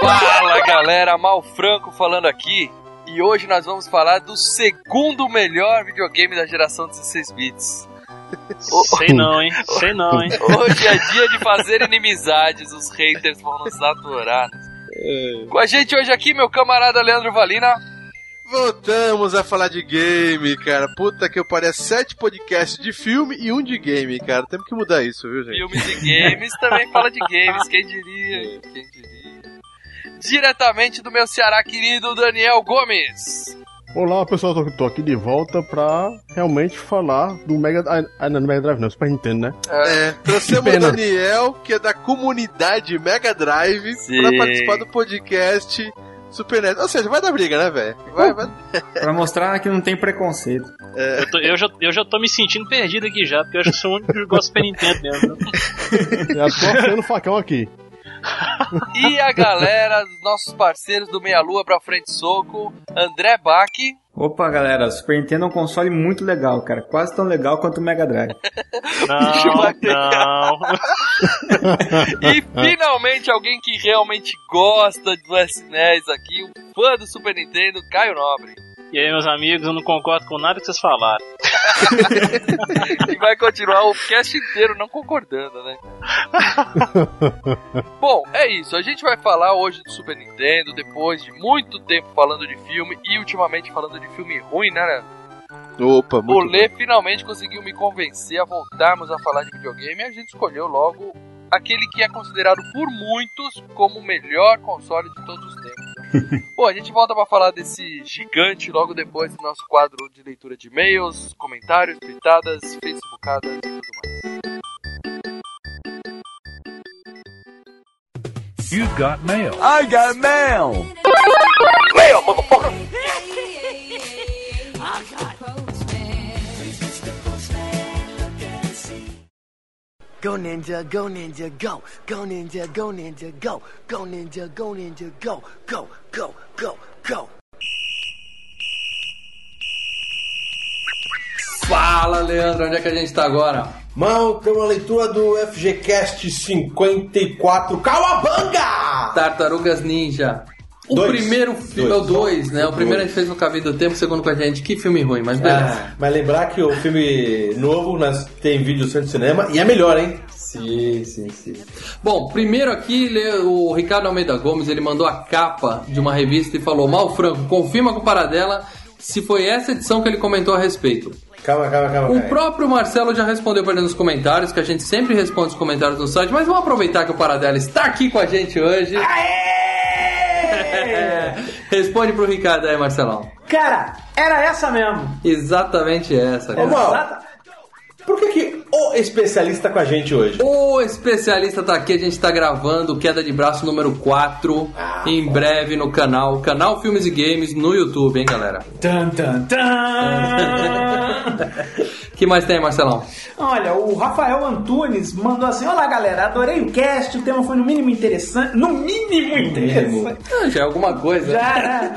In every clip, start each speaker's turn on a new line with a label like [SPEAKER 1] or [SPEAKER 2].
[SPEAKER 1] Fala galera, Mal Franco falando aqui. E hoje nós vamos falar do segundo melhor videogame da geração 16 bits.
[SPEAKER 2] Sei não, hein? Sei não, hein?
[SPEAKER 1] Hoje é dia de fazer inimizades, os haters vão nos adorar. Com a gente hoje aqui, meu camarada Leandro Valina.
[SPEAKER 3] Voltamos a falar de game, cara. Puta que eu parei é sete podcasts de filme e um de game, cara. Temos que mudar isso, viu, gente?
[SPEAKER 1] Filmes e games também fala de games, quem diria? Quem diria? Diretamente do meu Ceará querido Daniel Gomes.
[SPEAKER 4] Olá pessoal, tô, tô aqui de volta pra realmente falar do Mega. Ah, ah, não, do Mega Drive não, Super Nintendo, né?
[SPEAKER 3] É, trouxemos
[SPEAKER 4] Que
[SPEAKER 3] o
[SPEAKER 4] pena.
[SPEAKER 3] Daniel, que é da comunidade Mega Drive,
[SPEAKER 1] Sim.
[SPEAKER 3] pra participar do podcast Super Nerd. Ou seja, vai dar briga, né, velho? Vai, vai.
[SPEAKER 5] Pra mostrar que não tem preconceito.
[SPEAKER 2] Eu, tô- eu já, eu já tô me sentindo perdido aqui já, porque eu acho que sou o único que gosta do Super Nintendo mesmo. né?
[SPEAKER 4] Já tô afiando o facão aqui.
[SPEAKER 1] E a galera, os nossos parceiros do Meia Lua pra Frente Soco, André Bach.
[SPEAKER 5] Opa, galera, Super Nintendo é um console muito legal, cara. Quase tão legal quanto o Mega Drive.
[SPEAKER 1] Deixa eu bater.
[SPEAKER 2] Não, não.
[SPEAKER 1] E finalmente alguém que realmente gosta do SNES aqui, um fã do Super Nintendo, Caio Nobre.
[SPEAKER 2] E aí, meus amigos, eu não concordo com nada que vocês falaram.
[SPEAKER 1] E vai continuar o cast inteiro não concordando, né? Bom, é isso. A gente vai falar hoje do Super Nintendo, depois de muito tempo falando de filme e ultimamente falando de filme ruim, né? né?
[SPEAKER 3] Opa,
[SPEAKER 1] O
[SPEAKER 3] muito
[SPEAKER 1] Lê finalmente conseguiu me convencer a voltarmos a falar de videogame e a gente escolheu logo aquele que é considerado por muitos como o melhor console de todos os tempos. Bom, a gente volta pra falar desse gigante logo depois do nosso quadro de leitura de e-mails, comentários, pitadas, facebookadas e tudo mais.
[SPEAKER 6] I got mail.
[SPEAKER 7] Go ninja, go ninja, go. Go ninja, go ninja, go. Go ninja, go ninja, go. Go, go, go, go.
[SPEAKER 1] Fala, Leandro, onde é que a gente tá agora?
[SPEAKER 8] Mão, temos a leitura do FGCast 54 Calabanga!
[SPEAKER 1] Tartarugas Ninja. O
[SPEAKER 8] Dois.
[SPEAKER 1] primeiro filme, é o
[SPEAKER 8] Dois.
[SPEAKER 1] dois, né? O primeiro
[SPEAKER 8] Dois. É,
[SPEAKER 1] a gente fez no Caminho do Tempo, o segundo com a gente. Que filme ruim, mas beleza.
[SPEAKER 8] mas lembrar que o filme novo nós tem vídeo no centro de cinema e é melhor, hein?
[SPEAKER 1] Sim, sim, sim. Bom, primeiro aqui ele- o Ricardo Almeida Gomes ele mandou a capa de uma revista e falou: Mal Franco, confirma com o Paradela se foi essa edição que ele comentou a respeito.
[SPEAKER 8] Calma, calma, calma.
[SPEAKER 1] O
[SPEAKER 8] calma.
[SPEAKER 1] próprio Marcelo já respondeu para ele nos comentários, que a gente sempre responde os comentários no site, mas vamos aproveitar que o Paradela está aqui com a gente hoje. Responde pro Ricardo aí, Marcelão.
[SPEAKER 5] Cara, era essa mesmo.
[SPEAKER 1] Exatamente essa,
[SPEAKER 8] Ô,
[SPEAKER 1] cara.
[SPEAKER 8] Mal, por que, que o especialista tá com a gente hoje?
[SPEAKER 1] O especialista tá aqui, a gente tá gravando Queda de Braço número 4 em breve no canal, canal Filmes e Games no YouTube, hein, galera?
[SPEAKER 5] Tan, tan, tan.
[SPEAKER 1] que mais tem, Marcelão?
[SPEAKER 9] Olha, o Rafael Antunes mandou assim: Olá galera, adorei o cast, o tema foi no mínimo interessante. No mínimo interessante.
[SPEAKER 1] Ah, já é alguma coisa.
[SPEAKER 9] Já,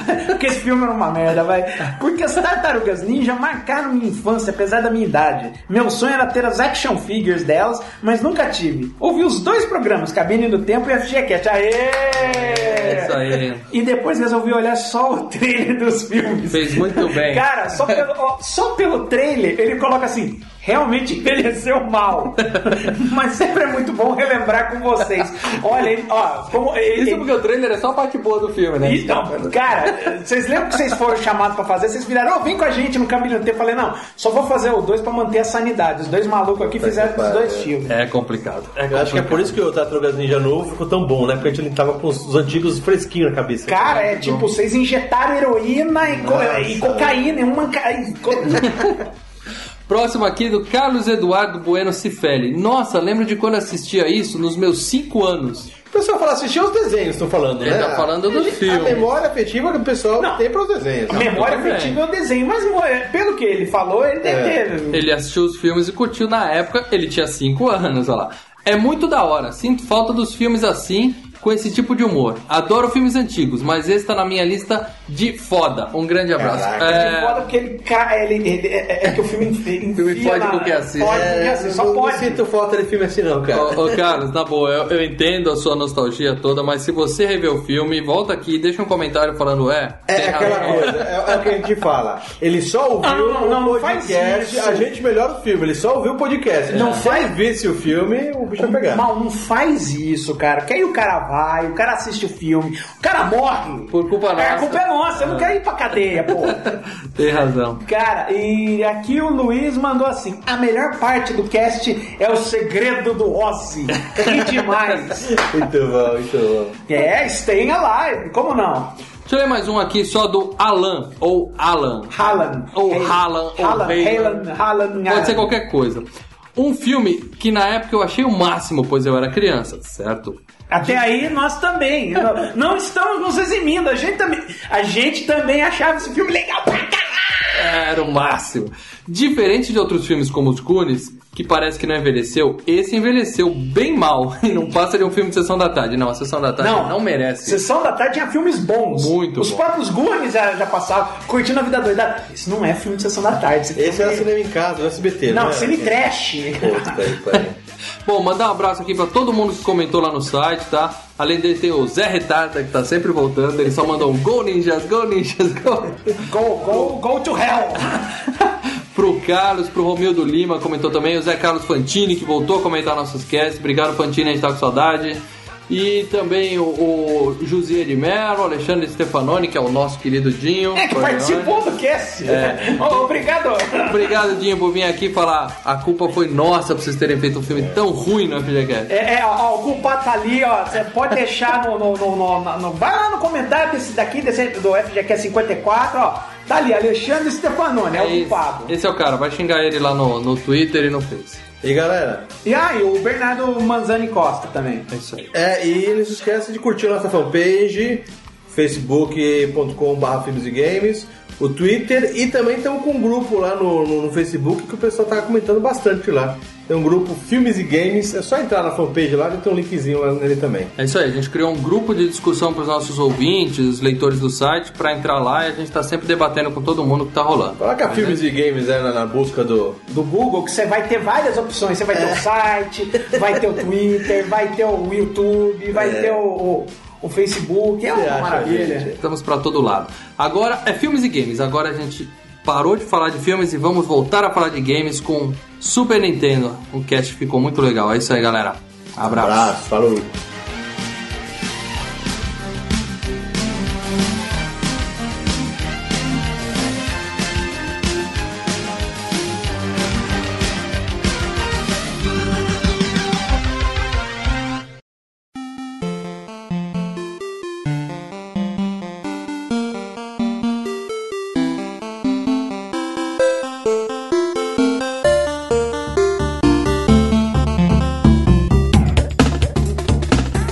[SPEAKER 9] né? Porque esse filme era uma merda, vai. Porque as tartarugas ninja marcaram minha infância, apesar da minha idade. Meu sonho era ter as action figures delas, mas nunca tive. Ouvi os dois programas, Cabine do Tempo e FGCast. Aê!
[SPEAKER 1] É isso aí.
[SPEAKER 9] E depois resolvi olhar só o trailer dos filmes.
[SPEAKER 1] Fez muito bem.
[SPEAKER 9] Cara, só pelo, ó, só pelo trailer ele coloca assim: realmente envelheceu mal. Mas sempre é muito bom relembrar com vocês. Olha, ele- ó, como. Isso porque
[SPEAKER 1] o trailer é só a parte boa do filme, né?
[SPEAKER 9] Então, cara, vocês lembram que vocês foram chamados pra fazer? Vocês viraram, ó, vem com a gente no Caminho do Tempo. Eu Falei, não, só vou fazer o dois pra manter a sanidade. Os dois malucos aqui fizeram os dois tiros.
[SPEAKER 1] É complicado.
[SPEAKER 3] Eu acho que é por isso que o Tartarugas Ninja novo ficou tão bom, né? Porque a gente tava com os antigos fresquinhos na cabeça.
[SPEAKER 9] Cara, é tipo, vocês injetaram heroína e, co-
[SPEAKER 3] Nossa.
[SPEAKER 9] e cocaína, e uma. ca- e co-
[SPEAKER 1] Próximo aqui do Carlos Eduardo Bueno Cifelli. Nossa, lembro de quando assistia isso nos meus 5 anos.
[SPEAKER 3] O pessoal fala, assistia os desenhos, estão falando,
[SPEAKER 1] Ele
[SPEAKER 3] né?
[SPEAKER 1] tá falando do
[SPEAKER 3] A gente-
[SPEAKER 1] filme.
[SPEAKER 3] A memória afetiva que o pessoal tem para os desenhos. né?
[SPEAKER 9] Memória afetiva é o desenho, mas mo- é, pelo que ele falou, ele deve ter.
[SPEAKER 1] Ele assistiu os filmes e curtiu na época, ele tinha 5 anos, olha lá. É muito da hora, sinto falta dos filmes assim, com esse tipo de humor. Adoro filmes antigos, mas esse tá na minha lista de foda. Um grande abraço.
[SPEAKER 9] É... Foda porque ele, ca- ele, ele- é, é que o filme enfia
[SPEAKER 1] pode
[SPEAKER 9] na-
[SPEAKER 1] com quem assiste.
[SPEAKER 9] Pode
[SPEAKER 1] É,
[SPEAKER 9] com quem assiste, só pode.
[SPEAKER 3] Não sinto falta de filme assim, não, cara.
[SPEAKER 1] Ô, ô, Carlos, na boa, eu, eu entendo a sua nostalgia toda, mas se você rever o filme, volta aqui e deixa um comentário falando é.
[SPEAKER 3] É aquela coisa, é, é o que a gente fala. Ele só ouviu
[SPEAKER 9] Ah, não,
[SPEAKER 3] o
[SPEAKER 9] não faz
[SPEAKER 3] podcast,
[SPEAKER 9] isso.
[SPEAKER 3] a gente melhora o filme, ele só ouviu o podcast.
[SPEAKER 9] Não
[SPEAKER 3] Se
[SPEAKER 9] faz-
[SPEAKER 3] ele visse o filme, o bicho vai pegar.
[SPEAKER 9] Mal, não faz isso, cara. Que aí o cara vai, o cara assiste o filme, o cara morre.
[SPEAKER 1] Por culpa
[SPEAKER 9] É, a
[SPEAKER 1] nossa.
[SPEAKER 9] culpa é nossa, eu não quero ir pra cadeia, pô.
[SPEAKER 1] Tem razão.
[SPEAKER 9] Cara, e aqui o Luiz mandou assim: a melhor parte do cast é o segredo do Ozzy. Que demais!
[SPEAKER 3] Muito bom, muito bom.
[SPEAKER 9] é, stay alive, como não?
[SPEAKER 1] Deixa eu ler mais um aqui só do Alan, ou Alan.
[SPEAKER 9] Haaland.
[SPEAKER 1] Ou Haaland, ou
[SPEAKER 9] Haaland,
[SPEAKER 1] Haaland.
[SPEAKER 9] Haaland, Haaland,
[SPEAKER 1] Pode ser qualquer coisa. Um filme que na época eu achei o máximo, pois eu era criança, certo?
[SPEAKER 9] Até aí nós também. Não- Não estamos nos eximindo. A gente também, a gente também achava esse filme legal pra
[SPEAKER 1] Era o máximo. Diferente de outros filmes como Os Goonies, que parece que não envelheceu, esse envelheceu bem mal e não passa de um filme de Sessão da Tarde. Não, a Sessão da Tarde não, merece.
[SPEAKER 9] Sessão da tarde tinha filmes bons.
[SPEAKER 1] Muito
[SPEAKER 9] Os
[SPEAKER 1] bom.
[SPEAKER 9] próprios Goonies já, já passavam, curtindo a vida doida. Isso não é filme de sessão da tarde.
[SPEAKER 3] Esse é era cinema em casa, do SBT,
[SPEAKER 10] Né?
[SPEAKER 9] Não,
[SPEAKER 3] era?
[SPEAKER 9] cine trash.
[SPEAKER 3] Puta que pariu.
[SPEAKER 1] Bom, mandar um abraço aqui pra todo mundo que comentou lá no site, tá? Além dele tem o Zé Retarda, que tá sempre voltando. Ele só mandou um Go Ninjas, Go Ninjas, Go!
[SPEAKER 9] Go, go, go to hell!
[SPEAKER 1] pro Carlos, pro Romildo Lima, comentou também. O Zé Carlos Fantini, que voltou a comentar nossos casts. Obrigado, Fantini, a gente tá com saudade. E também o, o José de Mello, Alexandre Stefanoni, que é o nosso querido Dinho.
[SPEAKER 9] É que
[SPEAKER 1] Corleone.
[SPEAKER 9] participou do cast.
[SPEAKER 1] É.
[SPEAKER 9] Ô, obrigado.
[SPEAKER 1] Obrigado, Dinho, por vir aqui falar. A culpa foi nossa pra vocês terem feito um filme tão ruim no FGCast.
[SPEAKER 9] É, é, ó, o culpado tá ali, ó. Você pode deixar no, no, no, no- na- no- Vai lá no comentário desse daqui, desse do FGQ 54, ó. Tá ali, Alexandre Stefanoni, é, o culpado.
[SPEAKER 1] Esse é o cara, vai xingar ele lá no, no Twitter e no Face.
[SPEAKER 3] E galera?
[SPEAKER 9] E aí, o Bernardo Manzani Costa também.
[SPEAKER 1] É isso aí.
[SPEAKER 3] É, e não se esqueça de curtir a nossa fanpage, facebook.com.br filmes e games, o Twitter e também estamos com um grupo lá no, no, no Facebook que o pessoal tá comentando bastante lá. Tem um grupo Filmes e Games, é só entrar na fanpage lá e tem um linkzinho lá nele também.
[SPEAKER 1] É isso aí, a gente criou um grupo de discussão para os nossos ouvintes, leitores do site, para entrar lá e a gente tá sempre debatendo com todo mundo que tá rolando.
[SPEAKER 3] Coloca Filmes e Games né, na, na busca do...
[SPEAKER 9] Do Google, que você vai ter várias opções. Você vai ter o site, vai ter o Twitter, vai ter o YouTube, vai ter o, o, o Facebook. É uma
[SPEAKER 3] acha,
[SPEAKER 9] maravilha.
[SPEAKER 3] gente?
[SPEAKER 1] Estamos para todo lado. Agora é filmes e games. Agora a gente parou de falar de filmes e vamos voltar a falar de games com Super Nintendo. O cast ficou muito legal. É isso aí, galera. Abraço.
[SPEAKER 3] Abraço, falou!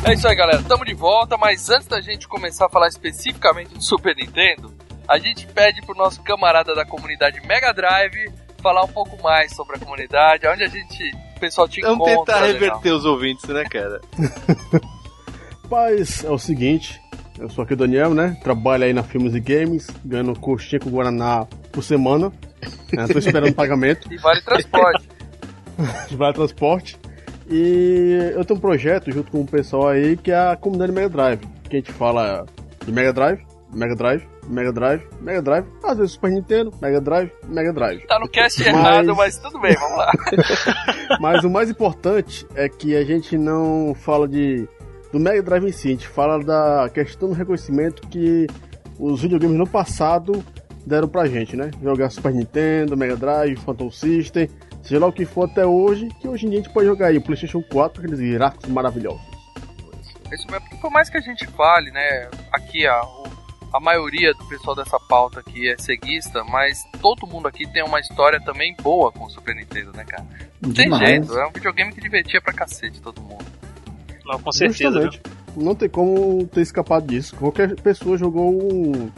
[SPEAKER 11] É isso aí, galera. Tamo de volta, mas antes da gente começar a falar especificamente de Super Nintendo, a gente pede pro nosso camarada da comunidade Mega Drive falar um pouco mais sobre a comunidade, onde a gente, o pessoal
[SPEAKER 1] É
[SPEAKER 11] te
[SPEAKER 1] um
[SPEAKER 2] Vamos
[SPEAKER 11] encontra.
[SPEAKER 2] tentar
[SPEAKER 11] legal.
[SPEAKER 2] reverter os ouvintes, né, cara?
[SPEAKER 4] Rapaz, é o seguinte, eu sou aqui o Daniel, né? Trabalho aí na Filmes e Games, ganhando coxinha com Guaraná por semana. Né? Tô esperando pagamento.
[SPEAKER 11] E vale transporte.
[SPEAKER 4] de Vale Transporte. E eu tenho um projeto junto com o pessoal aí que é a comunidade Mega Drive. Que a gente fala de Mega Drive, Mega Drive, Mega Drive, Mega Drive, às vezes Super Nintendo, Mega Drive, Mega Drive.
[SPEAKER 1] Tá no cast
[SPEAKER 4] Mas-
[SPEAKER 1] errado, mas tudo bem, vamos lá.
[SPEAKER 4] Mas o mais importante é que a gente não fala de do Mega Drive em si, a gente fala da questão do reconhecimento que os videogames no passado deram pra gente, né? Jogar Super Nintendo, Mega Drive, Phantom System, seja lá o que for até hoje, que hoje em dia a gente pode jogar aí o PlayStation 4, aqueles gráficos maravilhosos.
[SPEAKER 1] É Isso mesmo, porque por mais que a gente fale, né, aqui a, o- a maioria do pessoal dessa pauta aqui é ceguista, mas todo mundo aqui tem uma história também boa com o Super Nintendo, né, cara? Não tem
[SPEAKER 4] Demais.
[SPEAKER 1] jeito, é um videogame que divertia pra cacete todo mundo.
[SPEAKER 2] Não, com
[SPEAKER 4] Justamente. Não tem como ter escapado disso. Qualquer pessoa jogou um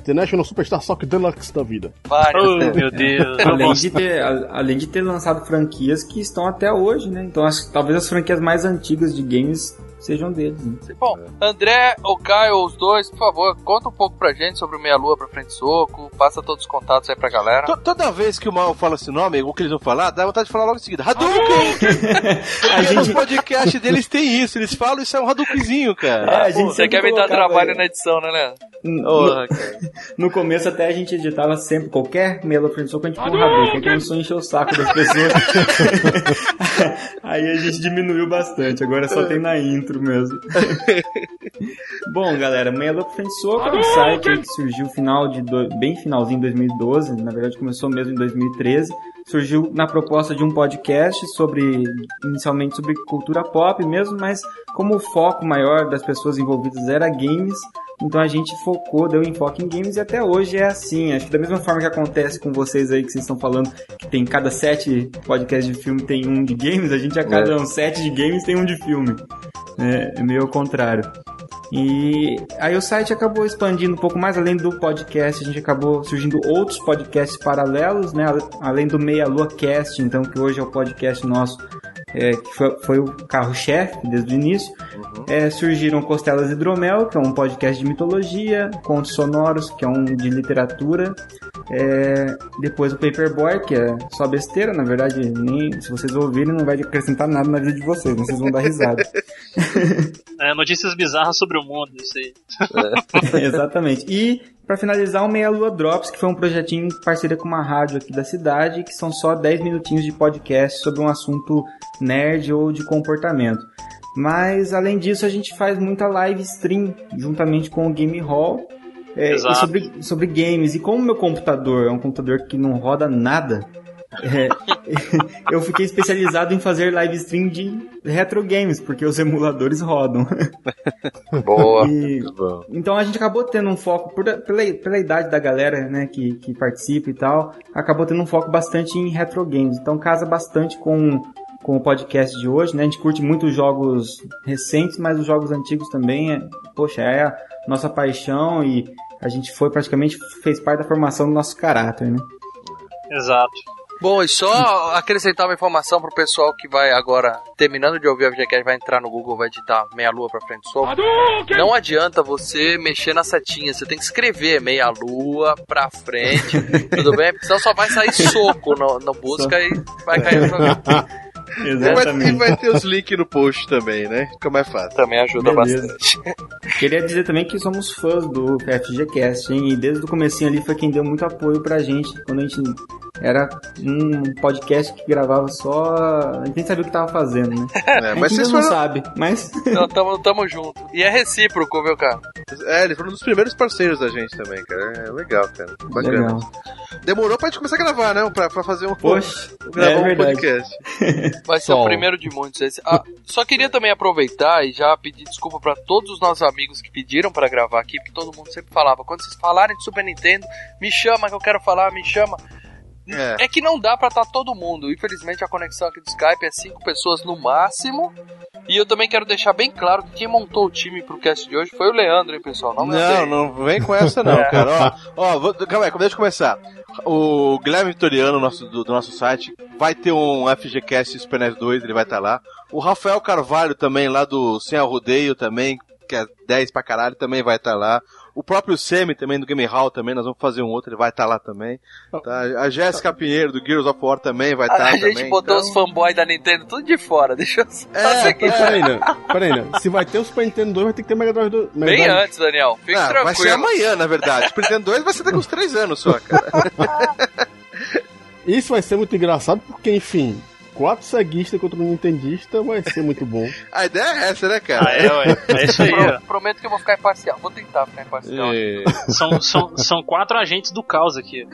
[SPEAKER 4] International Superstar Soccer Deluxe da vida.
[SPEAKER 5] além, de ter, a- além de ter lançado franquias que estão até hoje, né? Então as- talvez as franquias mais antigas de games sejam deles. Né?
[SPEAKER 1] Bom, André ou Caio, os dois, por favor, conta um pouco pra gente sobre o Meia Lua pra Frente Soco, passa todos os contatos aí pra galera.
[SPEAKER 3] To- Toda vez que o Mal fala esse nome, o que eles vão falar, dá vontade de falar logo em seguida. Hadouken! Porque
[SPEAKER 1] gente-
[SPEAKER 3] nos podcasts deles tem isso, eles falam isso é um Hadoukenzinho, cara.
[SPEAKER 5] É, a gente
[SPEAKER 1] Ah, Você
[SPEAKER 5] sempre
[SPEAKER 1] quer me dar
[SPEAKER 5] colocava
[SPEAKER 1] trabalho
[SPEAKER 5] aí.
[SPEAKER 1] na edição, né, Leandro?
[SPEAKER 5] No, no começo até a gente editava sempre qualquer melo frente soco, a gente põe um Hadouken, começou a encher o saco das pessoas. Aí a gente diminuiu bastante, agora só tem na intro mesmo. Bom, galera, Melo Frente Soco é um site aí que surgiu final de do- bem finalzinho de 2012, na verdade começou mesmo em 2013. Surgiu na proposta de um podcast sobre inicialmente sobre cultura pop mesmo, mas como o foco maior das pessoas envolvidas era games, então a gente focou, deu enfoque em games e até hoje é assim. Acho que da mesma forma que acontece com vocês aí que vocês estão falando que tem cada sete podcasts de filme tem um de games, a gente a cada
[SPEAKER 12] É.
[SPEAKER 5] um sete de games tem um de filme. É, é meio ao contrário. E aí o site acabou expandindo um pouco mais, além do podcast, a gente acabou surgindo outros podcasts paralelos, né? Ale- Além do Meia Lua Cast, então, que hoje é o podcast nosso, é, que foi, foi o carro-chefe desde o início. É, surgiram Costelas Hidromel, que é um podcast de mitologia, Contos Sonoros, que é um de literatura. É, depois o Paperboy, que é só besteira, na verdade, nem, se vocês ouvirem não vai acrescentar nada na vida de vocês, né? vocês vão dar risada.
[SPEAKER 2] É, notícias bizarras sobre o mundo, isso aí.
[SPEAKER 5] Exatamente. E pra finalizar, o Meia Lua Drops, que foi um projetinho em parceria com uma rádio aqui da cidade, que são só 10 minutinhos de podcast sobre um assunto nerd ou de comportamento. Mas além disso, a gente faz muita live stream juntamente com o Game Hall. é, e
[SPEAKER 2] Exato.
[SPEAKER 5] sobre, sobre games. E como meu computador é um computador que não roda nada, é, eu fiquei especializado em fazer live stream de retro games, porque os emuladores rodam.
[SPEAKER 1] Boa.
[SPEAKER 5] E- então a gente acabou tendo um foco, por- pela, pela idade da galera né, que, que participa e tal, acabou tendo um foco bastante em retro games. Então casa bastante com, com o podcast de hoje, né? A gente curte muito os jogos recentes, mas os jogos antigos também, é, poxa, é a nossa paixão e a gente foi praticamente, fez parte da formação do nosso caráter, né?
[SPEAKER 2] Exato.
[SPEAKER 1] Bom, e só acrescentar uma informação pro pessoal que vai agora, terminando de ouvir a VGCast, vai entrar no Google, vai digitar meia lua pra frente só. Não adianta você mexer na setinha, você tem que escrever meia lua pra frente, tudo bem? Porque senão só vai sair soco no, no busca e vai cair no jogo.
[SPEAKER 3] Exatamente. E vai ter os links no post também, né? Fica mais fácil.
[SPEAKER 1] Também ajuda
[SPEAKER 5] Beleza. Queria dizer também que somos fãs do FGCast, hein? E desde o comecinho ali foi quem deu muito apoio pra gente, quando a gente era um podcast que gravava só... A gente nem sabia o que tava fazendo, né?
[SPEAKER 3] É, mas
[SPEAKER 5] a gente
[SPEAKER 3] vocês
[SPEAKER 5] ainda não
[SPEAKER 3] foram-
[SPEAKER 5] sabe, mas...
[SPEAKER 1] Então tamo, tamo junto. E é recíproco, viu, cara?
[SPEAKER 3] É, ele foi um dos primeiros parceiros da gente também, cara. É legal, cara. Bacana.
[SPEAKER 5] Legal.
[SPEAKER 3] Demorou pra gente começar a gravar, né? Pra, pra fazer um
[SPEAKER 5] Poxa,
[SPEAKER 3] gravar
[SPEAKER 5] é
[SPEAKER 3] um
[SPEAKER 5] verdade.
[SPEAKER 3] podcast.
[SPEAKER 1] Vai ser o primeiro de muitos. Esse. Ah, só queria também aproveitar e já pedir desculpa pra todos os nossos amigos que pediram pra gravar aqui, porque todo mundo sempre falava: quando vocês falarem de Super Nintendo, me chama que eu quero falar, me chama. É, que não dá pra estar todo mundo. Infelizmente a conexão aqui do Skype é cinco pessoas no máximo. E eu também quero deixar bem claro que quem montou o time pro cast de hoje foi o Leandro, hein, pessoal? Não, me
[SPEAKER 3] Não,
[SPEAKER 1] odeiem.
[SPEAKER 3] não vem com essa não,
[SPEAKER 1] É.
[SPEAKER 3] cara. Ó, ó vou- calma aí, deixa eu começar. O Guilherme Vitoriano, nosso, do, do nosso site, vai ter um FGCast Super NES 2, ele vai estar lá. O Rafael Carvalho também, lá do Sem Arrodeio também, que é 10 pra caralho, também vai estar lá. O próprio Semi também, do Game Hall também, nós vamos fazer um outro, ele vai estar lá também. Tá? A Jéssica Pinheiro, do Gears of War também vai estar
[SPEAKER 1] a
[SPEAKER 3] também. então
[SPEAKER 1] gente botou os fanboys da Nintendo tudo de fora, deixa eu só seguir.
[SPEAKER 4] Mas É, Peraí, né? Peraí, né? Se vai ter o Super Nintendo 2, vai ter que ter o Mega Drive 2. Mega
[SPEAKER 1] Bem
[SPEAKER 4] Drive.
[SPEAKER 1] antes, Daniel. Fique
[SPEAKER 4] Ah,
[SPEAKER 1] tranquilo.
[SPEAKER 4] vai ser
[SPEAKER 3] amanhã, na verdade. Super Nintendo 2 vai ser daqui uns 3 anos só, cara.
[SPEAKER 4] Isso vai ser muito engraçado, porque, enfim, quatro ceguistas contra um nintendista vai ser muito bom.
[SPEAKER 3] A ideia é essa, né, cara?
[SPEAKER 4] Ah, é, ué. É isso aí,
[SPEAKER 1] Pro-
[SPEAKER 4] ó.
[SPEAKER 1] Prometo que eu vou ficar imparcial. Vou tentar ficar
[SPEAKER 3] É.
[SPEAKER 1] imparcial.
[SPEAKER 2] São, são, são quatro agentes do caos aqui.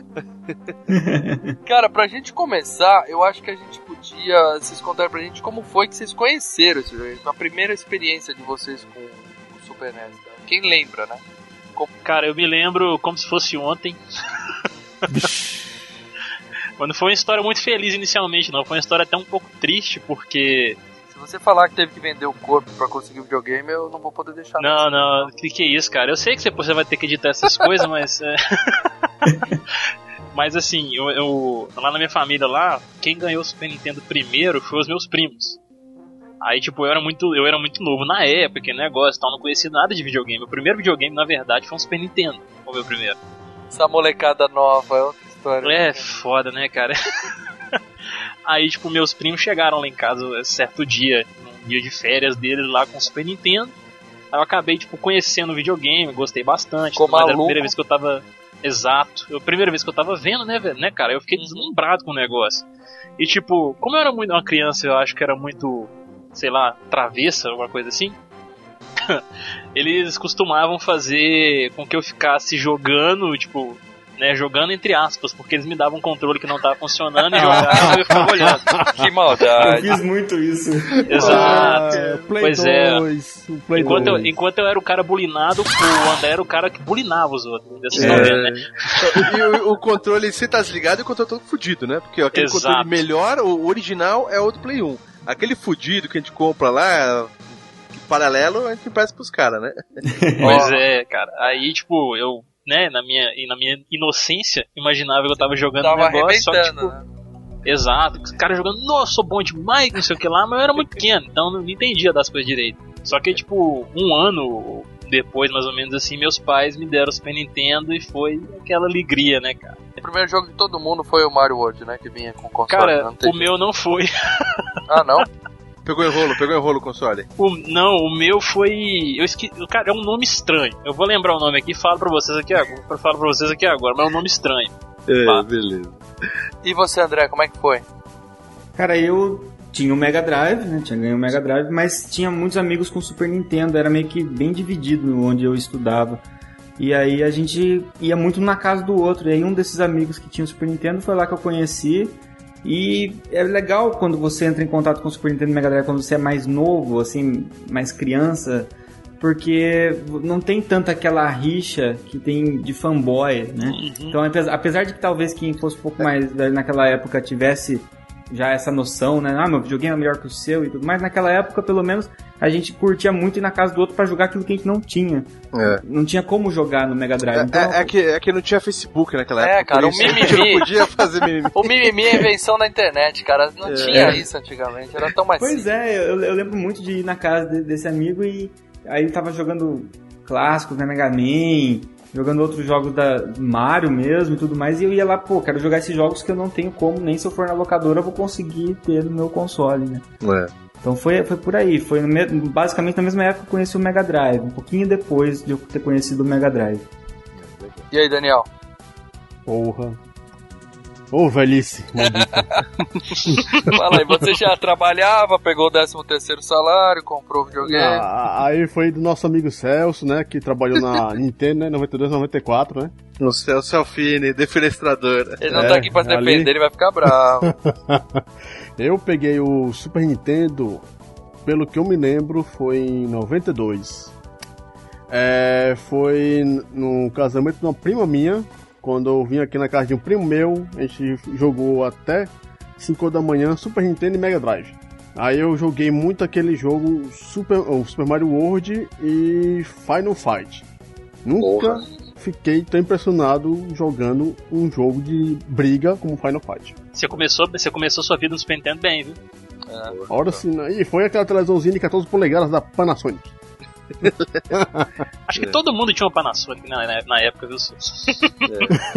[SPEAKER 1] Cara, pra gente começar, eu acho que a gente podia vocês contar pra gente como foi que vocês conheceram esse jogo. A primeira experiência de vocês com o Super NES. Né? Quem lembra, né?
[SPEAKER 2] Cara, eu me lembro como se fosse ontem. Mas não foi uma história muito feliz inicialmente, não. Foi uma história até um pouco triste, porque.
[SPEAKER 1] Se você falar que teve que vender o corpo pra conseguir o videogame, eu não vou poder deixar.
[SPEAKER 2] Não, não, que que é isso, cara? Eu sei que depois você vai ter que editar essas coisas, mas. é. mas assim, eu, eu- Lá na minha família lá, quem ganhou o Super Nintendo primeiro foi os meus primos. Aí, tipo, eu era muito, eu era muito novo na época, aquele negócio e tal, não conhecia nada de videogame. O primeiro videogame, na verdade, foi um Super Nintendo. Foi o meu primeiro.
[SPEAKER 1] Essa molecada nova é outra história.
[SPEAKER 2] É foda, né, cara? Aí, tipo, meus primos chegaram lá em casa eh, certo dia, num dia de férias deles lá com o Super Nintendo. Aí eu acabei, tipo, conhecendo o videogame, gostei bastante.
[SPEAKER 1] Ficou
[SPEAKER 2] tudo mais. Era a
[SPEAKER 1] maluco.
[SPEAKER 2] primeira vez que eu tava. Exato. Eu- A primeira vez que eu tava vendo, né, velho, né, cara? Eu
[SPEAKER 1] Uhum.
[SPEAKER 2] fiquei deslumbrado com o negócio. E, tipo, como eu era muito uma criança, eu acho que era muito, sei lá, travessa, alguma coisa assim. eles costumavam fazer com que eu ficasse jogando, tipo, né, jogando entre aspas, porque eles me davam um controle que não tava funcionando e jogava e eu ficava olhando.
[SPEAKER 1] Que maldade.
[SPEAKER 5] Fiz muito isso.
[SPEAKER 2] Exato.
[SPEAKER 4] Ah, Play
[SPEAKER 2] pois
[SPEAKER 4] 2,
[SPEAKER 2] é.
[SPEAKER 4] o Play
[SPEAKER 2] enquanto, eu,
[SPEAKER 4] 2.
[SPEAKER 2] enquanto eu era o cara bulinado, o André era o cara que bulinava os outros. ainda Vocês estão vendo,
[SPEAKER 3] É.
[SPEAKER 2] né?
[SPEAKER 3] e o, o controle, se tá desligado, e o controle todo fudido, né? Porque aquele
[SPEAKER 2] Exato.
[SPEAKER 3] controle melhor, o original, é o do Play 1. Aquele fudido que a gente compra lá, paralelo, a gente empresta pros caras, né?
[SPEAKER 2] Pois é, cara. Aí, tipo, eu, né, na minha, e na minha inocência, imaginava que eu tava jogando
[SPEAKER 1] Tava
[SPEAKER 2] um negócio, só que,
[SPEAKER 1] arrebentando, né?
[SPEAKER 2] tipo, Exato, os caras jogando, nossa, sou bom demais, não sei o que lá, mas eu era muito pequeno, então não entendia das coisas direito. Só que, tipo, um ano depois, mais ou menos assim, meus pais me deram o Super Nintendo e foi aquela alegria, né, cara?
[SPEAKER 1] O primeiro jogo de todo mundo foi o Mario World, né? Que vinha com o console. né?
[SPEAKER 2] Cara,
[SPEAKER 1] Não tem
[SPEAKER 2] o meu não foi.
[SPEAKER 1] Ah, não?
[SPEAKER 3] Pegou enrolo, pegou enrolo o console.
[SPEAKER 2] O- não, o meu foi. Eu esque... Cara, é um nome estranho. Eu vou lembrar o nome aqui e falo pra vocês aqui agora. Falo pra vocês aqui agora, mas é um nome estranho.
[SPEAKER 3] É, beleza.
[SPEAKER 1] E você, André, como é que foi?
[SPEAKER 5] Cara, eu tinha o Mega Drive, né? Tinha ganho o Mega Drive, mas tinha muitos amigos com Super Nintendo, era meio que bem dividido onde eu estudava. E aí a gente ia muito na casa do outro. E aí um desses amigos que tinha o Super Nintendo foi lá que eu conheci. E é legal quando você entra em contato com o Super Nintendo e Mega Drive quando você é mais novo, assim, mais criança, porque não tem tanta aquela rixa que tem de fanboy, né? Então, apesar- apesar de que talvez quem fosse um pouco mais velho naquela época tivesse já essa noção, né? Ah, meu videogame é melhor que o seu e tudo mais. Naquela época, pelo menos, a gente curtia muito ir na casa do outro pra jogar aquilo que a gente não tinha.
[SPEAKER 3] É.
[SPEAKER 5] Não tinha como jogar no Mega Drive. então,
[SPEAKER 3] É, é que, é que não tinha Facebook naquela época.
[SPEAKER 1] É, cara,
[SPEAKER 3] por
[SPEAKER 1] o
[SPEAKER 3] isso a gente
[SPEAKER 1] mimimi.
[SPEAKER 3] não podia fazer mimimi.
[SPEAKER 1] O mimimi é invenção da internet, cara. Não
[SPEAKER 3] É.
[SPEAKER 1] tinha isso antigamente, era tão mais
[SPEAKER 5] Pois é, eu, eu lembro muito de ir na casa de- desse amigo e aí ele tava jogando clássicos, né, Mega Man, jogando outros jogos da Mario mesmo e tudo mais, e eu ia lá, pô, quero jogar esses jogos que eu não tenho como, nem se eu for na locadora eu vou conseguir ter no meu console, né. Então foi, foi por aí, foi no me- basicamente na mesma época que eu conheci o Mega Drive, um pouquinho depois de eu ter conhecido o Mega Drive.
[SPEAKER 1] E aí, Daniel?
[SPEAKER 4] Porra. Ô, velhice. maldita.
[SPEAKER 1] Fala aí, você já trabalhava, pegou o 13 terceiro salário, comprou o videogame.
[SPEAKER 4] Ah, aí foi do nosso amigo Celso, né? Que trabalhou na Nintendo, né? 92, 94, né?
[SPEAKER 3] No céu, Selfine, defenestrador.
[SPEAKER 1] Ele não tá aqui pra se defender, ele vai ficar bravo.
[SPEAKER 4] eu peguei o Super Nintendo, pelo que eu me lembro, foi em 92. É, foi n- num casamento de uma prima minha, quando eu vim aqui na casa de um primo meu, a gente jogou até 5 da manhã Super Nintendo e Mega Drive. Aí eu joguei muito aquele jogo Super, o Super Mario World e Final Fight. Nunca fiquei tão impressionado jogando um jogo de briga como Final Fight.
[SPEAKER 2] Você começou, você começou sua vida no Super Nintendo bem, viu?
[SPEAKER 4] né? Olha sim, e foi aquela televisãozinha de 14 polegadas da Panasonic.
[SPEAKER 2] Acho que todo mundo tinha uma Panasonic na, na- na época, viu? Sus?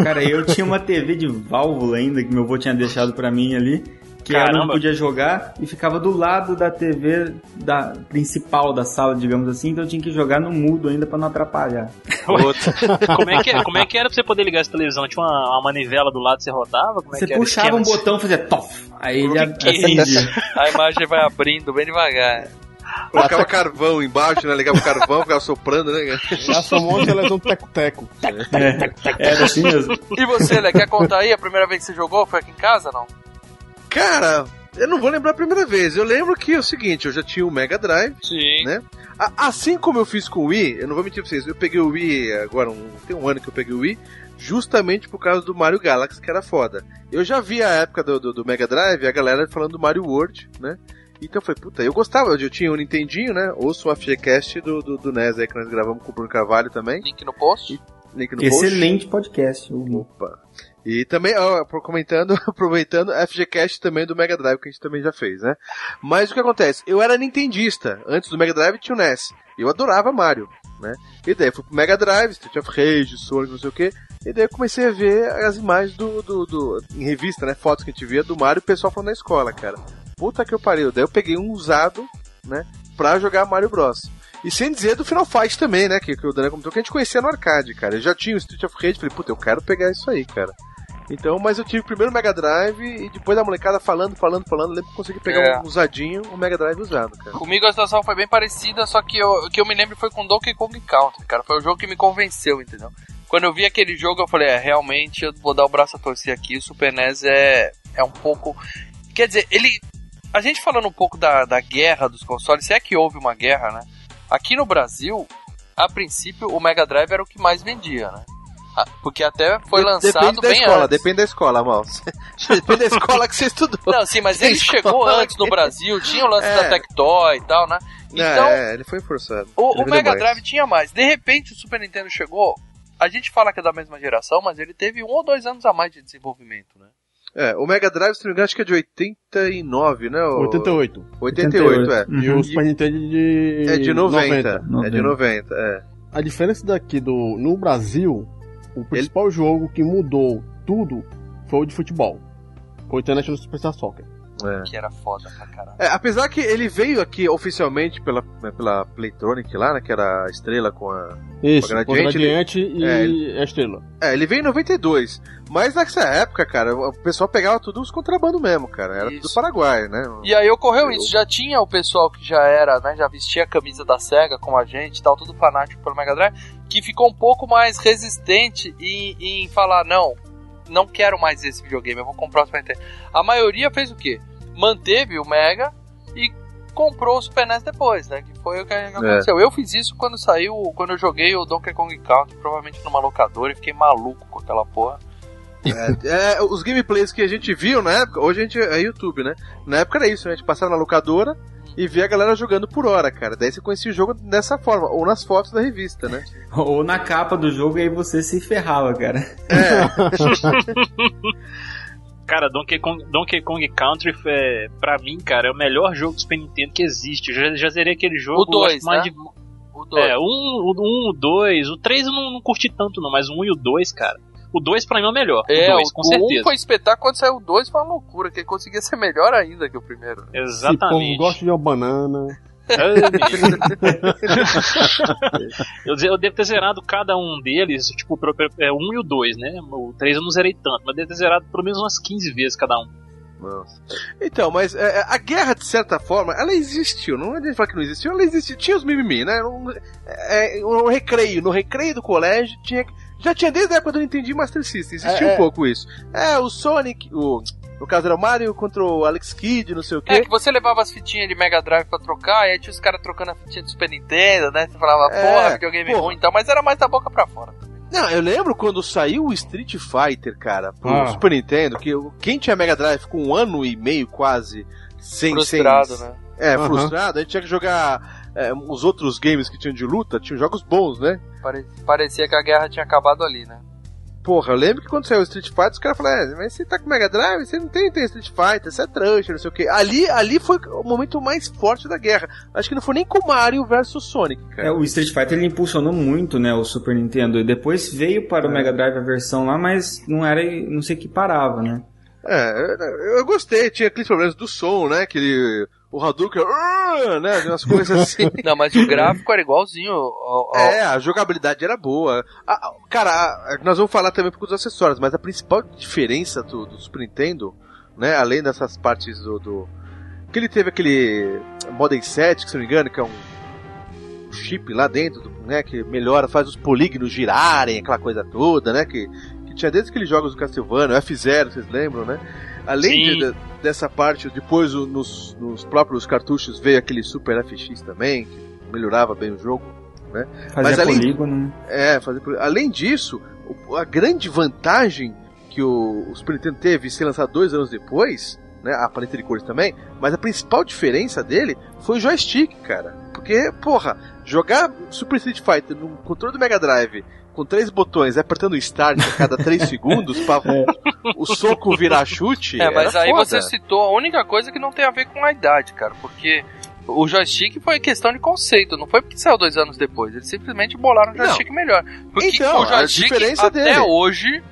[SPEAKER 5] Cara, eu tinha uma TV de válvula ainda que meu avô tinha deixado pra mim ali. Que eu não
[SPEAKER 2] Caramba.
[SPEAKER 5] podia jogar e ficava do lado da TV da principal da sala, digamos assim, então eu tinha que jogar no mudo ainda pra não atrapalhar.
[SPEAKER 2] como, é que, como é que era pra você poder ligar essa televisão? Tinha uma, uma manivela do lado, você rodava? Como é
[SPEAKER 5] Você
[SPEAKER 2] que era o
[SPEAKER 5] puxava
[SPEAKER 2] esquema?
[SPEAKER 5] um botão e fazia tof. Aí ele
[SPEAKER 2] Que
[SPEAKER 5] acendia.
[SPEAKER 1] A imagem vai abrindo bem devagar.
[SPEAKER 3] Colocava carvão embaixo, né? Ligava o carvão, ficava soprando, né?
[SPEAKER 4] Já somou que elas um teco-teco.
[SPEAKER 5] Era assim mesmo.
[SPEAKER 1] E você, Lé, quer contar aí? A primeira vez que você jogou foi aqui em casa, não?
[SPEAKER 3] Cara, eu não vou lembrar a primeira vez. Eu lembro que é o seguinte, eu já tinha o Mega Drive,
[SPEAKER 1] Sim.
[SPEAKER 3] né? A- assim como eu fiz com o Wii, eu não vou mentir pra vocês, eu peguei o Wii agora, um- tem um ano que eu peguei o Wii, justamente por causa do Mario Galaxy, que era foda. Eu já vi a época do, do- do Mega Drive, a galera falando do Mario World, né? Então foi, puta, eu gostava, eu tinha o Nintendinho, né? Ouço o FGCast do, do, do NES aí que nós gravamos com o Bruno Carvalho também.
[SPEAKER 1] Link no post?
[SPEAKER 3] Link no post.
[SPEAKER 5] Excelente podcast. o-
[SPEAKER 3] E também, ó, por- comentando, aproveitando, FGCast também do Mega Drive, que a gente também já fez, né? Mas o que acontece? Eu era nintendista. Antes do Mega Drive tinha o NES. Eu adorava Mario, né? E daí eu fui pro Mega Drive, Street of Rage, Sonic, não sei o quê. E daí eu comecei a ver as imagens do, do, do- em revista, né? Fotos que a gente via do Mario e o pessoal falando na escola, cara. Puta que eu pariu. Daí eu peguei um usado, né? Pra jogar Mario Bros. E sem dizer do Final Fight também, né? Que, que o Daniel comentou que a gente conhecia no arcade, cara. Eu já tinha o Street of Rage, falei, puta, eu quero pegar isso aí, cara. Então, mas eu tive primeiro o Mega Drive e depois da molecada falando, falando, falando, eu lembro que eu consegui pegar
[SPEAKER 1] É.
[SPEAKER 3] um usadinho, um Mega Drive usado, cara.
[SPEAKER 1] Comigo a situação foi bem parecida, só que eu, o que eu me lembro foi com Donkey Kong Country, cara. Foi o jogo que me convenceu, entendeu? Quando eu vi aquele jogo, eu falei, é, realmente eu vou dar o braço a torcer aqui. O Super NES é, é um pouco. Quer dizer, ele. A gente falando um pouco da, da guerra dos consoles, se é que houve uma guerra, né? Aqui no Brasil, a princípio, o Mega Drive era o que mais vendia, né? Ah, Porque até foi lançado
[SPEAKER 3] depende da
[SPEAKER 1] bem
[SPEAKER 3] escola,
[SPEAKER 1] antes.
[SPEAKER 3] depende da escola, mal. depende da escola que você estudou.
[SPEAKER 1] Não, sim, mas ele
[SPEAKER 3] Escola
[SPEAKER 1] chegou
[SPEAKER 3] que-
[SPEAKER 1] antes no Brasil, tinha o lance
[SPEAKER 3] É.
[SPEAKER 1] da Tectoy e tal, né? Então,
[SPEAKER 3] é, ele foi forçado.
[SPEAKER 1] o,
[SPEAKER 3] Ele
[SPEAKER 1] o
[SPEAKER 3] vendeu
[SPEAKER 1] é Mega
[SPEAKER 3] mais.
[SPEAKER 1] Drive tinha mais. De repente, o Super Nintendo chegou. A gente fala que é da mesma geração, mas ele teve um ou dois anos a mais de desenvolvimento, né?
[SPEAKER 3] É, o Mega Drive, se não me engano, acho que é de 89, né? o-
[SPEAKER 4] 88.
[SPEAKER 3] 88, é.
[SPEAKER 4] E o Super Nintendo de.
[SPEAKER 3] É de 90. É de 90, é.
[SPEAKER 4] A diferença daqui do. No Brasil, o principal jogo que mudou tudo foi o de futebol. Foi o International Superstar Soccer.
[SPEAKER 3] É.
[SPEAKER 1] Que era foda pra caralho.
[SPEAKER 3] É, apesar que ele veio aqui oficialmente pela, né, pela Playtronic lá, né? Que era a estrela com a.
[SPEAKER 4] Isso,
[SPEAKER 3] com a
[SPEAKER 4] contra a
[SPEAKER 3] Gradiente. ele-
[SPEAKER 4] Gradiente e
[SPEAKER 3] é, ele-
[SPEAKER 4] a Estrela.
[SPEAKER 3] É, ele veio em 92. Mas nessa época, cara, o pessoal pegava tudo os contrabando mesmo, cara. Era do Paraguai, né?
[SPEAKER 1] E aí ocorreu isso, já tinha o pessoal que já era, né, já vestia a camisa da SEGA com a gente e tal, tudo fanático pelo Mega Drive, que ficou um pouco mais resistente em, em falar, não, não quero mais esse videogame, eu vou comprar o Super Nintendo. A maioria fez o quê? Manteve o Mega e comprou o Super NES depois, né, que foi o que aconteceu. Eu fiz isso quando saiu, quando eu joguei o Donkey Kong Country, provavelmente numa locadora, e fiquei maluco com aquela porra.
[SPEAKER 3] É, é, os gameplays que a gente viu na época, hoje a gente é YouTube, né? Na época era isso, né? a gente passava na locadora e via a galera jogando por hora, cara. Daí você conhecia o jogo dessa forma, ou nas fotos da revista, né?
[SPEAKER 5] Ou na capa do jogo e aí você se ferrava, cara.
[SPEAKER 2] Cara, Donkey Kong, Donkey Kong Country, é, pra mim, cara, é o melhor jogo do Super Nintendo que existe. Eu já, já zerei aquele jogo.
[SPEAKER 1] O dois,
[SPEAKER 2] acho que mais
[SPEAKER 1] né?
[SPEAKER 2] de-
[SPEAKER 1] O dois.
[SPEAKER 2] É, um, o um, o dois. O três eu não, não curti tanto, não, mas o um e o dois, cara. O dois pra mim é o melhor.
[SPEAKER 1] É,
[SPEAKER 2] o dois,
[SPEAKER 1] o
[SPEAKER 2] com
[SPEAKER 1] do um
[SPEAKER 2] certeza.
[SPEAKER 1] foi espetáculo, quando saiu o 2 foi uma loucura, que ele conseguia ser melhor ainda que o primeiro. né?
[SPEAKER 4] Se povo gosta de uma banana.
[SPEAKER 2] eu, eu devo ter zerado cada um deles, tipo, pro- pro- é, um e o dois, né? O três eu não zerei tanto, mas devo ter zerado pelo menos umas 15 vezes cada um.
[SPEAKER 3] Então, mas é, é, a guerra, de certa forma, ela existiu. Não é de falar que não existiu, ela existiu. Tinha os mimimi, né? Um, é, um recreio. No recreio do colégio tinha. Já tinha desde a época do Nintendo Master System, existia
[SPEAKER 1] É,
[SPEAKER 3] um
[SPEAKER 1] é.
[SPEAKER 3] pouco isso. É, o Sonic, o, no caso era o Mario contra o Alex Kidd, não sei o quê.
[SPEAKER 1] É que você levava as fitinhas de Mega Drive pra trocar, e aí tinha os caras trocando a fitinha do Super Nintendo, né? Você falava,
[SPEAKER 3] É,
[SPEAKER 1] porra, videogame
[SPEAKER 3] porra.
[SPEAKER 1] ruim e tal, mas era mais da boca pra fora.
[SPEAKER 3] Não, eu lembro quando saiu o Street Fighter, cara, pro
[SPEAKER 1] Ah.
[SPEAKER 3] Super Nintendo, que eu- quem tinha Mega Drive ficou um ano e meio quase sem.
[SPEAKER 1] Frustrado,
[SPEAKER 3] sem,
[SPEAKER 1] né?
[SPEAKER 3] É,
[SPEAKER 1] Aham.
[SPEAKER 3] frustrado. A gente tinha que jogar é, os outros games que tinham de luta, tinham jogos bons, né?
[SPEAKER 1] Pare- Parecia que a guerra tinha acabado ali, né?
[SPEAKER 3] Porra, eu lembro que quando saiu o Street Fighter, os caras falaram, é, mas você tá com Mega Drive? Você não tem, tem Street Fighter, você é trancha, não sei o quê. Ali, ali foi o momento mais forte da guerra. Acho que não foi nem com Mario versus Sonic, cara.
[SPEAKER 5] É, o Street Fighter ele impulsionou muito, né, o Super Nintendo. E depois veio para
[SPEAKER 3] É.
[SPEAKER 5] o Mega Drive a versão lá, mas não era, não se equiparava, né?
[SPEAKER 3] É, eu, eu gostei, tinha aqueles problemas do som, né? Aquele. O Hadouken, "Ah", né? Umas coisas assim.
[SPEAKER 1] Não, mas o gráfico era igualzinho. ao- ao-
[SPEAKER 3] É, a jogabilidade era boa. A- a- cara, a- a- nós vamos falar também um pouco dos acessórios, mas a principal diferença do, do Super Nintendo, né? Além dessas partes do. do- que ele teve aquele Modem 7, que se não me engano, que é um um chip lá dentro, do- né? Que melhora, faz os polígonos girarem, aquela coisa toda, né? Que, que tinha desde aqueles jogos do Castlevania, o F0, vocês lembram, né? Além de- de- dessa parte, depois o- nos, nos próprios cartuchos veio aquele Super FX também, que melhorava bem o jogo, né?
[SPEAKER 5] Fazia
[SPEAKER 3] além,
[SPEAKER 5] polígono, né?
[SPEAKER 3] É, fazer polígono. Além disso, o- a grande vantagem que o, o Super Nintendo teve em ser lançado dois anos depois, né? A paleta de cores também, mas a principal diferença dele foi o joystick, cara. Porque, porra, jogar Super Street Fighter no controle do Mega Drive com três botões, apertando Start a cada três segundos pra o soco virar chute.
[SPEAKER 1] É, mas
[SPEAKER 3] era
[SPEAKER 1] aí
[SPEAKER 3] foda.
[SPEAKER 1] você citou a única coisa que não tem a ver com a idade, cara, porque o joystick foi questão de conceito, não foi porque saiu dois anos depois. Eles simplesmente bolaram um joystick melhor. Porque
[SPEAKER 3] Então,
[SPEAKER 1] o joystick
[SPEAKER 3] a diferença
[SPEAKER 1] até
[SPEAKER 3] dele.
[SPEAKER 1] hoje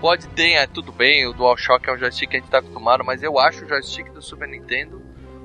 [SPEAKER 1] pode ter, é, tudo bem, o DualShock é um joystick que a gente tá acostumado, mas eu acho o joystick do Super Nintendo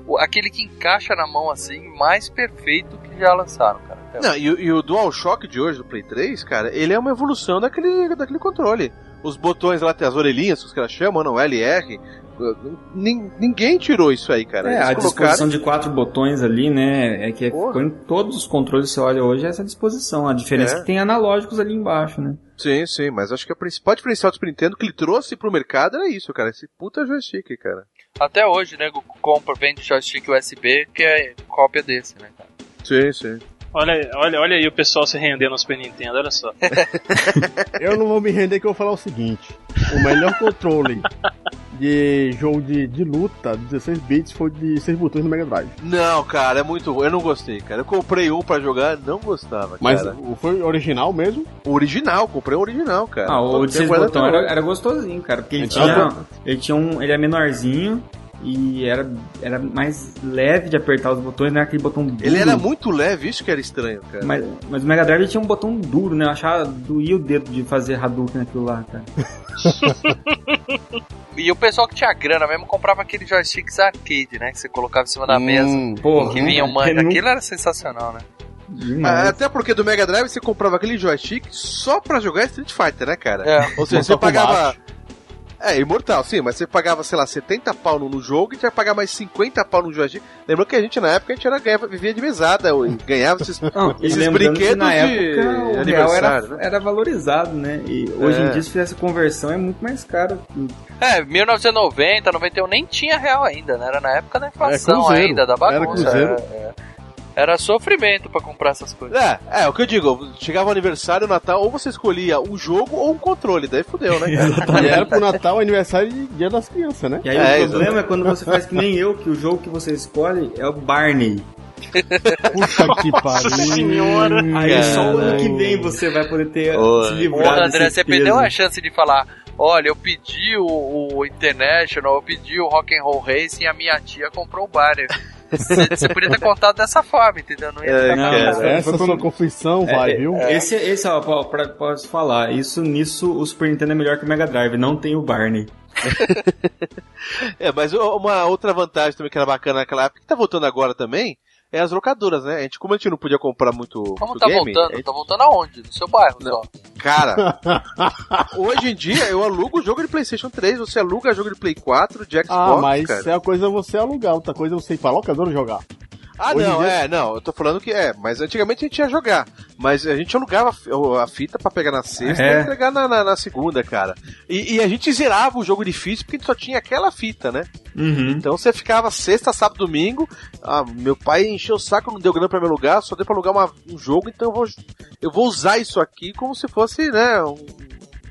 [SPEAKER 1] o- aquele que encaixa na mão assim, mais perfeito que já lançaram, cara. até
[SPEAKER 3] Não,
[SPEAKER 1] hoje.
[SPEAKER 3] e, o- e o DualShock de hoje, do Play 3, cara, ele é uma evolução daquele, daquele controle. Os botões lá, tem as orelhinhas, que os caras chamam, não, LR. eh, nin- ninguém tirou isso aí, cara.
[SPEAKER 5] É,
[SPEAKER 3] Eles
[SPEAKER 5] a disposição
[SPEAKER 3] colocaram-
[SPEAKER 5] de quatro botões ali, né? É que ficou em todos os controles que você olha hoje é essa disposição. A diferença
[SPEAKER 3] É.
[SPEAKER 5] é que tem analógicos ali embaixo, né?
[SPEAKER 3] Sim, sim, mas acho que a principal diferencial do Super Nintendo que ele trouxe pro mercado era isso, cara. Esse puta joystick, cara.
[SPEAKER 1] Até hoje, nego compra, vende joystick USB, que é cópia desse, né, cara?
[SPEAKER 3] Sim, sim.
[SPEAKER 2] Olha, olha, olha aí o pessoal se rendendo ao Super Nintendo, olha só.
[SPEAKER 4] Eu não vou me render que eu vou falar o seguinte: o melhor controle de jogo de, de luta, 16 bits, foi de 6 botões no Mega Drive.
[SPEAKER 3] Não, cara, é muito ruim. Eu não gostei, cara. Eu comprei um pra jogar, não gostava,
[SPEAKER 4] Mas
[SPEAKER 3] cara.
[SPEAKER 4] o- foi original mesmo?
[SPEAKER 3] Original, comprei um original, cara.
[SPEAKER 5] Ah,
[SPEAKER 3] Todo
[SPEAKER 5] o de
[SPEAKER 3] tempo
[SPEAKER 5] seis
[SPEAKER 3] era
[SPEAKER 5] botões
[SPEAKER 3] até
[SPEAKER 5] era,
[SPEAKER 3] hoje.
[SPEAKER 5] era gostosinho, cara. Porque ele
[SPEAKER 3] Então,
[SPEAKER 5] tinha.
[SPEAKER 3] tá.
[SPEAKER 5] Ele tinha um. Ele é menorzinho e era, era mais leve de apertar os botões, né? Aquele botão duro.
[SPEAKER 3] Ele era muito leve, isso que era estranho, cara.
[SPEAKER 5] Mas, mas o Mega Drive ele tinha um botão duro, né? Eu achava doía o dedo de fazer Hadouken naquilo lá, cara.
[SPEAKER 1] E o pessoal que tinha grana mesmo comprava aquele joysticks arcade, né? Que você colocava em cima da
[SPEAKER 5] Hum,
[SPEAKER 1] mesa.
[SPEAKER 5] porra,
[SPEAKER 1] que vinha o
[SPEAKER 5] né?
[SPEAKER 1] manga.
[SPEAKER 5] Eu nunca-
[SPEAKER 1] Aquilo era sensacional, né?
[SPEAKER 3] Ah, Até porque do Mega Drive você comprava aquele joystick só pra jogar Street Fighter, né, cara?
[SPEAKER 1] É.
[SPEAKER 3] Ou seja, você
[SPEAKER 1] Mortal Kombat.
[SPEAKER 3] pagava. É, imortal, sim, mas você pagava, sei lá, 70 pau no no jogo e tinha que pagar mais 50 pau no joystick. Lembrou que a gente, na época, a gente era, ganhava, vivia de mesada, ou- e ganhava esses,
[SPEAKER 5] Não, e
[SPEAKER 3] esses
[SPEAKER 5] lembrando que
[SPEAKER 3] brinquedos
[SPEAKER 5] na
[SPEAKER 3] de
[SPEAKER 5] época o real era,
[SPEAKER 3] aniversário, né?
[SPEAKER 5] era valorizado, né? E hoje
[SPEAKER 3] É.
[SPEAKER 5] em dia, se fizesse conversão, é muito mais caro.
[SPEAKER 1] É, 1990, 91 nem tinha real ainda, né? Era na época da
[SPEAKER 3] Era
[SPEAKER 1] inflação
[SPEAKER 3] cruzeiro.
[SPEAKER 1] ainda, da bagunça.
[SPEAKER 3] Era
[SPEAKER 1] Era,
[SPEAKER 3] cruzeiro.
[SPEAKER 1] era sofrimento pra comprar essas coisas.
[SPEAKER 3] É, é, o que eu digo, chegava o aniversário, o Natal, ou você escolhia um jogo ou um controle, daí fudeu, né? cara?
[SPEAKER 4] E era pro Natal, aniversário e dia das crianças, né?
[SPEAKER 5] E aí o problema é quando você faz que nem eu, que o jogo que você escolhe é o Barney.
[SPEAKER 4] Puxa que
[SPEAKER 5] Nossa senhora! Aí
[SPEAKER 3] Hum,
[SPEAKER 5] só o ano que vem você vai poder ter se livrar
[SPEAKER 1] Ô, André,
[SPEAKER 5] desse
[SPEAKER 1] você
[SPEAKER 5] peso.
[SPEAKER 1] perdeu a chance de falar. Olha, eu pedi o, o International, eu pedi o Rock and Roll Racing e a minha tia comprou o Barney. Você você podia ter contado dessa forma, entendeu? Não ia
[SPEAKER 4] É,
[SPEAKER 1] ficar
[SPEAKER 5] cara.
[SPEAKER 1] com-
[SPEAKER 4] Essa
[SPEAKER 5] Foi
[SPEAKER 4] sua confissão vai,
[SPEAKER 5] É,
[SPEAKER 4] viu?
[SPEAKER 5] é, Esse, esse ó, pra, pra- posso falar, isso nisso o Super Nintendo é melhor que o Mega Drive, não tem o Barney.
[SPEAKER 3] É, mas o- uma outra vantagem também que era bacana naquela época, que tá voltando agora também, é as locadoras, né? A gente, como a gente não podia comprar muito
[SPEAKER 1] Como
[SPEAKER 3] muito
[SPEAKER 1] tá
[SPEAKER 3] game,
[SPEAKER 1] voltando?
[SPEAKER 3] a gente-
[SPEAKER 1] Tá voltando aonde? No seu bairro só.
[SPEAKER 3] cara, hoje em dia eu alugo o jogo de Playstation 3, você aluga jogo de Play 4, de Xbox,
[SPEAKER 4] Ah, mas
[SPEAKER 3] cara.
[SPEAKER 4] é uma coisa você alugar, outra coisa você ir pra locadora jogar.
[SPEAKER 3] Ah,
[SPEAKER 4] Hoje em
[SPEAKER 3] não,
[SPEAKER 4] dia-
[SPEAKER 3] é, não, eu tô falando que é, mas antigamente a gente ia jogar, mas a gente alugava a fi- a fita pra pegar na sexta
[SPEAKER 5] É.
[SPEAKER 3] e entregar na, na- na segunda, cara. E, e a gente zerava o jogo difícil porque a gente só tinha aquela fita, né?
[SPEAKER 4] Uhum.
[SPEAKER 3] Então você ficava sexta, sábado, domingo. Ah, meu pai encheu o saco, não deu grana pra meu lugar, só deu pra alugar uma- um jogo, então eu vou, eu vou usar isso aqui como se fosse, né, um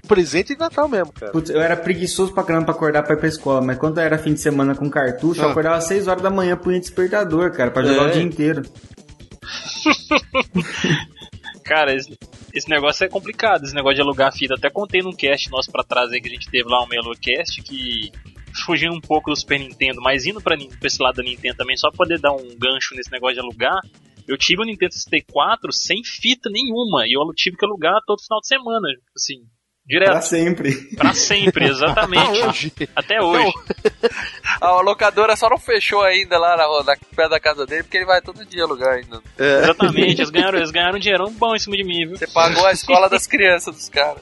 [SPEAKER 3] presente de Natal mesmo, cara.
[SPEAKER 5] Putz, eu era preguiçoso pra caramba pra acordar pra ir pra escola, mas quando era fim de semana com cartucho, eu
[SPEAKER 3] Ah.
[SPEAKER 5] acordava às 6 horas da manhã punha despertador, cara, pra jogar
[SPEAKER 3] É.
[SPEAKER 5] o dia inteiro.
[SPEAKER 2] Cara, esse- esse negócio é complicado, esse negócio de alugar fita. Até contei num cast nosso pra trás aí que a gente teve lá, um Melocast, que fugindo um pouco do Super Nintendo, mas indo pra, Nin- pra esse lado da Nintendo também, só pra poder dar um gancho nesse negócio de alugar. Eu tive o Nintendo 64 sem fita nenhuma, e eu tive que alugar todo final de semana, assim, direto.
[SPEAKER 3] É.
[SPEAKER 5] Pra sempre.
[SPEAKER 2] Pra sempre, exatamente.
[SPEAKER 1] Até
[SPEAKER 2] Até hoje.
[SPEAKER 1] A locadora só não fechou ainda lá na, na, perto da casa dele, porque ele vai todo dia alugar ainda.
[SPEAKER 2] Exatamente, eles ganharam, eles ganharam um dinheirão bom em cima de mim, viu? Você
[SPEAKER 1] Pagou a escola das crianças dos caras.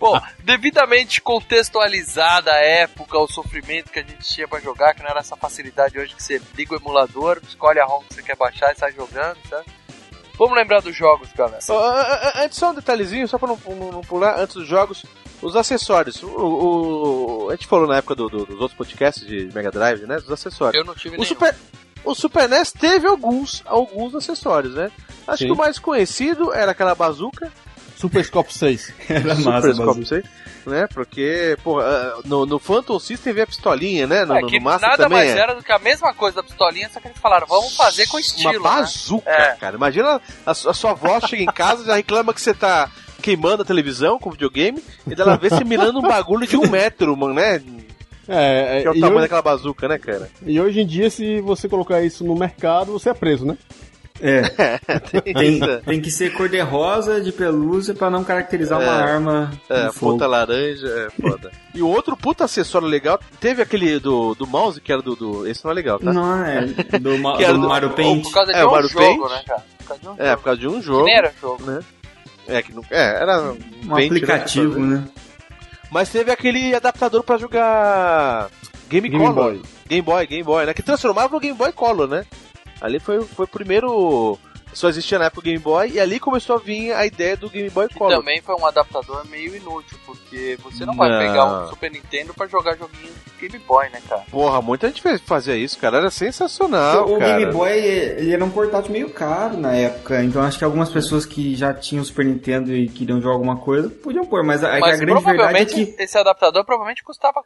[SPEAKER 1] Bom, devidamente contextualizada a época, o sofrimento que a gente tinha pra jogar, que não era essa facilidade hoje que você liga o emulador, escolhe a ROM que você quer baixar e sai jogando, sabe? Vamos lembrar dos jogos, galera.
[SPEAKER 3] Ó, a- a- Antes, só um detalhezinho, só pra não, não- não pular, antes dos jogos, os acessórios. O, o- a gente falou na época do- do- dos outros podcasts de Mega Drive, né? Dos acessórios.
[SPEAKER 1] Eu não tive
[SPEAKER 3] o
[SPEAKER 1] nenhum.
[SPEAKER 3] Super, o Super NES teve alguns, alguns acessórios, né? Acho
[SPEAKER 4] Sim.
[SPEAKER 3] que o mais conhecido era aquela bazuca.
[SPEAKER 4] Super Scope 6.
[SPEAKER 5] Era
[SPEAKER 3] Super Scope, sei, né? Porque, pô, ah, no, no Phantom System veio a pistolinha, né? No,
[SPEAKER 1] É,
[SPEAKER 3] no-
[SPEAKER 1] que
[SPEAKER 3] no Master
[SPEAKER 1] nada
[SPEAKER 3] também
[SPEAKER 1] mais
[SPEAKER 3] é.
[SPEAKER 1] era do que a mesma coisa da pistolinha, só que eles falaram, vamos fazer com estilo. né? É.
[SPEAKER 3] Uma bazuca, cara. Imagina a, su- a sua avó chega em casa, já reclama que você tá queimando a televisão com videogame, e dela vê você mirando um bagulho de um metro, mano, né?
[SPEAKER 4] É, é,
[SPEAKER 3] Que é o
[SPEAKER 4] e
[SPEAKER 3] tamanho
[SPEAKER 4] hoje-
[SPEAKER 3] daquela bazuca, né, cara?
[SPEAKER 4] E hoje em dia, se você colocar isso no mercado, você é preso, né?
[SPEAKER 5] É.
[SPEAKER 4] Tem-
[SPEAKER 5] tem, tem que ser cor de rosa, de pelúcia, pra não caracterizar uma
[SPEAKER 3] É.
[SPEAKER 5] arma.
[SPEAKER 3] É,
[SPEAKER 5] de um fogo.
[SPEAKER 3] ponta laranja, é foda. e o outro puta acessório legal, teve aquele do, do mouse, que era do, do- Esse não é legal, tá?
[SPEAKER 5] Não, é. Do, ma-
[SPEAKER 3] Que era
[SPEAKER 5] do
[SPEAKER 3] do-
[SPEAKER 5] Mario Paint.
[SPEAKER 1] Por causa de
[SPEAKER 3] É, o
[SPEAKER 1] um
[SPEAKER 3] Mario
[SPEAKER 1] jogo,
[SPEAKER 3] Paint.
[SPEAKER 1] né, cara? Por causa de um
[SPEAKER 3] É, por causa de um jogo.
[SPEAKER 1] Que nem era jogo.
[SPEAKER 3] Né? É, que não, é, era um,
[SPEAKER 5] Um
[SPEAKER 3] Paint, né,
[SPEAKER 5] aplicativo, né?
[SPEAKER 3] Mas teve aquele adaptador pra jogar Game,
[SPEAKER 4] Game
[SPEAKER 3] Color.
[SPEAKER 4] Boy.
[SPEAKER 3] Game Boy, Game Boy, né? Que transformava no Game Boy Color, né? Ali foi, foi o primeiro. Só existia na época o Game Boy, e ali começou a vir a ideia do Game Boy
[SPEAKER 1] Que
[SPEAKER 3] Color.
[SPEAKER 1] também foi um adaptador meio inútil, porque você não, vai
[SPEAKER 3] Não.
[SPEAKER 1] pegar um Super Nintendo pra jogar joguinho de Game Boy, né, cara?
[SPEAKER 3] Porra, muita gente fez- fazia isso, cara. Era sensacional,
[SPEAKER 5] o
[SPEAKER 3] Ah, cara.
[SPEAKER 5] Game Boy ele era um portátil meio caro na época, então acho que algumas pessoas que já tinham Super Nintendo e queriam jogar alguma coisa podiam pôr, mas a, a
[SPEAKER 1] Mas
[SPEAKER 5] grande verdade é
[SPEAKER 1] provavelmente
[SPEAKER 5] que
[SPEAKER 1] esse adaptador provavelmente custava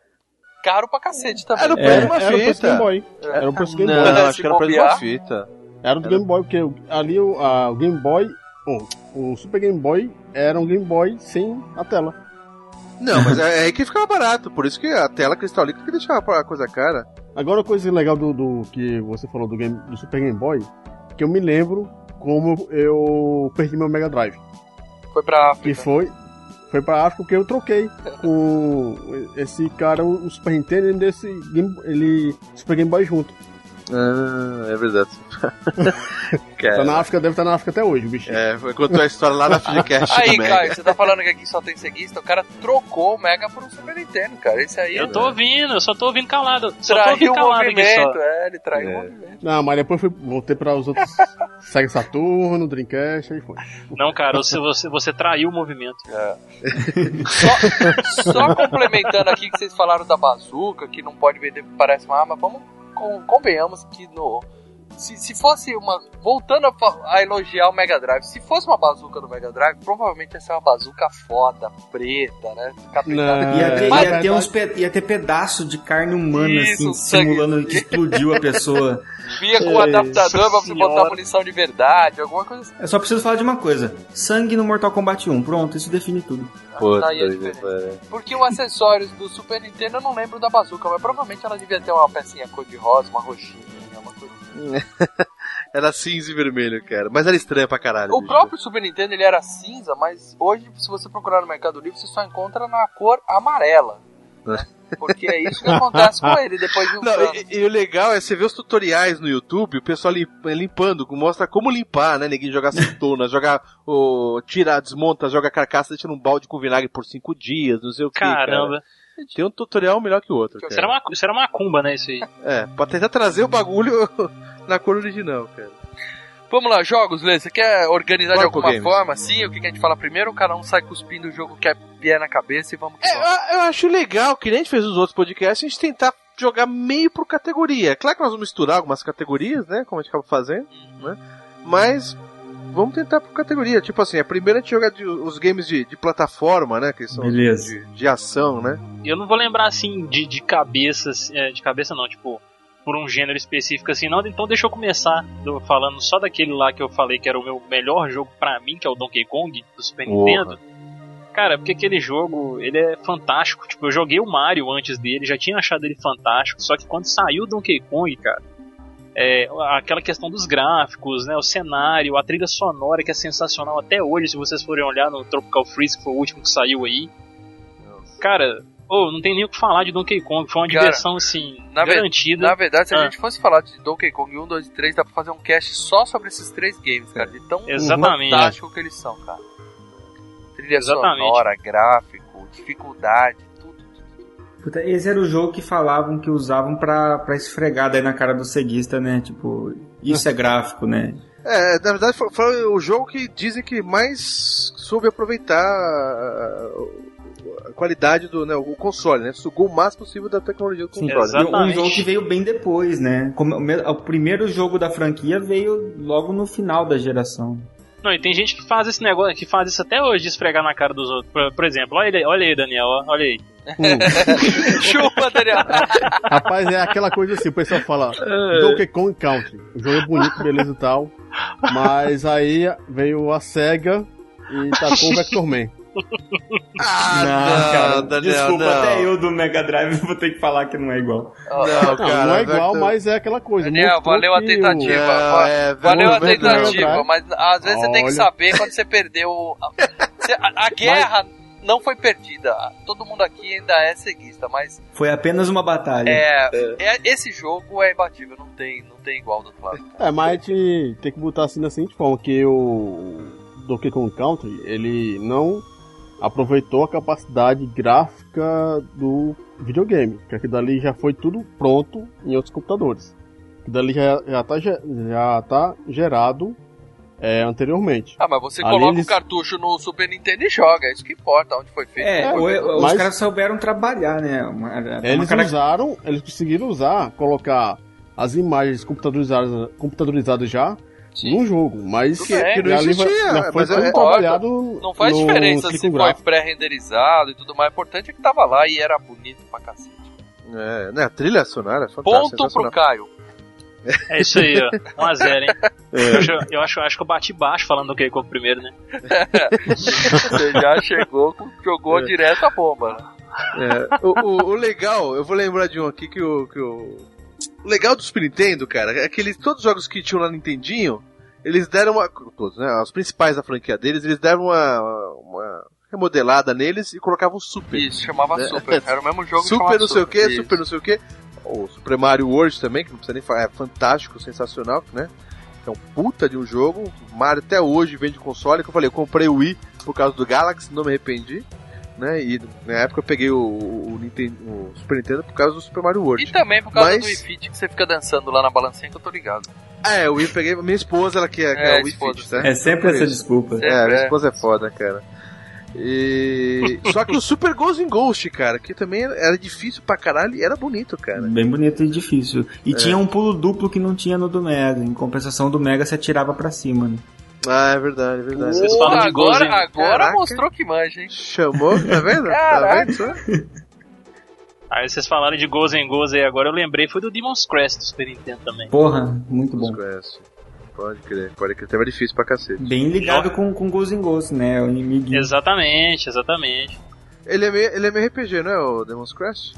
[SPEAKER 1] caro pra cacete também. É.
[SPEAKER 3] Era o preço de uma
[SPEAKER 4] Era o preço do Game
[SPEAKER 3] fita.
[SPEAKER 4] Boy. Era o preço do Game Boy.
[SPEAKER 3] Não, acho
[SPEAKER 1] Se
[SPEAKER 3] que era o preço de uma
[SPEAKER 1] bobear.
[SPEAKER 3] fita.
[SPEAKER 4] Era do Game Boy, porque o- ali o, a- o Game Boy. bom, o Super Game Boy era um Game Boy sem a tela.
[SPEAKER 3] Não, mas é é aí que ficava barato. Por isso que a tela cristal líquida que deixava a coisa cara.
[SPEAKER 4] Agora, uma coisa legal do, do que você falou do, game, do Super Game Boy, que eu me lembro como eu perdi meu Mega Drive.
[SPEAKER 1] Foi pra
[SPEAKER 4] Que
[SPEAKER 1] África.
[SPEAKER 4] foi, foi pra África porque eu troquei com esse cara, o o Super Nintendo, ele, desse game, ele Super Game Boy junto.
[SPEAKER 3] Ah, é verdade.
[SPEAKER 4] Tá na
[SPEAKER 3] cara,
[SPEAKER 4] África, deve estar na África até hoje, bicho.
[SPEAKER 3] é, foi- contou a história lá na Fidcast
[SPEAKER 1] Aí,
[SPEAKER 3] também.
[SPEAKER 1] Caio, você tá falando que aqui só tem ceguista, o cara trocou o Mega por um Super Nintendo, cara. Esse aí é
[SPEAKER 2] Eu tô ouvindo, eu só tô ouvindo calado. Só tô
[SPEAKER 1] traiu
[SPEAKER 2] ouvindo
[SPEAKER 1] o
[SPEAKER 2] calado aqui só.
[SPEAKER 1] movimento, é, ele traiu o movimento.
[SPEAKER 4] Não, mas depois fui, voltei pra os outros. Sega Saturno, Dreamcast, aí foi.
[SPEAKER 2] Não, cara, você, você, você traiu o movimento.
[SPEAKER 1] Só, só complementando aqui que vocês falaram da bazuca, que não pode vender porque parece uma arma, vamos con- convenhamos que no. Se, se fosse uma. Voltando a, fa- a elogiar o Mega Drive, se fosse uma bazuca do Mega Drive, provavelmente ia ser uma bazuca foda, preta, né? Caprichada.
[SPEAKER 4] Não,
[SPEAKER 5] ia ter,
[SPEAKER 4] mas-
[SPEAKER 5] ia ter uns pe- ia ter pedaço de carne humana,
[SPEAKER 1] Isso,
[SPEAKER 5] assim,
[SPEAKER 1] sangue.
[SPEAKER 5] simulando que explodiu a pessoa.
[SPEAKER 1] Via com o adaptador pra você botar
[SPEAKER 2] senhora.
[SPEAKER 1] munição de verdade, alguma coisa assim.
[SPEAKER 5] Eu só preciso falar de uma coisa: sangue no Mortal Kombat 1. Pronto, isso define tudo.
[SPEAKER 3] Puta,
[SPEAKER 1] Tá aí a diferença.
[SPEAKER 3] é.
[SPEAKER 1] Porque os acessórios do Super Nintendo eu não lembro da bazuca, mas provavelmente ela devia ter uma pecinha cor-de-rosa, uma roxinha, uma coisa.
[SPEAKER 3] Era cinza e vermelho, cara. Mas era estranho pra caralho.
[SPEAKER 1] O
[SPEAKER 3] bicho.
[SPEAKER 1] próprio Super Nintendo ele era cinza, mas hoje, se você procurar no Mercado Livre, você só encontra na cor amarela. né? Porque é isso que acontece com ele depois de um
[SPEAKER 3] Não,
[SPEAKER 1] ano.
[SPEAKER 3] e, e o legal é você ver os tutoriais no YouTube, o pessoal lim- eh, limpando, mostra como limpar, né? Ninguém jogar cetona, jogar, o tira, desmonta, joga a carcaça, deixa num balde com vinagre por cinco dias, não sei o que.
[SPEAKER 2] Caramba.
[SPEAKER 3] Cara. Tem um tutorial melhor que o outro.
[SPEAKER 1] Isso
[SPEAKER 3] Cara.
[SPEAKER 2] Será uma, será uma cumba, né, isso aí?
[SPEAKER 3] É, pra tentar trazer o bagulho na cor original, cara.
[SPEAKER 1] Vamos lá, jogos, Lê. Você quer organizar de
[SPEAKER 3] Bora
[SPEAKER 1] alguma
[SPEAKER 3] pro game.
[SPEAKER 1] forma? Sim, o que que a gente fala primeiro? Cada um sai cuspindo o jogo que é- vier na cabeça e vamos que
[SPEAKER 3] É,
[SPEAKER 1] vamos.
[SPEAKER 3] eu, eu acho legal que nem a gente fez nos outros podcasts, a gente tentar jogar meio por categoria. Claro que nós vamos misturar algumas categorias, né? Como a gente acaba fazendo, né? Mas vamos tentar por categoria. Tipo assim, a primeira a gente joga de- os games de, de plataforma, né? Que são os
[SPEAKER 5] Beleza.
[SPEAKER 3] de, de ação, né?
[SPEAKER 2] Eu não vou lembrar assim de, de cabeça, assim, é, de cabeça não, tipo, por um gênero específico assim, não. Então deixa eu começar do- falando só daquele lá que eu falei que era o meu melhor jogo pra mim, que é o Donkey Kong do Super
[SPEAKER 13] Porra.
[SPEAKER 2] Nintendo. Cara, porque aquele jogo, ele é fantástico. Tipo, eu joguei o Mario antes dele, já tinha achado ele fantástico, só que quando saiu o Donkey Kong, cara, é, aquela questão dos gráficos, né, o cenário, a trilha sonora que é sensacional até hoje, se vocês forem olhar no Tropical Freeze, que foi o último que saiu aí. Cara, oh, não tem nem o que falar de Donkey Kong, foi uma
[SPEAKER 1] Cara,
[SPEAKER 2] diversão assim
[SPEAKER 1] Na, ve-
[SPEAKER 2] garantida.
[SPEAKER 1] na verdade, se a
[SPEAKER 2] Ah.
[SPEAKER 1] gente fosse falar de Donkey Kong 1, 2 e 3, dá pra fazer um cast só sobre esses três
[SPEAKER 3] É.
[SPEAKER 1] games, cara. De tão
[SPEAKER 2] Exatamente.
[SPEAKER 1] fantástico que eles são, cara. Trilha
[SPEAKER 5] Exatamente.
[SPEAKER 1] sonora, gráfico, dificuldade.
[SPEAKER 5] Puta, esse era o jogo que falavam que usavam pra, pra esfregar daí na cara do ceguista, né? Tipo, isso é gráfico, né?
[SPEAKER 3] É, na verdade foi, foi o jogo que dizem que mais soube aproveitar a, a- a qualidade do né, o console, né? Sugou o máximo possível da tecnologia do console.
[SPEAKER 5] Um jogo que veio bem depois, né? Como, o me- o primeiro jogo da franquia veio logo no final da geração.
[SPEAKER 2] Não, e tem gente que faz esse negócio, que faz isso até hoje, de esfregar na cara dos outros. Por, por exemplo, olha ele- olha aí, Daniel, ó, olha aí.
[SPEAKER 4] Hum.
[SPEAKER 1] Chupa, Daniel.
[SPEAKER 4] Rapaz, é aquela coisa assim, o pessoal fala
[SPEAKER 2] É.
[SPEAKER 4] Donkey Kong Country. O jogo é bonito, beleza e tal. Mas aí veio a SEGA e tacou o Vector Man.
[SPEAKER 3] Ah,
[SPEAKER 5] não,
[SPEAKER 4] não, Daniel,
[SPEAKER 5] desculpa,
[SPEAKER 4] não.
[SPEAKER 5] até eu do Mega Drive vou ter que falar que não é igual.
[SPEAKER 4] Não, não é igual, mas é aquela coisa.
[SPEAKER 1] Daniel,
[SPEAKER 4] mostrou
[SPEAKER 1] valeu a
[SPEAKER 4] que o-
[SPEAKER 3] É,
[SPEAKER 1] tentativa. va- valeu Tipo, é a
[SPEAKER 4] o Vector Man
[SPEAKER 1] tentativa,
[SPEAKER 4] atrás-
[SPEAKER 1] mas às vezes você tem que
[SPEAKER 4] Olha.
[SPEAKER 1] saber quando você perdeu. A, se- a- a guerra não foi perdida. Todo mundo aqui ainda é ceguista, mas
[SPEAKER 5] Foi apenas uma batalha.
[SPEAKER 1] é, é- esse jogo é imbatível, não tem, não tem igual do outro lado.
[SPEAKER 4] É, mas a gente tem que botar assim da seguinte forma, que o Donkey Kong Country, ele não aproveitou a capacidade gráfica do videogame, que aquilo dali já foi tudo pronto em outros computadores. Aquilo dali já, já, tá, ge- já tá gerado é, anteriormente.
[SPEAKER 1] Ah, mas você
[SPEAKER 4] Ali
[SPEAKER 1] coloca
[SPEAKER 4] eles-
[SPEAKER 1] o cartucho no Super Nintendo e joga, é isso que importa, onde foi feito.
[SPEAKER 5] É,
[SPEAKER 1] onde foi feito.
[SPEAKER 5] o- os
[SPEAKER 4] mas-
[SPEAKER 5] caras souberam trabalhar, né? Uma, uma
[SPEAKER 1] É
[SPEAKER 4] Eles
[SPEAKER 5] cara-
[SPEAKER 4] usaram, eles conseguiram usar, colocar as imagens computadorizadas, computadorizadas já no jogo, mas
[SPEAKER 1] Tudo bem.
[SPEAKER 4] já ali vai- já foi tudo
[SPEAKER 1] importa.
[SPEAKER 4] trabalhado
[SPEAKER 1] é, Não faz
[SPEAKER 4] no
[SPEAKER 1] diferença
[SPEAKER 4] ciclo
[SPEAKER 1] se foi
[SPEAKER 4] gráfico.
[SPEAKER 1] pré-renderizado e tudo mais. O importante é que tava lá e era bonito pra cacete.
[SPEAKER 3] É, né, a trilha sonora é fantástica.
[SPEAKER 1] Ponto pro Caio.
[SPEAKER 2] É isso aí, ó. 1x0, hein?
[SPEAKER 5] É.
[SPEAKER 2] Eu, acho, eu acho, acho que eu bati baixo falando do Donkey Kong primeiro, né?
[SPEAKER 1] Você já chegou, com- jogou
[SPEAKER 3] É.
[SPEAKER 1] direto a bomba. né?
[SPEAKER 3] É, o, o- o legal, eu vou lembrar de um aqui que o. Que o... o legal do Super Nintendo, cara, é que eles, todos os jogos que tinham lá no Nintendinho, eles deram uma. Todos, né? Os principais da franquia deles, eles deram uma, uma remodelada neles e colocavam um Super. É,
[SPEAKER 1] Isso, chamava Super. Era o mesmo jogo que
[SPEAKER 3] Super
[SPEAKER 1] chamava
[SPEAKER 3] não sei o que,
[SPEAKER 1] Isso.
[SPEAKER 3] Super não sei o que. O Super Mario World também, que não precisa nem falar, é fantástico, sensacional, né? É um puta de um jogo. Mario até hoje vende console. Que eu falei, eu comprei o Wii por causa do Galaxy, não me arrependi. Né? E na época eu peguei o, o Nintendo, o Super Nintendo por causa do Super Mario World.
[SPEAKER 1] E também por causa
[SPEAKER 3] Mas-
[SPEAKER 1] do Wii Fit que você fica dançando lá na balancinha que eu tô ligado.
[SPEAKER 3] É, o Wii eu peguei. Minha esposa, ela que é, que
[SPEAKER 1] É,
[SPEAKER 3] é, o Wii
[SPEAKER 1] esposa,
[SPEAKER 3] Fit,
[SPEAKER 1] sempre. É sempre essa desculpa.
[SPEAKER 3] é,
[SPEAKER 1] Sempre
[SPEAKER 3] minha
[SPEAKER 1] é.
[SPEAKER 3] esposa é foda, cara. E... Só que o Super Ghost in Ghost, cara, que também era difícil pra caralho e era bonito, cara.
[SPEAKER 5] Bem bonito e difícil. E
[SPEAKER 3] É.
[SPEAKER 5] tinha um pulo duplo que não tinha no do Mega. Em compensação, do Mega se atirava pra cima, né?
[SPEAKER 3] Ah, é verdade, é verdade.
[SPEAKER 5] Vocês falam de né?
[SPEAKER 1] agora
[SPEAKER 5] golzinho.
[SPEAKER 1] agora
[SPEAKER 3] Caraca.
[SPEAKER 1] mostrou que manja, hein?
[SPEAKER 3] Chamou, tá vendo?
[SPEAKER 1] Caraca.
[SPEAKER 3] Tá vendo?
[SPEAKER 2] Aí vocês falaram de Gozo em Gozo aí agora, eu lembrei, foi do Demon's Crest do Super Nintendo também.
[SPEAKER 5] Porra, muito bom.
[SPEAKER 3] é Pode crer, pode crer. Tava difícil pra cacete.
[SPEAKER 5] Bem ligado com, com Ghost in Ghost, né? O inimigo.
[SPEAKER 2] Exatamente, exatamente.
[SPEAKER 3] Ele é meio, ele é meio RPG, não é, o Demon's Crash?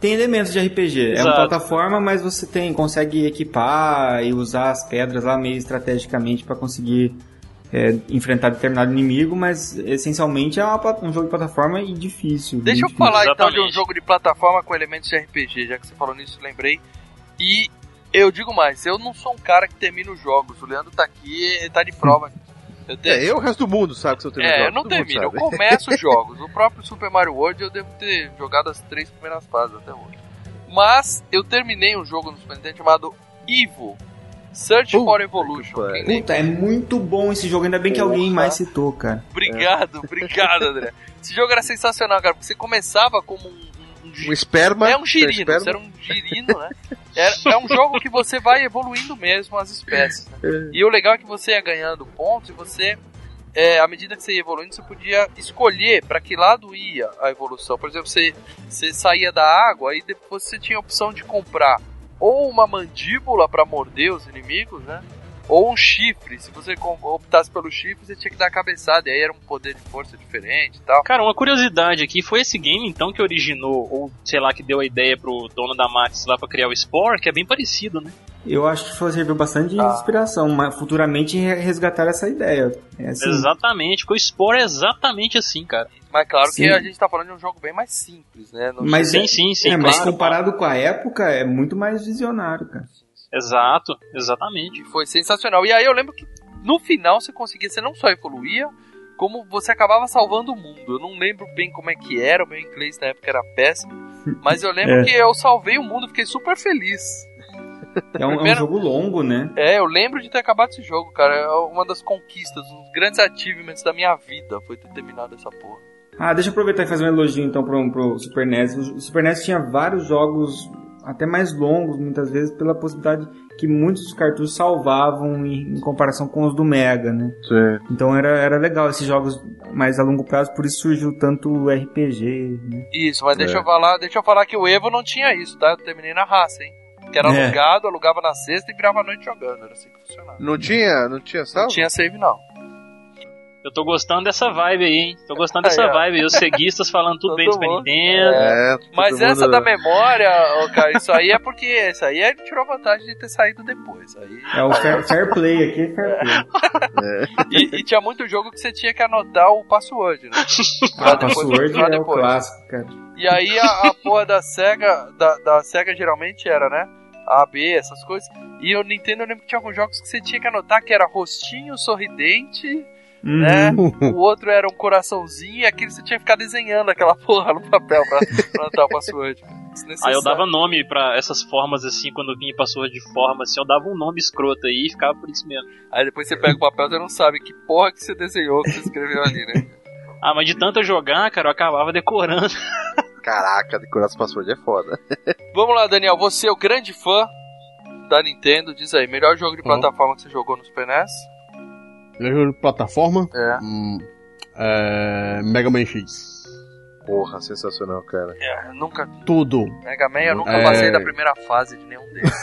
[SPEAKER 5] Tem elementos de RPG. É
[SPEAKER 3] Exato.
[SPEAKER 5] uma plataforma, mas você tem consegue equipar e usar as pedras lá meio estrategicamente pra conseguir é, enfrentar determinado inimigo, mas essencialmente é uma pla- um jogo de plataforma e difícil. bem
[SPEAKER 1] Deixa eu
[SPEAKER 5] difícil.
[SPEAKER 1] falar então de um jogo de plataforma com elementos de RPG, já que você falou nisso, lembrei. E eu digo mais, eu não sou um cara que termina os jogos. O Leandro tá aqui, ele tá de prova. Eu tenho-
[SPEAKER 3] É, eu e o resto do mundo sabe que se eu termino
[SPEAKER 1] É,
[SPEAKER 3] jogos,
[SPEAKER 1] eu não
[SPEAKER 3] todo mundo
[SPEAKER 1] termino, eu
[SPEAKER 3] sabe.
[SPEAKER 1] começo os jogos. O próprio Super Mario World eu devo ter jogado as três primeiras fases até hoje. Mas eu terminei um jogo no Super Nintendo chamado Evo Search for Evolution. Quem nem-
[SPEAKER 5] Puta, é muito bom esse jogo, ainda bem que alguém mais citou, cara.
[SPEAKER 1] Obrigado, obrigado, André. Esse jogo era sensacional, cara, porque você começava como um.
[SPEAKER 3] Um esperma.
[SPEAKER 1] É um girino,
[SPEAKER 3] esperma.
[SPEAKER 1] você era um girino, né? Era- é um jogo que você vai evoluindo mesmo as espécies. né? E o legal é que você ia ganhando pontos e você, é, à medida que você ia evoluindo, você podia escolher para que lado ia a evolução. Por exemplo, você, você saía da água e depois você tinha a opção de comprar ou uma mandíbula pra morder os inimigos, né? Ou um chifre. Se você com- optasse pelo chifre, você tinha que dar a cabeçada. E aí era um poder de força diferente e tal.
[SPEAKER 2] Cara, uma curiosidade aqui, foi esse game então que originou, ou sei lá, que deu a ideia pro dono da Max lá pra criar o Spore, que é bem parecido, né?
[SPEAKER 5] Eu acho que foi- serviu bastante de inspiração, mas futuramente re- resgatar essa ideia. É assim,
[SPEAKER 2] Exatamente, porque o Spore é exatamente assim, cara.
[SPEAKER 1] Mas claro
[SPEAKER 5] Sim.
[SPEAKER 1] que a gente tá falando de um jogo bem mais simples, né? Não-
[SPEAKER 5] Mas é- é, mas comparado com a época, é muito mais visionário, cara.
[SPEAKER 2] Exato, exatamente.
[SPEAKER 1] Foi sensacional. E aí eu lembro que no final você conseguia, você não só evoluía, como você acabava salvando o mundo. Eu não lembro bem como é que era, o meu inglês na época era péssimo, mas eu lembro
[SPEAKER 5] É.
[SPEAKER 1] que eu salvei o mundo, fiquei super feliz.
[SPEAKER 5] É um, é um
[SPEAKER 1] Primeiro-
[SPEAKER 5] jogo longo, né?
[SPEAKER 1] É, eu lembro de ter acabado esse jogo, cara. É uma das conquistas, um dos grandes achievements da minha vida foi ter terminado essa porra.
[SPEAKER 5] Ah, deixa eu aproveitar e fazer um elogio então pro, pro Super NES. O Super NES tinha vários jogos, até mais longos, muitas vezes, pela possibilidade que muitos dos cartuchos salvavam em, em comparação com os do Mega, né? Então era, era legal esses jogos mais a longo prazo, por isso surgiu tanto o RPG, né?
[SPEAKER 1] Isso, mas deixa
[SPEAKER 5] É.
[SPEAKER 1] eu falar, deixa eu falar que o Evo não tinha isso, tá? Eu terminei na raça, hein? Que era
[SPEAKER 5] É.
[SPEAKER 1] alugado, alugava na sexta e virava a noite jogando, era assim que funcionava.
[SPEAKER 3] Não tinha, não tinha salvo?
[SPEAKER 1] Não tinha save, não.
[SPEAKER 2] Eu tô gostando dessa vibe aí, hein? Tô gostando dessa
[SPEAKER 1] Aí, ó.
[SPEAKER 2] vibe aí. Os seguistas falando tudo bem do Super Nintendo.
[SPEAKER 3] É,
[SPEAKER 1] Mas essa da memória, ô, cara, isso aí é porque isso aí ele tirou vantagem de ter saído depois. Aí...
[SPEAKER 5] É o fair, fair play aqui, é fair play.
[SPEAKER 1] E, e tinha muito jogo que você tinha que anotar o password, né?
[SPEAKER 5] Ah,
[SPEAKER 1] depois
[SPEAKER 5] password
[SPEAKER 1] continuar
[SPEAKER 5] é o
[SPEAKER 1] depois.
[SPEAKER 5] clássico, cara.
[SPEAKER 1] E aí a, a porra da SEGA, da, da SEGA geralmente era, né? A, B, essas coisas. E o Nintendo eu lembro que tinha alguns jogos que você tinha que anotar que era rostinho sorridente, né?
[SPEAKER 5] Uhum.
[SPEAKER 1] O outro era um coraçãozinho e aquele você tinha que ficar desenhando aquela porra no papel pra, pra anotar o password.
[SPEAKER 2] Aí eu
[SPEAKER 1] Desnecessário.
[SPEAKER 2] dava nome pra essas formas assim, quando vinha passou de forma assim, eu dava um nome escroto aí e ficava por isso mesmo.
[SPEAKER 1] Aí depois você pega o papel e você não sabe que porra que você desenhou, que você escreveu ali, né?
[SPEAKER 2] Ah, mas de tanto eu jogar, cara, eu acabava decorando.
[SPEAKER 3] Caraca, decorar os passwords é foda.
[SPEAKER 1] Vamos lá, Daniel, você é o grande fã da Nintendo, diz aí, melhor jogo
[SPEAKER 2] Uhum.
[SPEAKER 1] de plataforma que você jogou no Super NES?
[SPEAKER 4] Melhor jogo de plataforma?
[SPEAKER 1] É.
[SPEAKER 4] Hum, é, Mega Man X.
[SPEAKER 3] Porra, sensacional, cara.
[SPEAKER 1] É, nunca.
[SPEAKER 4] Tudo.
[SPEAKER 1] Mega Man, eu nunca
[SPEAKER 4] É.
[SPEAKER 1] passei da primeira fase de nenhum deles.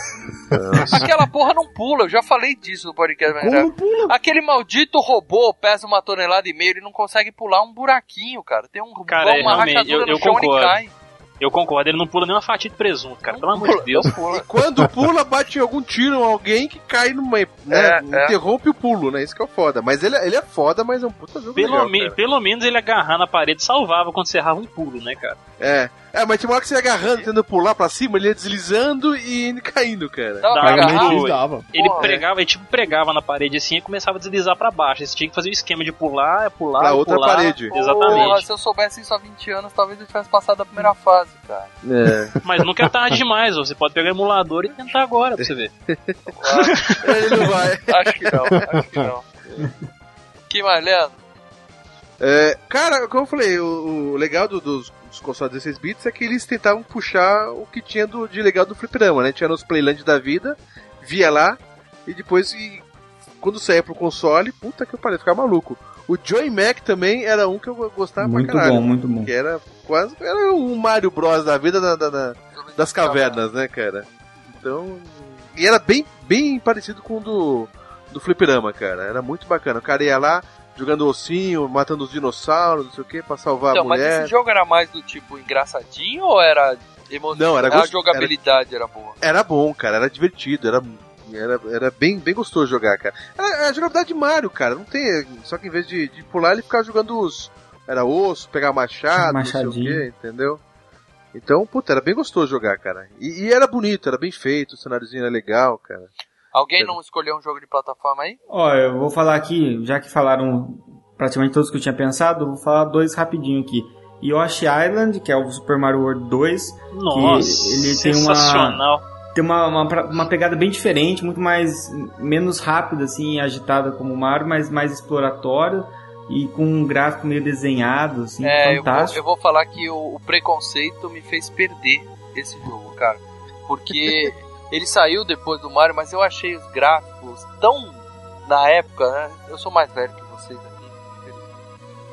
[SPEAKER 1] Aquela porra não pula, eu já falei disso no podcast. mas
[SPEAKER 4] Como
[SPEAKER 1] é- Aquele maldito robô pesa uma tonelada e meia, ele não consegue pular um buraquinho, cara. Tem um
[SPEAKER 2] Cara, é,
[SPEAKER 1] uma
[SPEAKER 2] realmente,
[SPEAKER 1] rachadura
[SPEAKER 2] eu,
[SPEAKER 1] no
[SPEAKER 2] eu
[SPEAKER 1] chão, ele
[SPEAKER 2] concordo.
[SPEAKER 1] cai.
[SPEAKER 2] Eu concordo, ele não pula nem uma fatia de presunto, cara, pelo amor de Deus.
[SPEAKER 3] Quando pula, bate em algum tiro em alguém que cai no meio. Né?
[SPEAKER 2] É, é.
[SPEAKER 3] Interrompe o pulo, né? Isso que é o foda. Mas ele, ele é foda, mas é um puta jogo
[SPEAKER 2] Pelo,
[SPEAKER 3] legal,
[SPEAKER 2] me-
[SPEAKER 3] cara.
[SPEAKER 2] pelo menos ele agarrar na parede salvava quando você errava um pulo, né, cara?
[SPEAKER 3] É. É, mas tinha uma hora que você ia agarrando, tentando pular pra cima, ele ia deslizando e ele caindo, cara.
[SPEAKER 2] Dava pra agarrar, Ele
[SPEAKER 3] Porra, é.
[SPEAKER 2] pregava, ele tipo pregava na parede assim e começava a deslizar pra baixo. Você tinha que fazer o esquema de pular, é pular,
[SPEAKER 3] Pra outra
[SPEAKER 2] pular.
[SPEAKER 3] parede.
[SPEAKER 1] Porra,
[SPEAKER 2] Exatamente.
[SPEAKER 1] se eu soubesse isso há 20 anos, talvez eu tivesse passado a primeira fase, cara.
[SPEAKER 3] É.
[SPEAKER 2] Mas nunca é tarde demais, ó. você pode pegar o emulador e tentar agora pra você ver.
[SPEAKER 1] Ele não vai. Acho que não, acho que não. Que mais, Leandro?
[SPEAKER 3] É, cara, como eu falei, o, o legal do- dos, dos consoles 16 bits é que eles tentavam puxar o que tinha do, de legal do fliperama, né? Tinha nos Playland da vida, via lá, e depois, e quando saía pro console, puta que eu parei, ficava maluco. O Joy Mac também era um que eu gostava
[SPEAKER 5] Muito
[SPEAKER 3] pra caralho.
[SPEAKER 5] bom, muito bom.
[SPEAKER 3] Que era quase. Era um Mario Bros da vida da- da- da- das cavernas, né, cara? Então. E era bem, bem parecido com o do, do Fliperama, cara. Era muito bacana. O cara ia lá jogando ossinho, matando os dinossauros, não sei o que, pra salvar
[SPEAKER 1] Então,
[SPEAKER 3] a
[SPEAKER 1] mas
[SPEAKER 3] mulher.
[SPEAKER 1] esse jogo era mais do tipo engraçadinho ou era emocionante?
[SPEAKER 3] Não, era
[SPEAKER 1] A
[SPEAKER 3] gost-
[SPEAKER 1] jogabilidade era, boa.
[SPEAKER 3] Era bom, cara. Era divertido. Era, era, era bem, bem gostoso jogar, cara. Era, era a jogabilidade de Mario, cara. Não tem. Só que em vez de, de pular, ele ficava jogando os. Era osso, pegar machado, não sei o
[SPEAKER 5] Machadinho.
[SPEAKER 3] quê, entendeu? Então, puta, era bem gostoso jogar, cara. E, e era bonito, era bem feito, o cenáriozinho era legal, cara.
[SPEAKER 1] Alguém não escolheu um jogo de plataforma aí?
[SPEAKER 5] Ó, eu vou falar aqui, já que falaram praticamente todos que eu tinha pensado, eu vou falar dois rapidinho aqui. Yoshi Island, que é o Super Mario World 2.
[SPEAKER 2] Nossa,
[SPEAKER 5] que ele tem uma,
[SPEAKER 2] sensacional.
[SPEAKER 5] tem uma, uma, pra- uma pegada bem diferente, muito mais menos rápida assim, agitada como o Mario, mas mais exploratório e com um gráfico meio desenhado, assim,
[SPEAKER 1] é, eu vou,
[SPEAKER 5] fantástico.
[SPEAKER 1] eu vou falar que o, o preconceito me fez perder esse jogo, cara. Porque ele saiu depois do Mario, mas eu achei os gráficos tão. Na época, né? Eu sou mais velho que vocês aqui. infelizmente.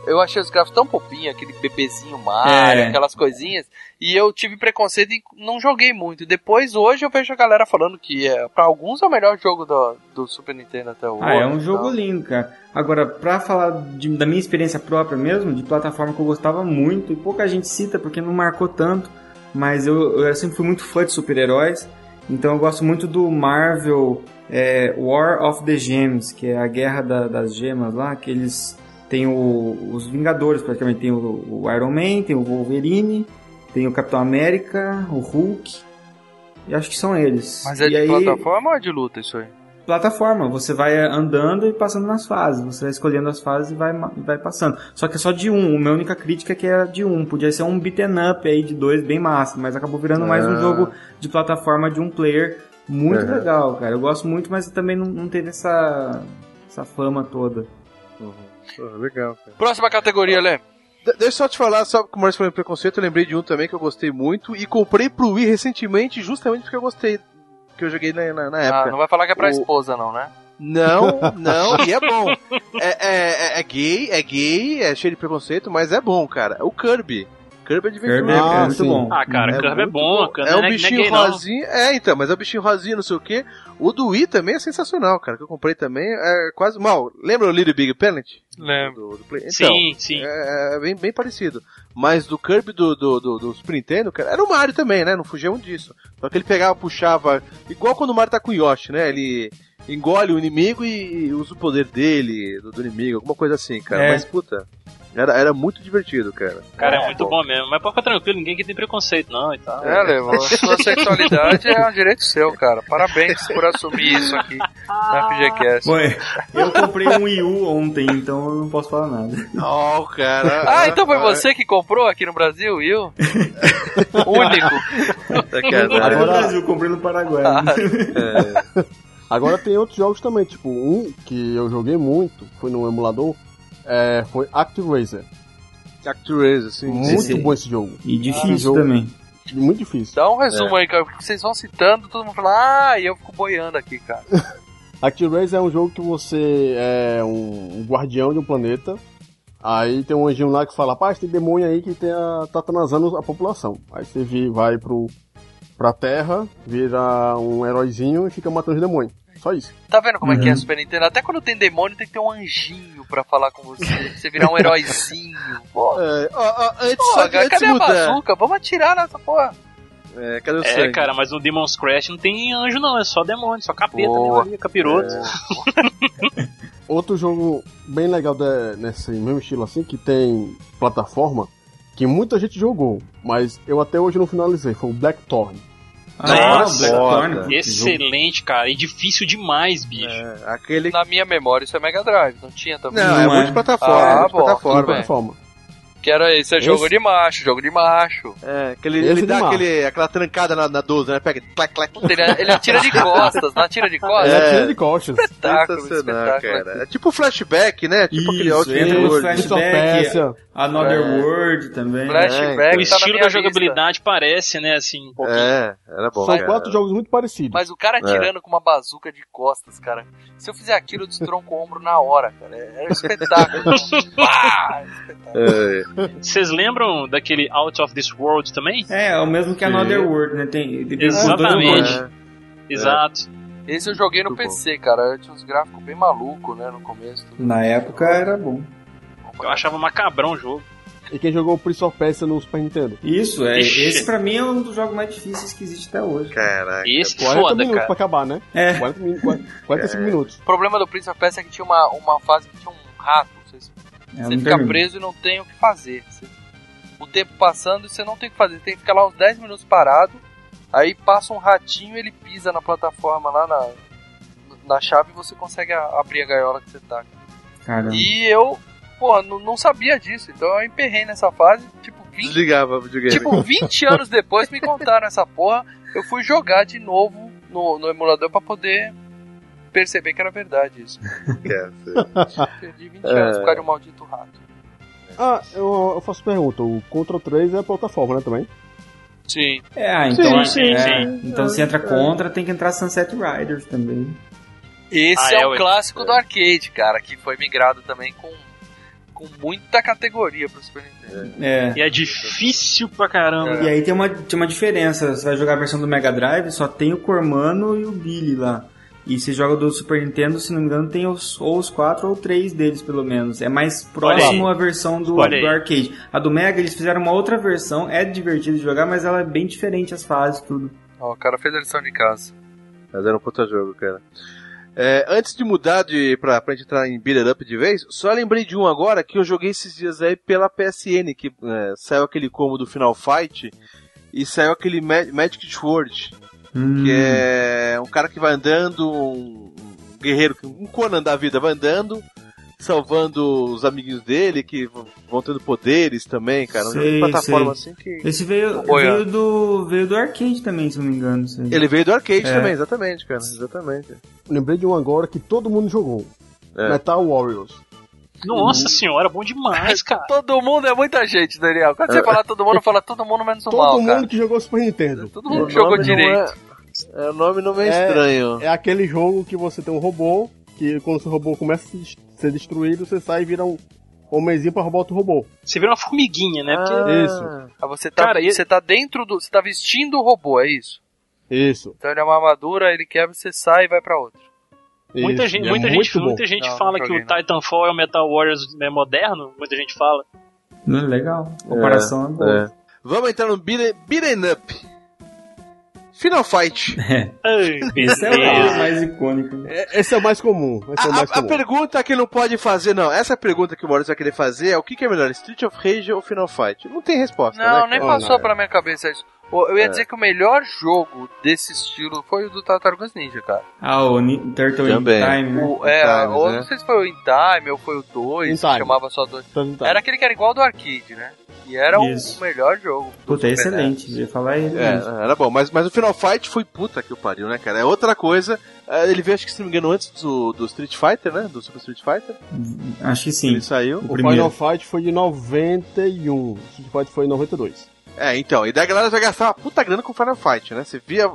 [SPEAKER 1] Eu achei os gráficos tão popinho, aquele bebezinho Mario,
[SPEAKER 13] É.
[SPEAKER 1] aquelas coisinhas. E eu tive preconceito e não joguei muito. Depois, hoje, eu vejo a galera falando que é, pra alguns é o melhor jogo do, do Super Nintendo até hoje. então.
[SPEAKER 5] Ah, é um
[SPEAKER 1] e
[SPEAKER 5] jogo
[SPEAKER 1] tal.
[SPEAKER 5] lindo, cara. Agora, pra falar de- da minha experiência própria mesmo, de plataforma que eu gostava muito, e pouca gente cita porque não marcou tanto, mas eu, eu sempre fui muito fã de super-heróis, então eu gosto muito do Marvel é, War of the Gems, que é a guerra da- das gemas lá, que eles têm o- os Vingadores praticamente, tem o, o Iron Man, tem o Wolverine, tem o Capitão América, o Hulk, e acho que são eles.
[SPEAKER 1] Mas é
[SPEAKER 5] e
[SPEAKER 1] de
[SPEAKER 5] aí,
[SPEAKER 1] plataforma ou é de luta isso aí?
[SPEAKER 5] plataforma. Você vai andando e passando nas fases. Você vai escolhendo as fases e vai, ma- vai passando. Só que é só de um. A minha única crítica é que era de um. Podia ser um beaten up aí de dois bem massa, mas acabou virando mais um
[SPEAKER 3] Ah.
[SPEAKER 5] jogo de plataforma de um player. Muito
[SPEAKER 3] Uhum.
[SPEAKER 5] legal, cara. Eu gosto muito, mas também não, não teve essa, essa fama toda.
[SPEAKER 3] Uhum. legal, cara.
[SPEAKER 1] Próxima categoria, Lê.
[SPEAKER 3] De- Deixa eu só te falar, sabe como mais falou em preconceito, eu lembrei de um também que eu gostei muito e comprei pro Wii recentemente justamente porque eu gostei, que eu joguei na, na, na época.
[SPEAKER 1] Ah, não vai falar que é pra
[SPEAKER 3] O-
[SPEAKER 1] esposa, não, né?
[SPEAKER 3] Não, não, e é bom. É, é- é- é gay, é gay, é cheio de preconceito, mas é bom, cara. O Kirby. Kirby é divertido.
[SPEAKER 5] Kirby é- é Ah, muito sim. bom.
[SPEAKER 2] Ah, cara, Kirby é
[SPEAKER 3] muito
[SPEAKER 2] bom, Kirby
[SPEAKER 3] É
[SPEAKER 2] não
[SPEAKER 3] um
[SPEAKER 2] é- não é
[SPEAKER 3] bichinho
[SPEAKER 2] gay, não.
[SPEAKER 3] rosinha. É, então, mas é um bichinho rosinha, não sei o quê. O do Wii também é sensacional, cara. Que eu comprei também é quase mal. Lembra o Little Big Planet?
[SPEAKER 1] Lembro.
[SPEAKER 3] Então, É, é bem, bem parecido. Mas do Kirby do, do, do, do Super Nintendo, cara, era o Mario também, né? Não fugia muito disso. Só que ele pegava, puxava. Igual quando o Mario tá com o Yoshi, né? Ele engole o inimigo e usa o poder dele, do, do inimigo, alguma coisa assim, cara.
[SPEAKER 2] É.
[SPEAKER 3] Mas puta, era, era muito divertido, cara.
[SPEAKER 2] Cara, é muito bom mesmo. Mas pode ficar tranquilo, ninguém aqui tem preconceito, não e tal.
[SPEAKER 1] É, Levo, a sua sexualidade é um direito seu, cara. Parabéns por assumir isso aqui na FGCast.
[SPEAKER 5] Bom, é, eu comprei um Wii U ontem, então eu não posso falar nada.
[SPEAKER 3] Ó, o cara.
[SPEAKER 1] Ah, então foi você que comprou aqui no Brasil, Will? Único.
[SPEAKER 5] Eu não comprei no Brasil, eu comprei no Paraguai.
[SPEAKER 4] Agora tem outros jogos também, tipo, um que eu joguei muito, foi no emulador, é, foi ActRaiser.
[SPEAKER 3] ActRaiser, sim.
[SPEAKER 4] Muito
[SPEAKER 3] Sim, sim.
[SPEAKER 4] bom esse jogo.
[SPEAKER 5] E difícil
[SPEAKER 4] Esse jogo-
[SPEAKER 5] também.
[SPEAKER 4] Muito difícil.
[SPEAKER 1] Dá um
[SPEAKER 3] É.
[SPEAKER 1] resumo aí, cara, porque vocês vão citando, todo mundo fala, ah, e eu fico boiando aqui, cara.
[SPEAKER 4] ActRaiser é um jogo que você é um, um guardião de um planeta. Aí tem um anjinho lá que fala, rapaz, tem demônio aí que tem a- tá atrasando a população. Aí você vi- vai pro, pra terra, vira um heróizinho e fica matando os demônios. Só isso.
[SPEAKER 1] Tá vendo como é que é
[SPEAKER 4] Uhum.
[SPEAKER 1] a Super Nintendo? Até quando tem demônio tem que ter um anjinho pra falar com você, pra você virar um heróizinho. Pô,
[SPEAKER 3] é, antes,
[SPEAKER 1] Pô,
[SPEAKER 3] só que antes
[SPEAKER 1] cadê
[SPEAKER 3] de mudar.
[SPEAKER 1] a bazuca? Vamos atirar nessa porra.
[SPEAKER 3] É, cadê o
[SPEAKER 2] É,
[SPEAKER 3] sangue?
[SPEAKER 2] cara, mas no Demon's Crash não tem anjo, não. É só demônio, só capeta,
[SPEAKER 4] Boa.
[SPEAKER 2] demoninho, capiroto.
[SPEAKER 4] Outro jogo bem legal da- nesse mesmo estilo assim, que tem plataforma, que muita gente jogou, mas eu até hoje não finalizei, foi o Blackthorn.
[SPEAKER 2] Nossa,
[SPEAKER 4] Blackthorn,
[SPEAKER 2] foda.
[SPEAKER 4] puta,
[SPEAKER 5] né?
[SPEAKER 2] é excelente, cara. E difícil demais, bicho.
[SPEAKER 3] É, aquele...
[SPEAKER 1] Na minha memória isso é Mega Drive, não tinha também.
[SPEAKER 4] Não, é Não é. multiplataforma,
[SPEAKER 1] Ah,
[SPEAKER 4] é
[SPEAKER 1] bom,
[SPEAKER 4] multiplataforma.
[SPEAKER 1] tudo bem.
[SPEAKER 4] Multiplataforma.
[SPEAKER 1] Que era esse, é jogo
[SPEAKER 3] Esse-
[SPEAKER 1] de macho, jogo de macho.
[SPEAKER 3] É, aquele, ele dá aquele, aquela trancada na, na 12, né? Pega. Clac, clac.
[SPEAKER 1] Ele, ele atira de costas, não atira de costas?
[SPEAKER 3] É, atira de
[SPEAKER 4] costas.
[SPEAKER 1] Espetáculo,
[SPEAKER 3] Sensacional,
[SPEAKER 1] espetáculo.
[SPEAKER 3] cara. É tipo flashback, né? Tipo aquele
[SPEAKER 5] Isso,
[SPEAKER 3] Outland
[SPEAKER 5] entra no
[SPEAKER 3] World.
[SPEAKER 5] flashback, é. Another World também.
[SPEAKER 3] então.
[SPEAKER 1] tá
[SPEAKER 2] o estilo da jogabilidade parece, né, assim.
[SPEAKER 3] É, era bom.
[SPEAKER 4] São
[SPEAKER 3] cara.
[SPEAKER 4] quatro jogos muito parecidos.
[SPEAKER 1] Mas o
[SPEAKER 3] É.
[SPEAKER 1] cara atirando com uma bazuca de costas, cara. Se eu fizer aquilo, eu destronco o ombro na hora, cara. É- Era um espetáculo. Pá!
[SPEAKER 3] É,
[SPEAKER 2] Vocês lembram daquele Out of This World também?
[SPEAKER 5] É, é o mesmo que Another World, né? Tem, tem os dois
[SPEAKER 3] né?
[SPEAKER 2] Exatamente.
[SPEAKER 5] jogos.
[SPEAKER 2] Exato.
[SPEAKER 1] Esse eu joguei no PC, cara. Eu tinha uns gráficos bem malucos, né, no começo.
[SPEAKER 5] Na época era bom.
[SPEAKER 2] Eu achava macabrão o jogo.
[SPEAKER 4] E quem jogou o Prince of Persia no Super Nintendo.
[SPEAKER 5] Isso, é.
[SPEAKER 4] Ixi.
[SPEAKER 5] Esse pra mim é um dos jogos mais difíceis que existe até hoje.
[SPEAKER 3] Caraca.
[SPEAKER 4] 40 minutos pra acabar, né?
[SPEAKER 5] É.
[SPEAKER 4] 40, min- 45 minutos.
[SPEAKER 1] O problema do Prince of Persia é que tinha uma, uma fase que tinha um rato. Você,
[SPEAKER 5] É
[SPEAKER 1] você
[SPEAKER 5] um
[SPEAKER 4] não
[SPEAKER 1] fica
[SPEAKER 4] termina.
[SPEAKER 1] preso e não tem o que fazer. Você- o tempo passando e você não tem o que fazer. Tem que ficar lá uns 10 minutos parado. Aí passa um ratinho ele pisa na plataforma lá na, na chave e você consegue a- abrir a gaiola que você tá.
[SPEAKER 5] Caramba.
[SPEAKER 1] E eu, pô, não, não sabia disso. Então eu emperrei nessa fase. Tipo,
[SPEAKER 3] Desligava o videogame.
[SPEAKER 1] Tipo, 20 anos depois me contaram essa porra. Eu fui jogar de novo no, no emulador pra poder perceber que era verdade isso.
[SPEAKER 3] assim.
[SPEAKER 1] Perdi 20 anos por causa de um maldito rato.
[SPEAKER 4] Ah, eu, eu faço pergunta, o Contra 3 é plataforma, né, também?
[SPEAKER 1] Sim.
[SPEAKER 5] É, ah,
[SPEAKER 4] Sim,
[SPEAKER 5] então,
[SPEAKER 4] sim,
[SPEAKER 5] é,
[SPEAKER 4] sim.
[SPEAKER 5] então se entra contra, tem que entrar Sunset Riders também.
[SPEAKER 1] Esse
[SPEAKER 5] Ah,
[SPEAKER 1] é,
[SPEAKER 5] é,
[SPEAKER 1] um
[SPEAKER 5] ué.
[SPEAKER 1] clássico do arcade, cara, que foi migrado também com com muita categoria pro Super Nintendo.
[SPEAKER 5] É.
[SPEAKER 2] E é difícil pra caramba.
[SPEAKER 5] E aí tem uma, tem uma diferença. Você vai jogar a versão do Mega Drive, só tem o Cormano e o Billy lá. E se joga do Super Nintendo, se não me engano, tem os, ou os quatro ou três deles, pelo menos. É mais
[SPEAKER 2] Olha
[SPEAKER 5] próximo
[SPEAKER 2] aí.
[SPEAKER 5] à versão do,
[SPEAKER 2] Olha aí.
[SPEAKER 5] do arcade. A do Mega, eles fizeram uma outra versão, é divertido de jogar, mas ela é bem diferente as fases, tudo.
[SPEAKER 1] Ó, o cara fez a lição de casa.
[SPEAKER 3] Mas era um puta jogo, cara. É, antes de mudar de, pra, pra gente entrar em Beat It Up de vez, só lembrei de um agora que eu joguei esses dias aí pela PSN, que é, saiu aquele combo do Final Fight e saiu aquele Ma- Magic Sword,
[SPEAKER 5] Hum.
[SPEAKER 3] que é um cara que vai andando, um um guerreiro, que- um Conan da vida, vai andando, salvando os amiguinhos dele, que v- vão tendo poderes também, cara. Um jogo de
[SPEAKER 5] Sei,
[SPEAKER 3] plataforma
[SPEAKER 5] sei.
[SPEAKER 3] assim que...
[SPEAKER 5] Esse veio,
[SPEAKER 3] Oi, ó.
[SPEAKER 5] veio, do, veio do arcade também, se não me engano. isso aí.
[SPEAKER 3] Ele veio do arcade
[SPEAKER 5] É.
[SPEAKER 3] também, exatamente, cara, exatamente.
[SPEAKER 4] Lembrei de um agora que todo mundo jogou. Metal Warriors.
[SPEAKER 2] Nossa senhora, bom demais, cara.
[SPEAKER 1] Todo mundo é muita gente, Daniel. Quando você
[SPEAKER 4] É.
[SPEAKER 1] falar todo mundo, fala todo mundo menos o
[SPEAKER 4] Todo
[SPEAKER 1] mal,
[SPEAKER 4] mundo
[SPEAKER 1] cara.
[SPEAKER 4] que jogou Super Nintendo.
[SPEAKER 1] Todo mundo que jogou Um direito.
[SPEAKER 3] É, o nome não é, estranho.
[SPEAKER 4] É aquele jogo que você tem um robô, que quando seu robô começa a se des- ser destruído, você sai e vira um homenzinho pra roubar outro robô.
[SPEAKER 2] Você vira uma formiguinha, né?
[SPEAKER 4] É.
[SPEAKER 2] Porque...
[SPEAKER 4] Isso.
[SPEAKER 1] Ah, você tá,
[SPEAKER 2] Cara, e-
[SPEAKER 1] você tá dentro do. Você tá vestindo o robô, é isso?
[SPEAKER 4] Isso.
[SPEAKER 1] Então ele é uma armadura, ele quebra, você sai e vai pra outro.
[SPEAKER 2] Muita
[SPEAKER 1] Isso,
[SPEAKER 2] gente,
[SPEAKER 1] é
[SPEAKER 2] muita
[SPEAKER 1] muito
[SPEAKER 2] gente, muita
[SPEAKER 1] bom.
[SPEAKER 2] gente
[SPEAKER 1] Não,
[SPEAKER 2] fala
[SPEAKER 1] não
[SPEAKER 2] que o
[SPEAKER 1] joguei, não.
[SPEAKER 2] Titanfall é o Metal Warriors né, moderno. Muita gente fala.
[SPEAKER 5] Hum, Legal. Comparação é, boa.
[SPEAKER 3] Vamos entrar no beat, beat 'em up. Final Fight.
[SPEAKER 2] Ai,
[SPEAKER 5] Esse é o
[SPEAKER 2] beleza.
[SPEAKER 5] mais icônico.
[SPEAKER 4] Esse é o mais comum.
[SPEAKER 1] Ah,
[SPEAKER 4] Esse é o
[SPEAKER 3] A,
[SPEAKER 4] mais
[SPEAKER 3] a
[SPEAKER 4] comum.
[SPEAKER 3] pergunta que não pode fazer, não. Essa pergunta que o Maurício vai querer fazer é o que, que é melhor, Street of Rage ou Final Fight? Não tem resposta, né?
[SPEAKER 1] Não, nem
[SPEAKER 3] cara?
[SPEAKER 1] passou pela minha cabeça isso. Pô, Eu ia
[SPEAKER 3] É.
[SPEAKER 1] dizer que o melhor jogo desse estilo foi o do Tartarugas Ninja, cara.
[SPEAKER 5] Ah, o Ni- Turtle in
[SPEAKER 3] Também.
[SPEAKER 5] Time, né?
[SPEAKER 1] O- é, ou não sei se foi o In Time ou foi o 2,
[SPEAKER 5] In Time.
[SPEAKER 1] chamava só 2.
[SPEAKER 2] Então,
[SPEAKER 4] Time.
[SPEAKER 2] tá.
[SPEAKER 1] Era aquele que era igual ao do arcade, né? E era o-
[SPEAKER 5] Isso.
[SPEAKER 1] o melhor jogo.
[SPEAKER 5] Puta, é excelente. Eu ia falar ele.
[SPEAKER 3] É,
[SPEAKER 5] mesmo.
[SPEAKER 3] era bom, mas, mas o Final Fight foi puta que o pariu, né, cara? É outra coisa. Ah, Ele veio, acho que se não me engano, antes do, do Street Fighter, né? Do Super Street Fighter.
[SPEAKER 5] Acho que sim.
[SPEAKER 3] Ele saiu.
[SPEAKER 4] O Final Fight foi de 91. O Street Fight foi em 92.
[SPEAKER 3] É, então, e daí a galera já gastava puta grana com Final Fight, né? Você via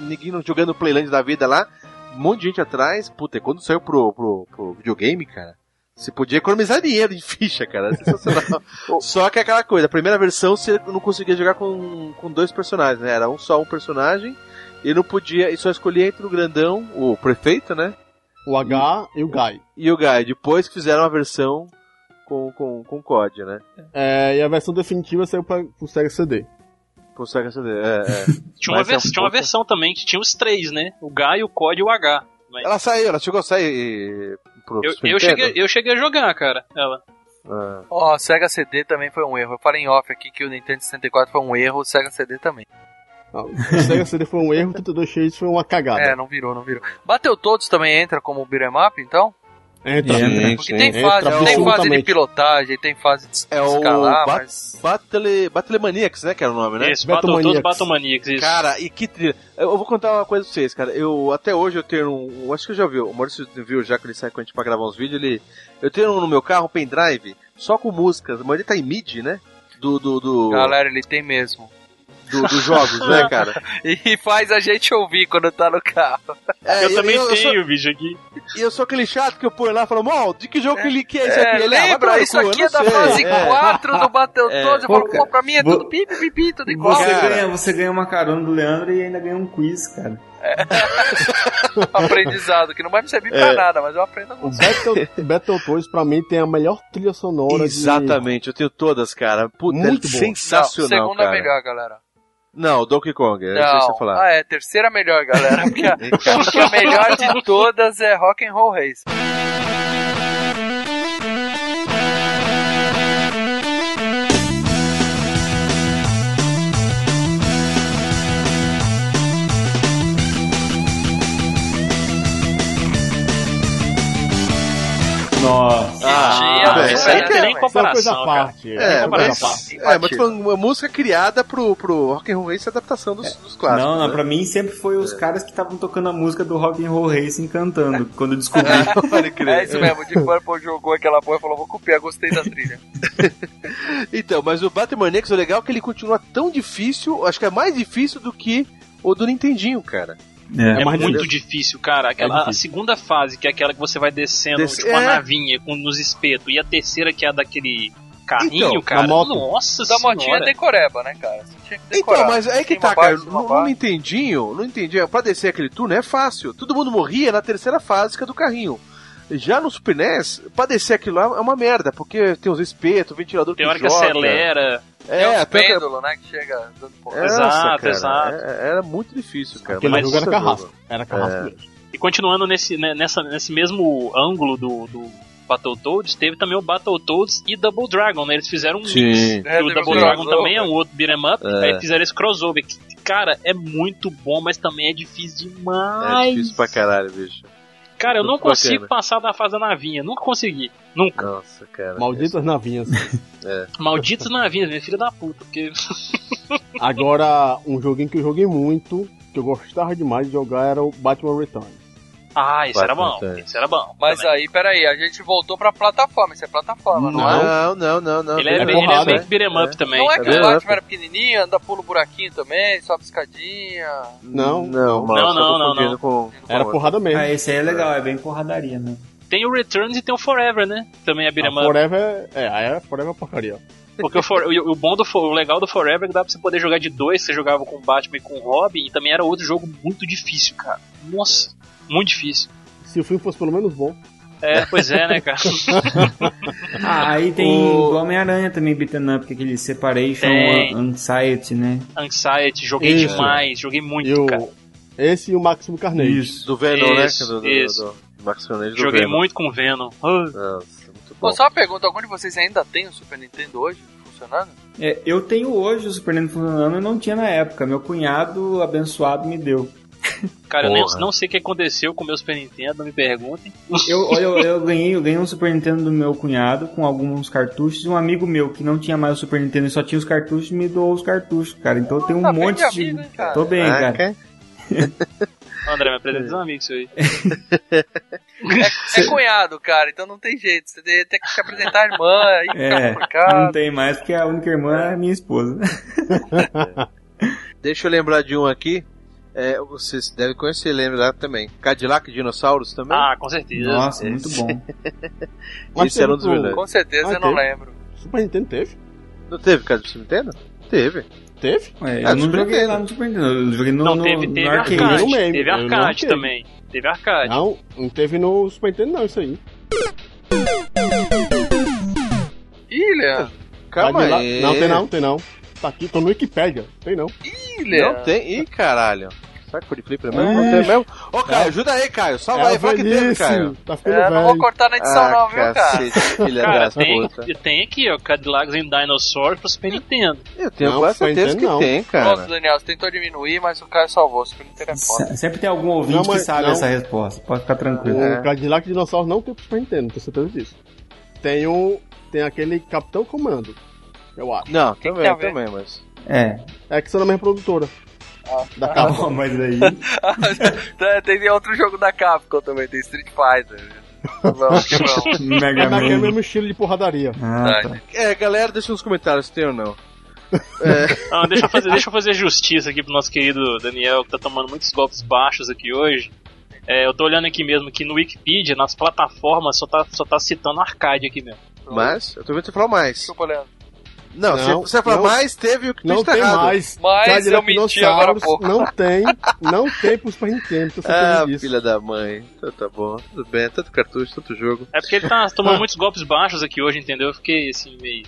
[SPEAKER 3] ninguém jogando Playland da vida lá, um monte de gente atrás, puta, e quando saiu pro, pro, pro videogame, cara, você podia economizar dinheiro em ficha, cara, é sensacional. só que é aquela coisa, a primeira versão você não conseguia jogar com, com dois personagens, né? Era um só um personagem, e não podia, e só escolhia entre o grandão, o prefeito, né?
[SPEAKER 4] O H e, o Guy.
[SPEAKER 3] E o Guy, depois que fizeram a versão com, com, com COD, né?
[SPEAKER 4] É, e a versão definitiva saiu pra, pro Sega CD.
[SPEAKER 3] Com Sega CD, é, é.
[SPEAKER 2] Tinha, uma,
[SPEAKER 3] Mas é um
[SPEAKER 2] vers- tinha uma
[SPEAKER 3] pouco-
[SPEAKER 2] versão também que tinha os três, né? O Guy, o COD e o H. Mas
[SPEAKER 3] Ela saiu, ela chegou a sair eh, pro
[SPEAKER 2] eu,
[SPEAKER 3] Super
[SPEAKER 2] eu
[SPEAKER 3] Nintendo?
[SPEAKER 2] cheguei, eu cheguei a jogar, cara. Ela.
[SPEAKER 3] Ah.
[SPEAKER 1] Ó, o Sega CD também foi um erro. Eu falei em off aqui que o Nintendo 64 foi um erro, o Sega CD também.
[SPEAKER 4] Não, o Sega CD foi um erro, o 32 Shades foi uma
[SPEAKER 5] Ah,
[SPEAKER 4] cagada.
[SPEAKER 1] É, não virou, não virou. Bateu todos também entra como beat'em up, então?
[SPEAKER 2] É.
[SPEAKER 4] Entra.
[SPEAKER 3] Sim,
[SPEAKER 1] Porque
[SPEAKER 3] sim.
[SPEAKER 1] tem fase, tem
[SPEAKER 3] Entra
[SPEAKER 1] fase de
[SPEAKER 3] absolutamente.
[SPEAKER 1] pilotagem, tem fase de
[SPEAKER 3] É o
[SPEAKER 1] escalar,
[SPEAKER 3] Bat-
[SPEAKER 1] mas...
[SPEAKER 3] Battle, Battlemaniacs, né, que era o nome, né?
[SPEAKER 2] Isso, Battle, todos Battlemaniacs, isso.
[SPEAKER 3] Cara, e que trilha. Eu eu vou contar uma coisa pra vocês, cara. Eu até hoje eu tenho um. eu Acho que eu já vi. O Maurício viu já que ele sai com a gente pra gravar uns vídeos. Ele, eu tenho um no meu carro, um pendrive, só com músicas. A maioria tá em MIDI, né? Do. do, do
[SPEAKER 1] Galera, ele tem mesmo.
[SPEAKER 3] do- dos jogos, né, cara?
[SPEAKER 1] e faz a gente ouvir quando tá no carro.
[SPEAKER 3] É, Eu eu- também eu- eu tenho, sou-
[SPEAKER 2] bicho, aqui.
[SPEAKER 3] E eu sou aquele chato que eu ponho lá e falo, mal, de que jogo que ele que é isso
[SPEAKER 1] É,
[SPEAKER 3] aqui? Ele, ah, vai
[SPEAKER 1] lembra?
[SPEAKER 3] tomar no
[SPEAKER 1] Isso
[SPEAKER 3] cu, eu
[SPEAKER 1] aqui
[SPEAKER 3] não
[SPEAKER 1] é da
[SPEAKER 3] sei.
[SPEAKER 1] fase
[SPEAKER 3] É.
[SPEAKER 1] 4 do Battletoads. Eu
[SPEAKER 5] Pô,
[SPEAKER 1] falo, pô,
[SPEAKER 5] cara,
[SPEAKER 1] pra mim é
[SPEAKER 5] vou-
[SPEAKER 1] tudo pipi, pipi, tudo igual.
[SPEAKER 5] Você
[SPEAKER 3] É.
[SPEAKER 1] Cara,
[SPEAKER 5] ganha, você ganha uma carona do Leandro e ainda ganha um quiz, cara.
[SPEAKER 1] Aprendizado, que não vai me servir pra
[SPEAKER 4] É.
[SPEAKER 1] nada, mas eu aprendo
[SPEAKER 4] O
[SPEAKER 1] alguma coisa.
[SPEAKER 4] Battle, Battletoads, pra mim, tem a melhor trilha sonora
[SPEAKER 3] Exatamente, eu tenho todas, cara. Puta,
[SPEAKER 4] Muito
[SPEAKER 3] é
[SPEAKER 4] bom.
[SPEAKER 3] sensacional,
[SPEAKER 1] Não, segunda é
[SPEAKER 3] cara.
[SPEAKER 1] melhor, galera.
[SPEAKER 3] Não, Donkey Kong, é isso
[SPEAKER 1] Não.
[SPEAKER 3] que você ia falar.
[SPEAKER 1] Ah, é, terceira melhor, galera. Porque a, porque a melhor de todas é Rock and Roll Race.
[SPEAKER 5] Nossa.
[SPEAKER 3] Ah,
[SPEAKER 2] Mentira,
[SPEAKER 3] velho,
[SPEAKER 2] é, isso aí não tem nem
[SPEAKER 3] é-
[SPEAKER 2] comparação,
[SPEAKER 3] isso é uma coisa à
[SPEAKER 2] cara.
[SPEAKER 3] parte,
[SPEAKER 2] Não tem
[SPEAKER 3] É,
[SPEAKER 2] comparação à
[SPEAKER 3] mas,
[SPEAKER 2] parte.
[SPEAKER 3] é, mas tô falando, uma música criada pro, pro Rock and Roll Race e adaptação dos, dos clássicos.
[SPEAKER 5] não, não,
[SPEAKER 3] né?
[SPEAKER 5] pra mim sempre foi os caras que estavam tocando a música do Rock and Roll Racing cantando, quando eu descobri.
[SPEAKER 1] É isso mesmo, o Deep Purple jogou aquela porra e falou, vou copiar, gostei da trilha.
[SPEAKER 3] Então, mas o Batman X, o legal é que ele continua tão difícil, acho que é mais difícil do que o do Nintendinho, cara.
[SPEAKER 2] É,
[SPEAKER 5] É mais
[SPEAKER 2] muito
[SPEAKER 5] difícil.
[SPEAKER 2] difícil, cara. Aquela,
[SPEAKER 5] É
[SPEAKER 2] A
[SPEAKER 5] difícil.
[SPEAKER 2] segunda fase, que é aquela que você vai descendo
[SPEAKER 5] Desce-
[SPEAKER 2] tipo uma
[SPEAKER 5] é.
[SPEAKER 2] navinha com, nos espetos, e a terceira que é a daquele carrinho,
[SPEAKER 3] Então,
[SPEAKER 2] cara.
[SPEAKER 3] da moto.
[SPEAKER 2] Nossa
[SPEAKER 1] da
[SPEAKER 2] senhora.
[SPEAKER 1] motinha decoreba, né, cara? Você tinha que decorar.
[SPEAKER 3] Então, mas aí que
[SPEAKER 1] Cima,
[SPEAKER 3] tá, cara.
[SPEAKER 1] baixo, cima,
[SPEAKER 3] No, no Nintendinho, no Nintendinho, pra descer aquele túnel é fácil. Todo mundo morria na terceira fase que é do carrinho. Já no Super NES, pra descer aquilo lá é uma merda, porque tem uns espetos, ventilador
[SPEAKER 2] Tem hora que
[SPEAKER 3] joga.
[SPEAKER 2] acelera.
[SPEAKER 3] É, Tem uns até que- É,
[SPEAKER 1] pêndulo, né, que chega dando porra.
[SPEAKER 3] Nossa,
[SPEAKER 2] Exato,
[SPEAKER 3] cara,
[SPEAKER 2] exato.
[SPEAKER 3] é- Era muito difícil, cara.
[SPEAKER 2] Aquele
[SPEAKER 3] Mas
[SPEAKER 2] jogo era
[SPEAKER 3] nossa,
[SPEAKER 2] carrasco.
[SPEAKER 3] jogo.
[SPEAKER 4] Era
[SPEAKER 3] É.
[SPEAKER 2] E continuando nesse, né, nessa, nesse mesmo ângulo do, do Battletoads, teve também o Battletoads e Double Dragon, né? Eles fizeram um
[SPEAKER 3] Sim.
[SPEAKER 2] mix.
[SPEAKER 3] É,
[SPEAKER 2] o
[SPEAKER 3] teve
[SPEAKER 2] Double
[SPEAKER 3] um
[SPEAKER 2] Dragon
[SPEAKER 3] crossover.
[SPEAKER 2] também é um outro beat'em up,
[SPEAKER 3] É.
[SPEAKER 2] aí fizeram esse crossover. Que, cara, é muito bom, mas também é difícil
[SPEAKER 3] É
[SPEAKER 2] demais.
[SPEAKER 3] difícil é, pra caralho, bicho.
[SPEAKER 2] Cara, eu não
[SPEAKER 3] Muito
[SPEAKER 2] consigo
[SPEAKER 3] bacana.
[SPEAKER 2] passar da fase da navinha. Nunca consegui. Nunca.
[SPEAKER 3] Nossa, cara.
[SPEAKER 4] Malditas navinhas.
[SPEAKER 2] Malditos navinhas, minha filha da puta. Porque...
[SPEAKER 4] Agora, um joguinho que eu joguei muito, que eu gostava demais de jogar, era o Batman Returns.
[SPEAKER 2] Ah, isso era bom.
[SPEAKER 4] Bastante.
[SPEAKER 2] Isso era bom.
[SPEAKER 1] Mas aí, peraí, a gente voltou pra plataforma. Isso é plataforma, não, é?
[SPEAKER 3] Não, não, não, não.
[SPEAKER 2] Ele é,
[SPEAKER 3] Beat'em
[SPEAKER 2] bem, ele é
[SPEAKER 3] porrada,
[SPEAKER 2] bem
[SPEAKER 3] né?
[SPEAKER 2] beat'em up também.
[SPEAKER 1] Não é que o
[SPEAKER 3] beat'em
[SPEAKER 1] Batman era pequenininho, anda, pula o buraquinho também, sobe escadinha.
[SPEAKER 4] Não,
[SPEAKER 3] não,
[SPEAKER 2] Não, não, não, não.
[SPEAKER 4] Era porrada mesmo.
[SPEAKER 5] Ah, esse aí é legal, é bem porradaria, né?
[SPEAKER 2] Tem o Returns e tem o Forever, né? Também é
[SPEAKER 4] A
[SPEAKER 2] beat'em
[SPEAKER 3] Ah,
[SPEAKER 2] up.
[SPEAKER 4] Forever é- é, a era Forever é uma porcaria.
[SPEAKER 2] Porque o, For- o- o bom do For- o legal do Forever é que dá pra você poder jogar de dois, você jogava com o Batman e com o Robin, e também era outro jogo muito difícil, cara. Nossa, muito difícil.
[SPEAKER 4] Se o filme fosse pelo menos bom.
[SPEAKER 2] É, pois é, né, cara?
[SPEAKER 5] Ah, aí tem
[SPEAKER 2] O-
[SPEAKER 5] o Homem-Aranha também beaten up, que é aquele Separation
[SPEAKER 2] Tem.
[SPEAKER 5] An- Anxiety, né?
[SPEAKER 2] Anxiety, joguei
[SPEAKER 4] Isso.
[SPEAKER 2] demais, joguei muito,
[SPEAKER 4] E o-
[SPEAKER 2] cara.
[SPEAKER 4] Esse e o Máximo Carnage.
[SPEAKER 5] Isso.
[SPEAKER 3] Do Venom, né?
[SPEAKER 2] Isso,
[SPEAKER 3] Do, do,
[SPEAKER 2] isso.
[SPEAKER 3] do, do Max Carnage do
[SPEAKER 2] Joguei
[SPEAKER 3] Venom.
[SPEAKER 2] muito com o Venom. Ah,
[SPEAKER 3] Nossa, muito
[SPEAKER 1] Pô,
[SPEAKER 3] bom.
[SPEAKER 1] só uma pergunta, algum de vocês ainda tem o Super Nintendo hoje funcionando?
[SPEAKER 5] É, eu tenho hoje o Super Nintendo funcionando, eu não tinha na época. Meu cunhado abençoado me deu.
[SPEAKER 2] cara, eu nem-
[SPEAKER 5] Porra.
[SPEAKER 2] não sei o que aconteceu com o meu Super Nintendo, não me perguntem.
[SPEAKER 5] Eu, olha, eu, eu ganhei, eu ganhei um Super Nintendo do meu cunhado com alguns cartuchos e um amigo meu que não tinha mais o Super Nintendo e só tinha os cartuchos me doou os cartuchos, cara. Então eu tenho um
[SPEAKER 1] tá bem
[SPEAKER 5] monte
[SPEAKER 1] de
[SPEAKER 5] de.
[SPEAKER 1] amigo, hein, cara?
[SPEAKER 5] Tô bem,
[SPEAKER 3] Ah,
[SPEAKER 1] Caraca.
[SPEAKER 5] cara.
[SPEAKER 2] André, me apresenta um amigo seu aí.
[SPEAKER 1] É cunhado, cara, então não tem jeito. Você tem tem que se apresentar a irmã, aí fica
[SPEAKER 5] É,
[SPEAKER 1] complicado.
[SPEAKER 5] não tem mais porque a única irmã é a minha esposa.
[SPEAKER 3] Deixa eu lembrar de um aqui. É, vocês devem conhecer, lembra lá também. Cadillac e Dinossauros também.
[SPEAKER 2] Ah, com certeza.
[SPEAKER 5] Nossa, muito bom. É,
[SPEAKER 3] Esse era um dos melhores.
[SPEAKER 1] Com certeza
[SPEAKER 4] Ah,
[SPEAKER 1] eu não
[SPEAKER 4] teve.
[SPEAKER 1] lembro.
[SPEAKER 4] Super Nintendo teve?
[SPEAKER 3] Não teve Cadillac do Super Nintendo? Teve.
[SPEAKER 4] Teve?
[SPEAKER 5] Ué,
[SPEAKER 3] Ah,
[SPEAKER 5] eu não
[SPEAKER 3] Super
[SPEAKER 5] joguei
[SPEAKER 3] Nintendo.
[SPEAKER 5] lá no Super Nintendo, eu joguei no,
[SPEAKER 2] Não,
[SPEAKER 5] no,
[SPEAKER 2] teve,
[SPEAKER 5] no
[SPEAKER 2] teve
[SPEAKER 5] arcade.
[SPEAKER 2] arcade.
[SPEAKER 4] Eu não lembro,
[SPEAKER 2] Teve
[SPEAKER 4] eu não
[SPEAKER 2] arcade
[SPEAKER 4] teve.
[SPEAKER 2] também. Teve arcade.
[SPEAKER 4] Não, não teve no Super Nintendo não, isso aí.
[SPEAKER 1] Ih, Leandro.
[SPEAKER 3] Calma
[SPEAKER 4] Cadillac-
[SPEAKER 3] aí.
[SPEAKER 4] Tá Não, tem não, tem não. Tá aqui, tô no Wikipedia. Tem não.
[SPEAKER 1] Ih, Leandro.
[SPEAKER 3] Não tem. Ih, caralho. Será que foi de flipper mesmo? Não tem mesmo? Ô, Caio, ajuda aí, Caio. Salva
[SPEAKER 4] É
[SPEAKER 3] aí, fala Ah, que teve,
[SPEAKER 4] velhice,
[SPEAKER 3] Caio.
[SPEAKER 4] Tá ficando
[SPEAKER 1] É,
[SPEAKER 4] velho.
[SPEAKER 1] não vou cortar na edição,
[SPEAKER 3] Ah,
[SPEAKER 1] não, viu, cara?
[SPEAKER 3] cacete, filha
[SPEAKER 2] Cara,
[SPEAKER 3] das
[SPEAKER 2] tem,
[SPEAKER 3] puta.
[SPEAKER 2] tem aqui, ó, Cadillacs and Dinosaurs pro Super Nintendo.
[SPEAKER 3] Eu tenho
[SPEAKER 4] Não,
[SPEAKER 3] quase
[SPEAKER 4] Super
[SPEAKER 3] certeza
[SPEAKER 4] Nintendo
[SPEAKER 3] que
[SPEAKER 4] não.
[SPEAKER 3] tem,
[SPEAKER 1] Nossa,
[SPEAKER 3] cara.
[SPEAKER 1] Daniel, você tentou diminuir, mas o cara salvou. Super Nintendo é foda.
[SPEAKER 5] Se- Sempre tem algum ouvinte
[SPEAKER 4] Não, mas
[SPEAKER 5] que sabe
[SPEAKER 4] não.
[SPEAKER 5] essa resposta, pode ficar tranquilo.
[SPEAKER 1] É.
[SPEAKER 4] O Cadillac Dinossauro não tem pro Super Nintendo, tenho certeza disso. Tem um. Tem aquele Capitão Comando, eu acho.
[SPEAKER 3] Não,
[SPEAKER 1] tem a
[SPEAKER 3] também,
[SPEAKER 1] ver?
[SPEAKER 3] também, mas.
[SPEAKER 5] É,
[SPEAKER 4] É que são da mesma produtora.
[SPEAKER 1] Ah,
[SPEAKER 4] da
[SPEAKER 5] tá
[SPEAKER 4] capa.
[SPEAKER 5] bom, mas aí.
[SPEAKER 1] Tá, tem outro jogo da Capcom também, tem Street Fighter. Vamos que vamos.
[SPEAKER 4] É
[SPEAKER 5] Mega
[SPEAKER 4] naquele
[SPEAKER 5] Man.
[SPEAKER 4] mesmo estilo de porradaria.
[SPEAKER 5] Ah, tá.
[SPEAKER 3] É, galera, deixa nos comentários se tem ou não.
[SPEAKER 2] Ah, deixa, eu fazer, deixa eu fazer justiça aqui pro nosso querido Daniel, que tá tomando muitos golpes baixos aqui hoje. É, eu tô olhando aqui mesmo, que no Wikipedia, nas plataformas, só tá, só tá citando arcade aqui mesmo.
[SPEAKER 3] Mas, eu tô vendo você falar mais.
[SPEAKER 1] Desculpa, Leandro.
[SPEAKER 3] Não,
[SPEAKER 4] Não,
[SPEAKER 3] você, você falar
[SPEAKER 4] não.
[SPEAKER 3] mais, teve o que
[SPEAKER 4] Não
[SPEAKER 3] está
[SPEAKER 4] tem
[SPEAKER 3] errado.
[SPEAKER 4] mais.
[SPEAKER 1] Mas
[SPEAKER 4] Cadillac
[SPEAKER 1] eu menti agora há
[SPEAKER 4] Dinossauros
[SPEAKER 1] pouco.
[SPEAKER 4] Não tem, não tem pro Super Nintendo, tô certeza
[SPEAKER 3] Ah,
[SPEAKER 4] disso.
[SPEAKER 3] filha da mãe. Então tá bom, tudo bem, tanto cartucho, tanto jogo.
[SPEAKER 2] É porque ele tá tomando muitos golpes baixos aqui hoje, entendeu? Eu fiquei assim, meio.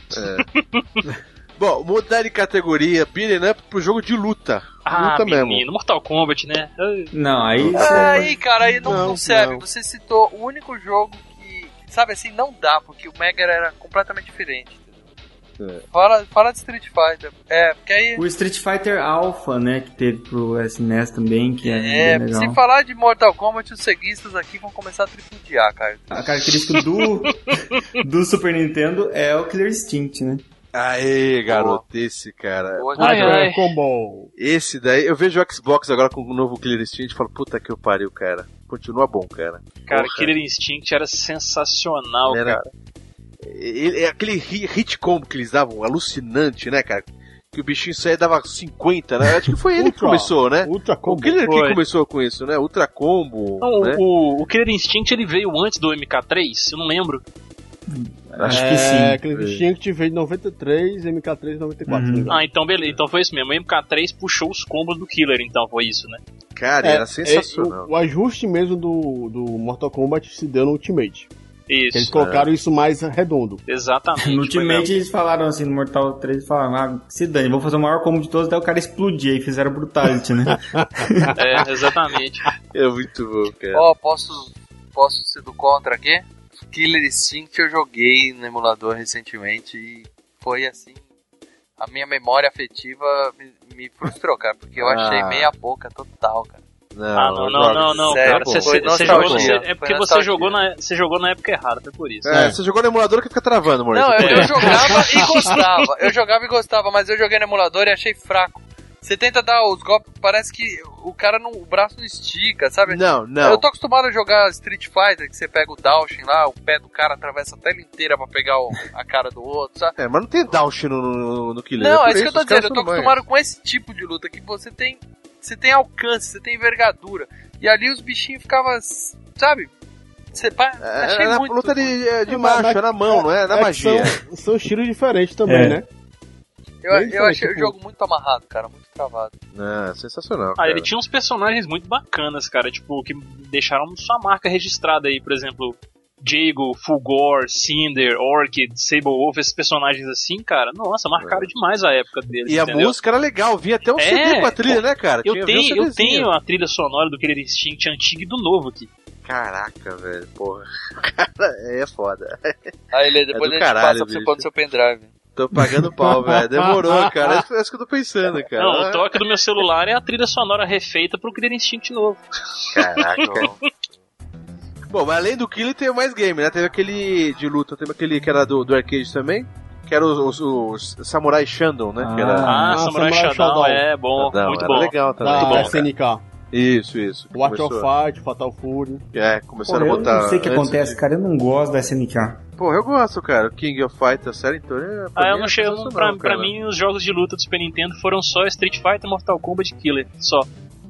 [SPEAKER 3] é. Bom, mudar de categoria, beat'em up pro jogo de luta.
[SPEAKER 2] Ah,
[SPEAKER 3] luta
[SPEAKER 2] menino,
[SPEAKER 3] mesmo.
[SPEAKER 2] Mortal Kombat, né? Ai,
[SPEAKER 5] Não, aí.
[SPEAKER 1] Aí, cara, aí não,
[SPEAKER 4] Não,
[SPEAKER 1] não serve.
[SPEAKER 4] não.
[SPEAKER 1] Você citou o único jogo que, sabe assim, não dá, porque o Mega era completamente diferente. entendeu? Fala, fala de Street Fighter. É, porque aí.
[SPEAKER 5] O Street Fighter Alpha, né, que teve pro SNES também, que é,
[SPEAKER 1] É,
[SPEAKER 5] bem
[SPEAKER 1] se
[SPEAKER 5] legal.
[SPEAKER 1] falar de Mortal Kombat, os ceguistas aqui vão começar a tripudiar, cara.
[SPEAKER 5] A característica do, do Super Nintendo é o Killer Instinct, né?
[SPEAKER 3] Aê, garoto, esse cara.
[SPEAKER 1] Hoje,
[SPEAKER 2] Ai,
[SPEAKER 4] Capitão
[SPEAKER 2] ai.
[SPEAKER 4] Combo.
[SPEAKER 3] Esse daí, eu vejo o Xbox agora com o novo Clear Instinct e falo, puta que eu pariu, cara. Continua bom, cara.
[SPEAKER 2] Cara,
[SPEAKER 3] Porra.
[SPEAKER 2] Killer Instinct era sensacional,
[SPEAKER 3] Era-
[SPEAKER 2] cara.
[SPEAKER 3] Ele- é aquele hi- hit combo que eles davam, alucinante, né, cara? que o bichinho saía e dava 50, né? Acho que foi ele que
[SPEAKER 2] Ultra-
[SPEAKER 3] começou, né?
[SPEAKER 4] Ultra
[SPEAKER 3] O Killer que
[SPEAKER 2] Foi.
[SPEAKER 3] começou com isso, né? Ultra Combo.
[SPEAKER 2] Não,
[SPEAKER 3] né?
[SPEAKER 2] o, o Killer Instinct ele veio antes do MK3, eu não lembro.
[SPEAKER 4] Acho
[SPEAKER 2] que sim.
[SPEAKER 4] É, aquele bichinho que te veio de 93, MK3 em
[SPEAKER 3] Uhum.
[SPEAKER 4] 94. se não me engano.
[SPEAKER 2] Ah, então beleza, então foi isso mesmo. O MK3 puxou os combos do Killer, então foi isso, né?
[SPEAKER 3] Cara,
[SPEAKER 1] Ah,
[SPEAKER 4] É, é, o, o ajuste mesmo do, do Mortal Kombat se deu no Ultimate.
[SPEAKER 2] Isso.
[SPEAKER 4] Eles
[SPEAKER 1] É.
[SPEAKER 4] colocaram isso mais redondo.
[SPEAKER 2] Exatamente.
[SPEAKER 5] No Ultimate eles falaram assim, no Mortal 3, falaram, ah, se dane, vou fazer o maior combo de todos, até o cara explodir, aí fizeram Brutality, né?
[SPEAKER 2] É, exatamente.
[SPEAKER 3] É muito bom, cara.
[SPEAKER 1] Ó, posso, posso ser do contra aqui? Killer Instinct eu joguei no emulador recentemente e foi assim. A minha memória afetiva me, me frustrou, cara, porque eu
[SPEAKER 2] Ah.
[SPEAKER 1] achei meia boca total, cara.
[SPEAKER 2] ah, não, não, não, não,
[SPEAKER 1] Sério,
[SPEAKER 2] cara.
[SPEAKER 1] pô.
[SPEAKER 2] Você,
[SPEAKER 1] Foi
[SPEAKER 2] você- você jogou,
[SPEAKER 1] nostalgia.
[SPEAKER 2] você- é
[SPEAKER 1] Foi
[SPEAKER 2] porque você
[SPEAKER 1] nostalgia.
[SPEAKER 2] jogou, na, você jogou na época errada, foi por isso.
[SPEAKER 3] É, você jogou no emulador que fica travando, amor.
[SPEAKER 1] Não, eu, eu jogava e gostava. Eu jogava e gostava, mas eu joguei no emulador e achei fraco. Você tenta dar os golpes, parece que o cara não, o braço não estica, sabe?
[SPEAKER 3] Não, não.
[SPEAKER 1] Eu tô acostumado a jogar Street Fighter, que você pega o Dowshin lá, o pé do cara atravessa a tela inteira pra pegar o- a cara do outro, sabe?
[SPEAKER 3] É, mas não tem dash no, no, no Killer.
[SPEAKER 1] Não,
[SPEAKER 3] por
[SPEAKER 1] é isso que eu tô
[SPEAKER 3] os caras
[SPEAKER 1] dizendo. Eu tô
[SPEAKER 3] são normais.
[SPEAKER 1] acostumado com esse tipo de luta que você tem, você tem alcance, você tem envergadura. E ali os bichinhos ficavam, sabe? Você pá, achei
[SPEAKER 3] era
[SPEAKER 1] muito.
[SPEAKER 3] É, luta de, é, de
[SPEAKER 1] Mas-
[SPEAKER 3] macho,
[SPEAKER 1] mas-
[SPEAKER 3] é na mão, não é? Na
[SPEAKER 4] É que
[SPEAKER 3] magia.
[SPEAKER 4] São, são estilos diferentes também,
[SPEAKER 3] É.
[SPEAKER 4] né?
[SPEAKER 1] Eu,
[SPEAKER 4] bem
[SPEAKER 1] eu
[SPEAKER 4] diferente,
[SPEAKER 1] achei o
[SPEAKER 4] tipo-
[SPEAKER 1] jogo muito amarrado, cara, muito travado.
[SPEAKER 3] Ah, sensacional.
[SPEAKER 2] Ah,
[SPEAKER 3] cara.
[SPEAKER 2] ele tinha uns personagens muito bacanas, cara, tipo, que deixaram sua marca registrada aí, por exemplo, Jago, Fulgor, Cinder, Orchid, Sable Wolf, esses personagens assim, cara, nossa, marcaram demais a época deles.
[SPEAKER 3] E a
[SPEAKER 2] entendeu?
[SPEAKER 3] música era legal, vinha
[SPEAKER 1] É,
[SPEAKER 3] até um CD com a trilha,
[SPEAKER 2] pô,
[SPEAKER 3] né, cara?
[SPEAKER 2] Eu
[SPEAKER 3] Tinha- vinha um
[SPEAKER 2] tenho, eu
[SPEAKER 3] CDzinho.
[SPEAKER 2] tenho a trilha sonora do Killer Instinct antigo e do novo aqui.
[SPEAKER 3] Caraca, velho, porra. Cara, é foda.
[SPEAKER 1] Aí, Lê, depois a
[SPEAKER 3] É do
[SPEAKER 1] gente
[SPEAKER 3] caralho,
[SPEAKER 1] passa pra você
[SPEAKER 3] bicho.
[SPEAKER 1] pôr no seu pendrive.
[SPEAKER 3] Tô pagando pau, velho. Demorou, cara. É isso- É isso que eu tô pensando, cara.
[SPEAKER 2] Não, o
[SPEAKER 3] Ah,
[SPEAKER 2] toque do meu celular é a trilha sonora refeita pro Killer Instinct novo.
[SPEAKER 3] Caraca. Bom, mas além do Killer teve mais game, né? Teve aquele de luta, teve aquele que era do, do arcade também, que era os, os- os Samurai Shadow, né? que era...
[SPEAKER 2] Ah, Samurai, Shodown, é bom,
[SPEAKER 3] Shadown,
[SPEAKER 2] muito
[SPEAKER 3] era
[SPEAKER 2] bom.
[SPEAKER 3] legal também. né?
[SPEAKER 4] Da
[SPEAKER 3] Muito tá bom, cara.
[SPEAKER 4] SNK.
[SPEAKER 3] Isso, isso.
[SPEAKER 4] Watch
[SPEAKER 3] Começou-
[SPEAKER 4] of Fight, Fatal Fury.
[SPEAKER 3] É,
[SPEAKER 5] Pô,
[SPEAKER 3] começaram a
[SPEAKER 5] eu
[SPEAKER 3] botar.
[SPEAKER 5] não sei o que
[SPEAKER 3] antes
[SPEAKER 5] acontece, cara, eu não gosto da SNK.
[SPEAKER 3] de- Porra, eu gosto, cara. King of Fighters, a série toda é. pra
[SPEAKER 2] Ah, eu
[SPEAKER 3] mim,
[SPEAKER 2] não
[SPEAKER 3] é
[SPEAKER 2] chego.
[SPEAKER 3] sensacional,
[SPEAKER 2] Pra, pra
[SPEAKER 3] cara.
[SPEAKER 2] mim, os jogos de luta do Super Nintendo foram só Street Fighter, Mortal Kombat e Killer. Só.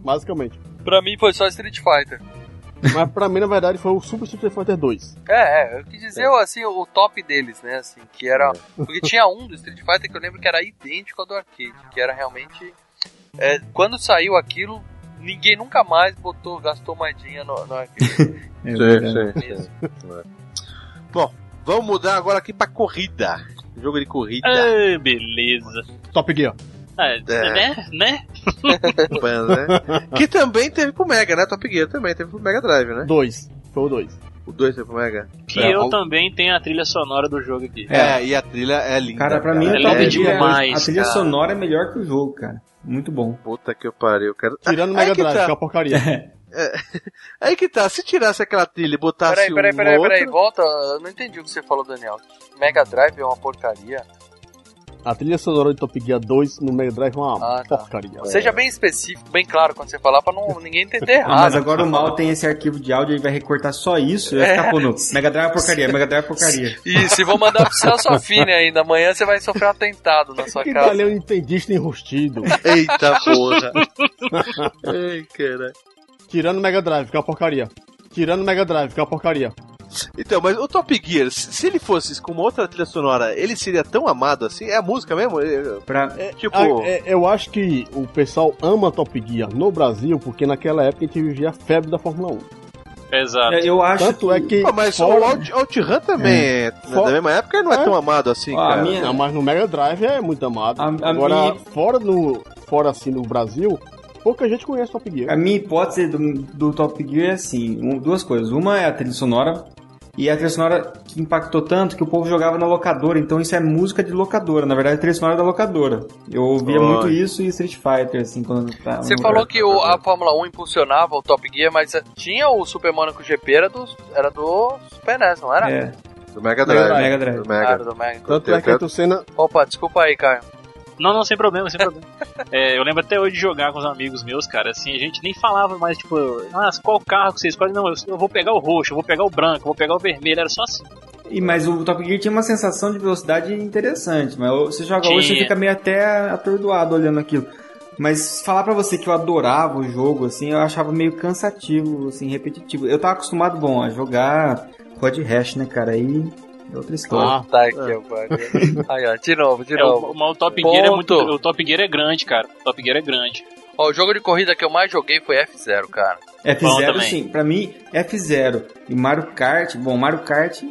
[SPEAKER 4] Basicamente.
[SPEAKER 1] Pra mim foi só Street Fighter.
[SPEAKER 4] Mas pra mim, na verdade, foi o Super Street Fighter 2.
[SPEAKER 1] É, é, eu quis dizer assim, o top deles, né? Assim, que era. Porque tinha um do Street Fighter que eu lembro que era idêntico ao do arcade, que era realmente. é, quando saiu aquilo, ninguém nunca mais botou, gastou moedinha no, no arcade.
[SPEAKER 5] É,
[SPEAKER 3] Sim,
[SPEAKER 1] verdade.
[SPEAKER 3] sim, sim. Bom, vamos mudar agora aqui pra corrida. Jogo de corrida.
[SPEAKER 2] Ah, beleza.
[SPEAKER 4] Top Gear.
[SPEAKER 2] É,
[SPEAKER 3] É.
[SPEAKER 2] Né? Né?
[SPEAKER 3] Pan, né? Que também teve pro Mega, né? Top Gear também teve pro Mega Drive, né?
[SPEAKER 4] Dois. Foi o dois.
[SPEAKER 3] O 2 teve pro Mega?
[SPEAKER 2] Que
[SPEAKER 3] É,
[SPEAKER 2] eu
[SPEAKER 3] o-
[SPEAKER 2] também tenho a trilha sonora do jogo aqui.
[SPEAKER 3] É, e a trilha é linda.
[SPEAKER 5] Cara, pra mim,
[SPEAKER 2] É
[SPEAKER 5] o Top
[SPEAKER 2] lindo
[SPEAKER 5] Gear,
[SPEAKER 2] demais,
[SPEAKER 5] a trilha
[SPEAKER 2] cara.
[SPEAKER 5] sonora é melhor que o jogo, cara. Muito bom.
[SPEAKER 3] Puta que eu pariu, cara.
[SPEAKER 4] Tirando o
[SPEAKER 3] Aí
[SPEAKER 4] Mega
[SPEAKER 3] que
[SPEAKER 4] Drive,
[SPEAKER 3] tá.
[SPEAKER 4] que é uma porcaria.
[SPEAKER 3] Aí que tá, se tirasse aquela trilha e botasse
[SPEAKER 1] Peraí, peraí,
[SPEAKER 3] um
[SPEAKER 1] peraí,
[SPEAKER 3] outro...
[SPEAKER 1] peraí, volta. Eu não entendi o que você falou, Daniel. Mega Drive é uma porcaria.
[SPEAKER 4] A trilha sonora de Top Gear 2 no Mega Drive é uma
[SPEAKER 1] Ah, tá.
[SPEAKER 4] porcaria.
[SPEAKER 1] Seja bem específico, bem claro quando você falar, pra não, ninguém entender
[SPEAKER 5] Ah,
[SPEAKER 1] errado.
[SPEAKER 5] mas agora o mal tem esse arquivo de áudio, ele vai recortar só isso e vai ficar pondo. Mega Drive é porcaria, Mega Drive é porcaria.
[SPEAKER 1] Isso, e vou mandar pro Celso Affini ainda. Amanhã você vai sofrer um atentado na sua
[SPEAKER 4] Que
[SPEAKER 1] casa.
[SPEAKER 4] valeu entendista enrustido.
[SPEAKER 3] Eita porra. Ei, cara.
[SPEAKER 4] Tirando o Mega Drive, que é uma porcaria. Tirando o Mega Drive, que é uma porcaria.
[SPEAKER 3] Então, mas o Top Gear, se se ele fosse com uma outra trilha sonora, ele seria tão amado assim? É a música mesmo? É,
[SPEAKER 5] Pra...
[SPEAKER 3] tipo,
[SPEAKER 4] Ah, é, eu acho que o pessoal ama Top Gear no Brasil, porque naquela época a gente vivia a febre da Fórmula 1.
[SPEAKER 2] Exato.
[SPEAKER 5] É, Eu acho.
[SPEAKER 4] Tanto é que.
[SPEAKER 3] Pô, mas
[SPEAKER 4] fora-
[SPEAKER 3] o Out, OutRun também é, né,
[SPEAKER 4] Fo-
[SPEAKER 3] da mesma época não é,
[SPEAKER 4] É.
[SPEAKER 3] tão amado assim,
[SPEAKER 5] Ó, a
[SPEAKER 3] cara.
[SPEAKER 5] minha-
[SPEAKER 4] Não, mas no Mega Drive é muito amado.
[SPEAKER 5] A- a
[SPEAKER 4] Agora,
[SPEAKER 5] minha-
[SPEAKER 4] fora, no, fora assim no Brasil, pouca gente conhece Top Gear.
[SPEAKER 5] A minha hipótese do, do Top Gear é assim: um- duas coisas. Uma é a trilha sonora, e a trilha sonora que impactou tanto que o povo jogava na locadora, então isso é música de locadora. Na verdade, a trilha sonora é da locadora. Eu ouvia
[SPEAKER 3] Olha.
[SPEAKER 5] muito isso e Street Fighter, assim, quando eu tava.
[SPEAKER 1] Você
[SPEAKER 5] no-
[SPEAKER 1] falou que o- a Fórmula 1 impulsionava o Top Gear, mas eh, tinha o Super Monaco GP, era do, era do Super NES, não era?
[SPEAKER 5] É,
[SPEAKER 3] Do Mega Drive.
[SPEAKER 5] Mega Drive.
[SPEAKER 3] Do
[SPEAKER 1] Era
[SPEAKER 3] Mega.
[SPEAKER 1] do Mega.
[SPEAKER 4] Tanto
[SPEAKER 3] Eu
[SPEAKER 4] é que
[SPEAKER 3] quero-
[SPEAKER 4] a Senna
[SPEAKER 1] Opa, desculpa aí, Caio.
[SPEAKER 2] Não, não, sem problema, sem problema. É, eu lembro até hoje de jogar com os amigos meus, cara, assim, a gente nem falava mais, tipo, ah, qual carro que vocês escolhe? Não, eu, eu vou pegar o roxo, eu vou pegar o branco, eu vou pegar o vermelho, era só assim.
[SPEAKER 5] E, mas o Top Gear tinha uma sensação de velocidade interessante, mas você joga hoje você
[SPEAKER 2] Tinha.
[SPEAKER 5] fica meio até atordoado olhando aquilo. Mas falar pra você que eu adorava o jogo, assim, eu achava meio cansativo, assim, repetitivo. Eu tava acostumado, bom, a jogar Code Hash, né, cara? Aí é outra história.
[SPEAKER 1] Tá aqui, agora. Aí, ó, de novo, de
[SPEAKER 2] É,
[SPEAKER 1] novo.
[SPEAKER 2] o, mas o Top Gear é muito.
[SPEAKER 1] Ponto.
[SPEAKER 2] O Top Gear é grande, cara. O Top Gear é grande.
[SPEAKER 1] Ó, o jogo de corrida que eu mais joguei foi F0, cara. Bom
[SPEAKER 5] F0,
[SPEAKER 1] também.
[SPEAKER 5] sim, pra mim, F0 e Mario Kart, bom, Mario Kart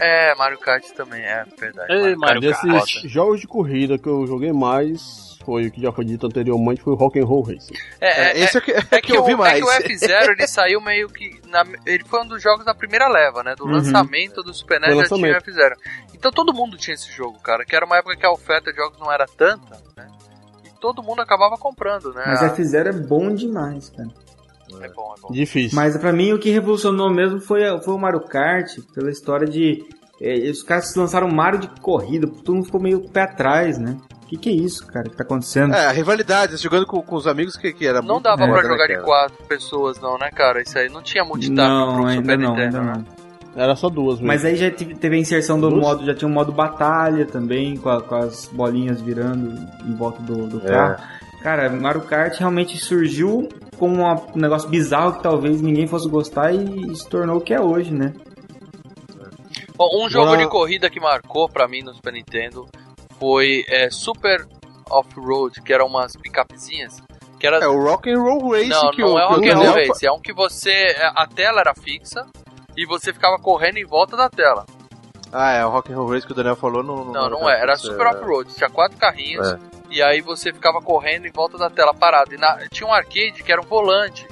[SPEAKER 1] É, Mario Kart também, é verdade.
[SPEAKER 4] Cara,
[SPEAKER 1] Mario Kart. é
[SPEAKER 4] desses jogos de corrida que eu joguei mais foi o que já foi dito anteriormente, foi o Rock and Roll Racing.
[SPEAKER 1] É,
[SPEAKER 4] esse é o que- é que eu
[SPEAKER 1] o-
[SPEAKER 4] vi mais.
[SPEAKER 1] É que o F0 ele saiu meio que. na- ele foi um dos jogos da primeira leva, né? Do
[SPEAKER 4] Uhum.
[SPEAKER 1] lançamento do Super NES
[SPEAKER 4] Do
[SPEAKER 1] já tinha o
[SPEAKER 4] lançamento.
[SPEAKER 1] F0. Então todo mundo tinha esse jogo, cara. Que era uma época que a oferta de jogos não era tanta, né? E todo mundo acabava comprando, né?
[SPEAKER 5] Mas F0 é bom demais, cara.
[SPEAKER 1] É bom, é bom.
[SPEAKER 4] Difícil.
[SPEAKER 5] Mas pra mim o que revolucionou mesmo foi, foi o Mario Kart, pela história de. eh, os caras lançaram o Mario de corrida, todo mundo ficou meio pé atrás, né? O que, que é isso, cara, que tá acontecendo?
[SPEAKER 3] É, a rivalidade, jogando com, com os amigos que, que era
[SPEAKER 1] Não
[SPEAKER 3] muito
[SPEAKER 1] dava pra
[SPEAKER 3] merda, né,
[SPEAKER 1] jogar de
[SPEAKER 3] cara?
[SPEAKER 1] quatro pessoas, não, né, cara? Isso aí não tinha multitasking pro
[SPEAKER 5] não, ainda
[SPEAKER 1] Super
[SPEAKER 5] não,
[SPEAKER 1] Nintendo. né?
[SPEAKER 5] ainda não.
[SPEAKER 4] Era só duas mesmo.
[SPEAKER 5] Mas aí já tive- teve a inserção do
[SPEAKER 4] Duas?
[SPEAKER 5] modo, já tinha um modo batalha também, com, a- com as bolinhas virando em volta do, do
[SPEAKER 3] É.
[SPEAKER 5] carro. Cara, Mario Kart realmente surgiu como uma- um negócio bizarro que talvez ninguém fosse gostar e se tornou o que é hoje, né?
[SPEAKER 1] Bom, um jogo
[SPEAKER 5] Não.
[SPEAKER 1] de corrida que marcou pra mim no Super Nintendo foi é, Super Off-Road, que eram umas picapezinhas. Que era...
[SPEAKER 3] É o Rock and Roll Racing
[SPEAKER 1] Não,
[SPEAKER 3] que
[SPEAKER 1] não
[SPEAKER 3] o,
[SPEAKER 1] é
[SPEAKER 3] que o
[SPEAKER 1] Rock and
[SPEAKER 3] Léo
[SPEAKER 1] Roll
[SPEAKER 3] fa-
[SPEAKER 1] Race, é um que você. é, A tela era fixa e você ficava correndo em volta da tela.
[SPEAKER 3] Ah, é o Rock and Roll Race que o Daniel falou no, no
[SPEAKER 1] Não, não é, era Super Off-Road, tinha quatro carrinhos
[SPEAKER 3] É.
[SPEAKER 1] e aí você ficava correndo em volta da tela parado. E na- tinha um arcade que era um volante,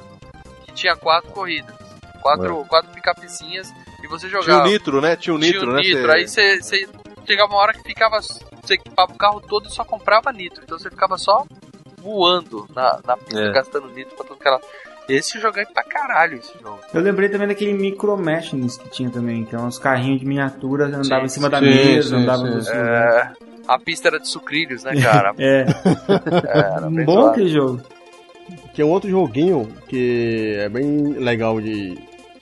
[SPEAKER 1] que tinha quatro corridas, quatro, quatro picapezinhas e você
[SPEAKER 3] É. Tinha o
[SPEAKER 1] jogava.
[SPEAKER 3] Nitro, né? Tinha o Nitro,
[SPEAKER 1] tinha o
[SPEAKER 3] né?
[SPEAKER 1] nitro.
[SPEAKER 3] Cê-
[SPEAKER 1] Aí você, você chegava uma hora que ficava. Você equipava o carro todo e só comprava nitro. Então você ficava só voando na, na pista,
[SPEAKER 5] É.
[SPEAKER 1] gastando nitro pra tudo que ela. Esse eu joguei pra caralho esse jogo.
[SPEAKER 5] Eu lembrei também daquele Micro Machines que tinha também, que eram uns carrinhos de miniatura, andava em cima da
[SPEAKER 3] sim,
[SPEAKER 5] mesa,
[SPEAKER 3] sim,
[SPEAKER 5] andava
[SPEAKER 3] sim.
[SPEAKER 5] nos lugares.
[SPEAKER 1] É, a pista era de sucrilhos, né, cara?
[SPEAKER 5] É.
[SPEAKER 1] Era bem
[SPEAKER 5] Bom
[SPEAKER 1] zoado.
[SPEAKER 5] aquele jogo.
[SPEAKER 4] Tem um outro joguinho que é bem legal de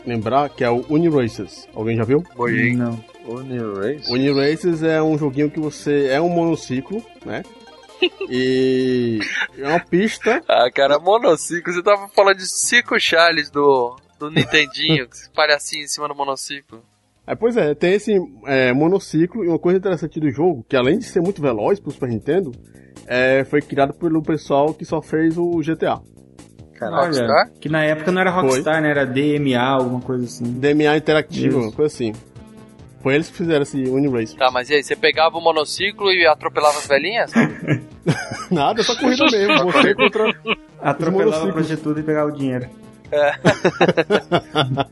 [SPEAKER 4] lembrar, que é o Uniracers. Alguém já viu?
[SPEAKER 5] Não.
[SPEAKER 3] Uniracers?
[SPEAKER 4] Uniracers é um joguinho que você é um monociclo, né? E é uma pista.
[SPEAKER 1] Ah, cara, monociclo. Você tava falando de Cico Charles do, do Nintendinho, que esse palhacinho em cima do monociclo.
[SPEAKER 4] É, pois é, tem esse é, monociclo e uma coisa interessante do jogo, que além de ser muito veloz pro Super Nintendo, é, foi criado pelo pessoal que só fez o GTA.
[SPEAKER 5] Olha,
[SPEAKER 1] tá?
[SPEAKER 4] Rockstar?
[SPEAKER 5] que na época não era
[SPEAKER 4] Foi.
[SPEAKER 5] Rockstar, né? Era DMA, alguma coisa assim.
[SPEAKER 4] DMA Interactivo,
[SPEAKER 5] Isso.
[SPEAKER 4] uma coisa assim. Foi eles que fizeram esse Uniracers.
[SPEAKER 1] Tá, mas e aí? Você pegava o monociclo e atropelava as velhinhas?
[SPEAKER 4] Nada, só corrida mesmo. Você contra
[SPEAKER 5] Atropelava a
[SPEAKER 4] monociclos.
[SPEAKER 5] prostituta e pegava o dinheiro.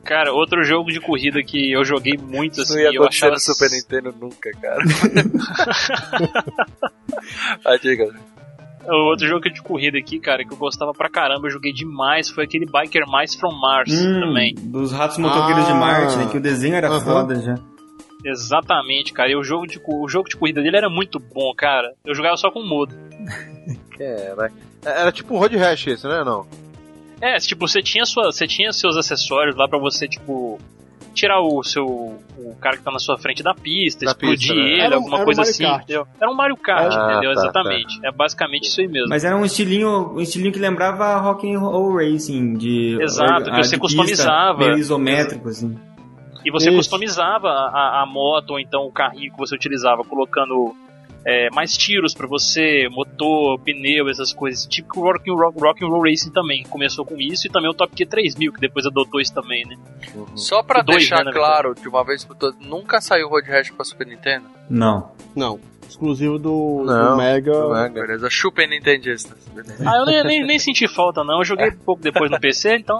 [SPEAKER 2] Cara, outro jogo de corrida que eu joguei muito
[SPEAKER 1] Isso
[SPEAKER 2] assim,
[SPEAKER 1] não ia
[SPEAKER 2] eu
[SPEAKER 1] acontecer
[SPEAKER 2] achava
[SPEAKER 1] no Super Nintendo nunca, cara. ah, diga.
[SPEAKER 2] O outro jogo de corrida aqui, cara, que eu gostava pra caramba, eu joguei demais, foi aquele Biker Mice from Mars
[SPEAKER 5] Hum,
[SPEAKER 2] também.
[SPEAKER 5] Dos ratos motoqueiros de Marte, né? Que o desenho era
[SPEAKER 2] Aham.
[SPEAKER 5] foda já.
[SPEAKER 2] Exatamente, cara. E o jogo, de, co- o jogo de corrida dele era muito bom, cara. Eu jogava só com o modo.
[SPEAKER 3] Caraca. Era tipo um Road Rash esse, né? Não.
[SPEAKER 2] É, tipo, você tinha, sua, você tinha seus acessórios lá pra você, tipo, tirar o seu. o cara que tá na sua frente da pista,
[SPEAKER 3] Da
[SPEAKER 2] explodir
[SPEAKER 3] pista, né?
[SPEAKER 2] ele,
[SPEAKER 3] Era um-
[SPEAKER 2] alguma
[SPEAKER 3] era um
[SPEAKER 2] coisa
[SPEAKER 3] Mario
[SPEAKER 2] assim.
[SPEAKER 3] Kart.
[SPEAKER 2] Entendeu? Era um Mario Kart,
[SPEAKER 3] Ah,
[SPEAKER 2] entendeu?
[SPEAKER 3] tá,
[SPEAKER 2] Exatamente. É basicamente isso aí mesmo.
[SPEAKER 5] Mas era um estilinho, um estilinho que lembrava Rock and Roll Racing de
[SPEAKER 2] Exato,
[SPEAKER 5] ah,
[SPEAKER 2] que você
[SPEAKER 5] de pista,
[SPEAKER 2] customizava.
[SPEAKER 5] meio isométrico assim.
[SPEAKER 2] E você
[SPEAKER 5] Isso.
[SPEAKER 2] customizava a, a moto ou então o carrinho que você utilizava, colocando é, mais tiros pra você, motor, pneu, essas coisas. Tipo o Rock, and Roll- Rock and Roll Racing também, que começou com isso, e também o Top Gear 3000, que depois adotou isso também, né?
[SPEAKER 1] Só pra
[SPEAKER 2] Dois,
[SPEAKER 1] deixar
[SPEAKER 2] né, na
[SPEAKER 1] claro, de uma vez por todas, nunca saiu Road Rash pra Super Nintendo?
[SPEAKER 5] Não.
[SPEAKER 4] Não. Exclusivo do,
[SPEAKER 3] Não,
[SPEAKER 4] do Mega.
[SPEAKER 3] Ah, Né?
[SPEAKER 1] Beleza, chupem Nintendistas. Beleza.
[SPEAKER 2] Ah, eu nem, nem, nem senti falta, não. Eu joguei pouco depois no PC, então.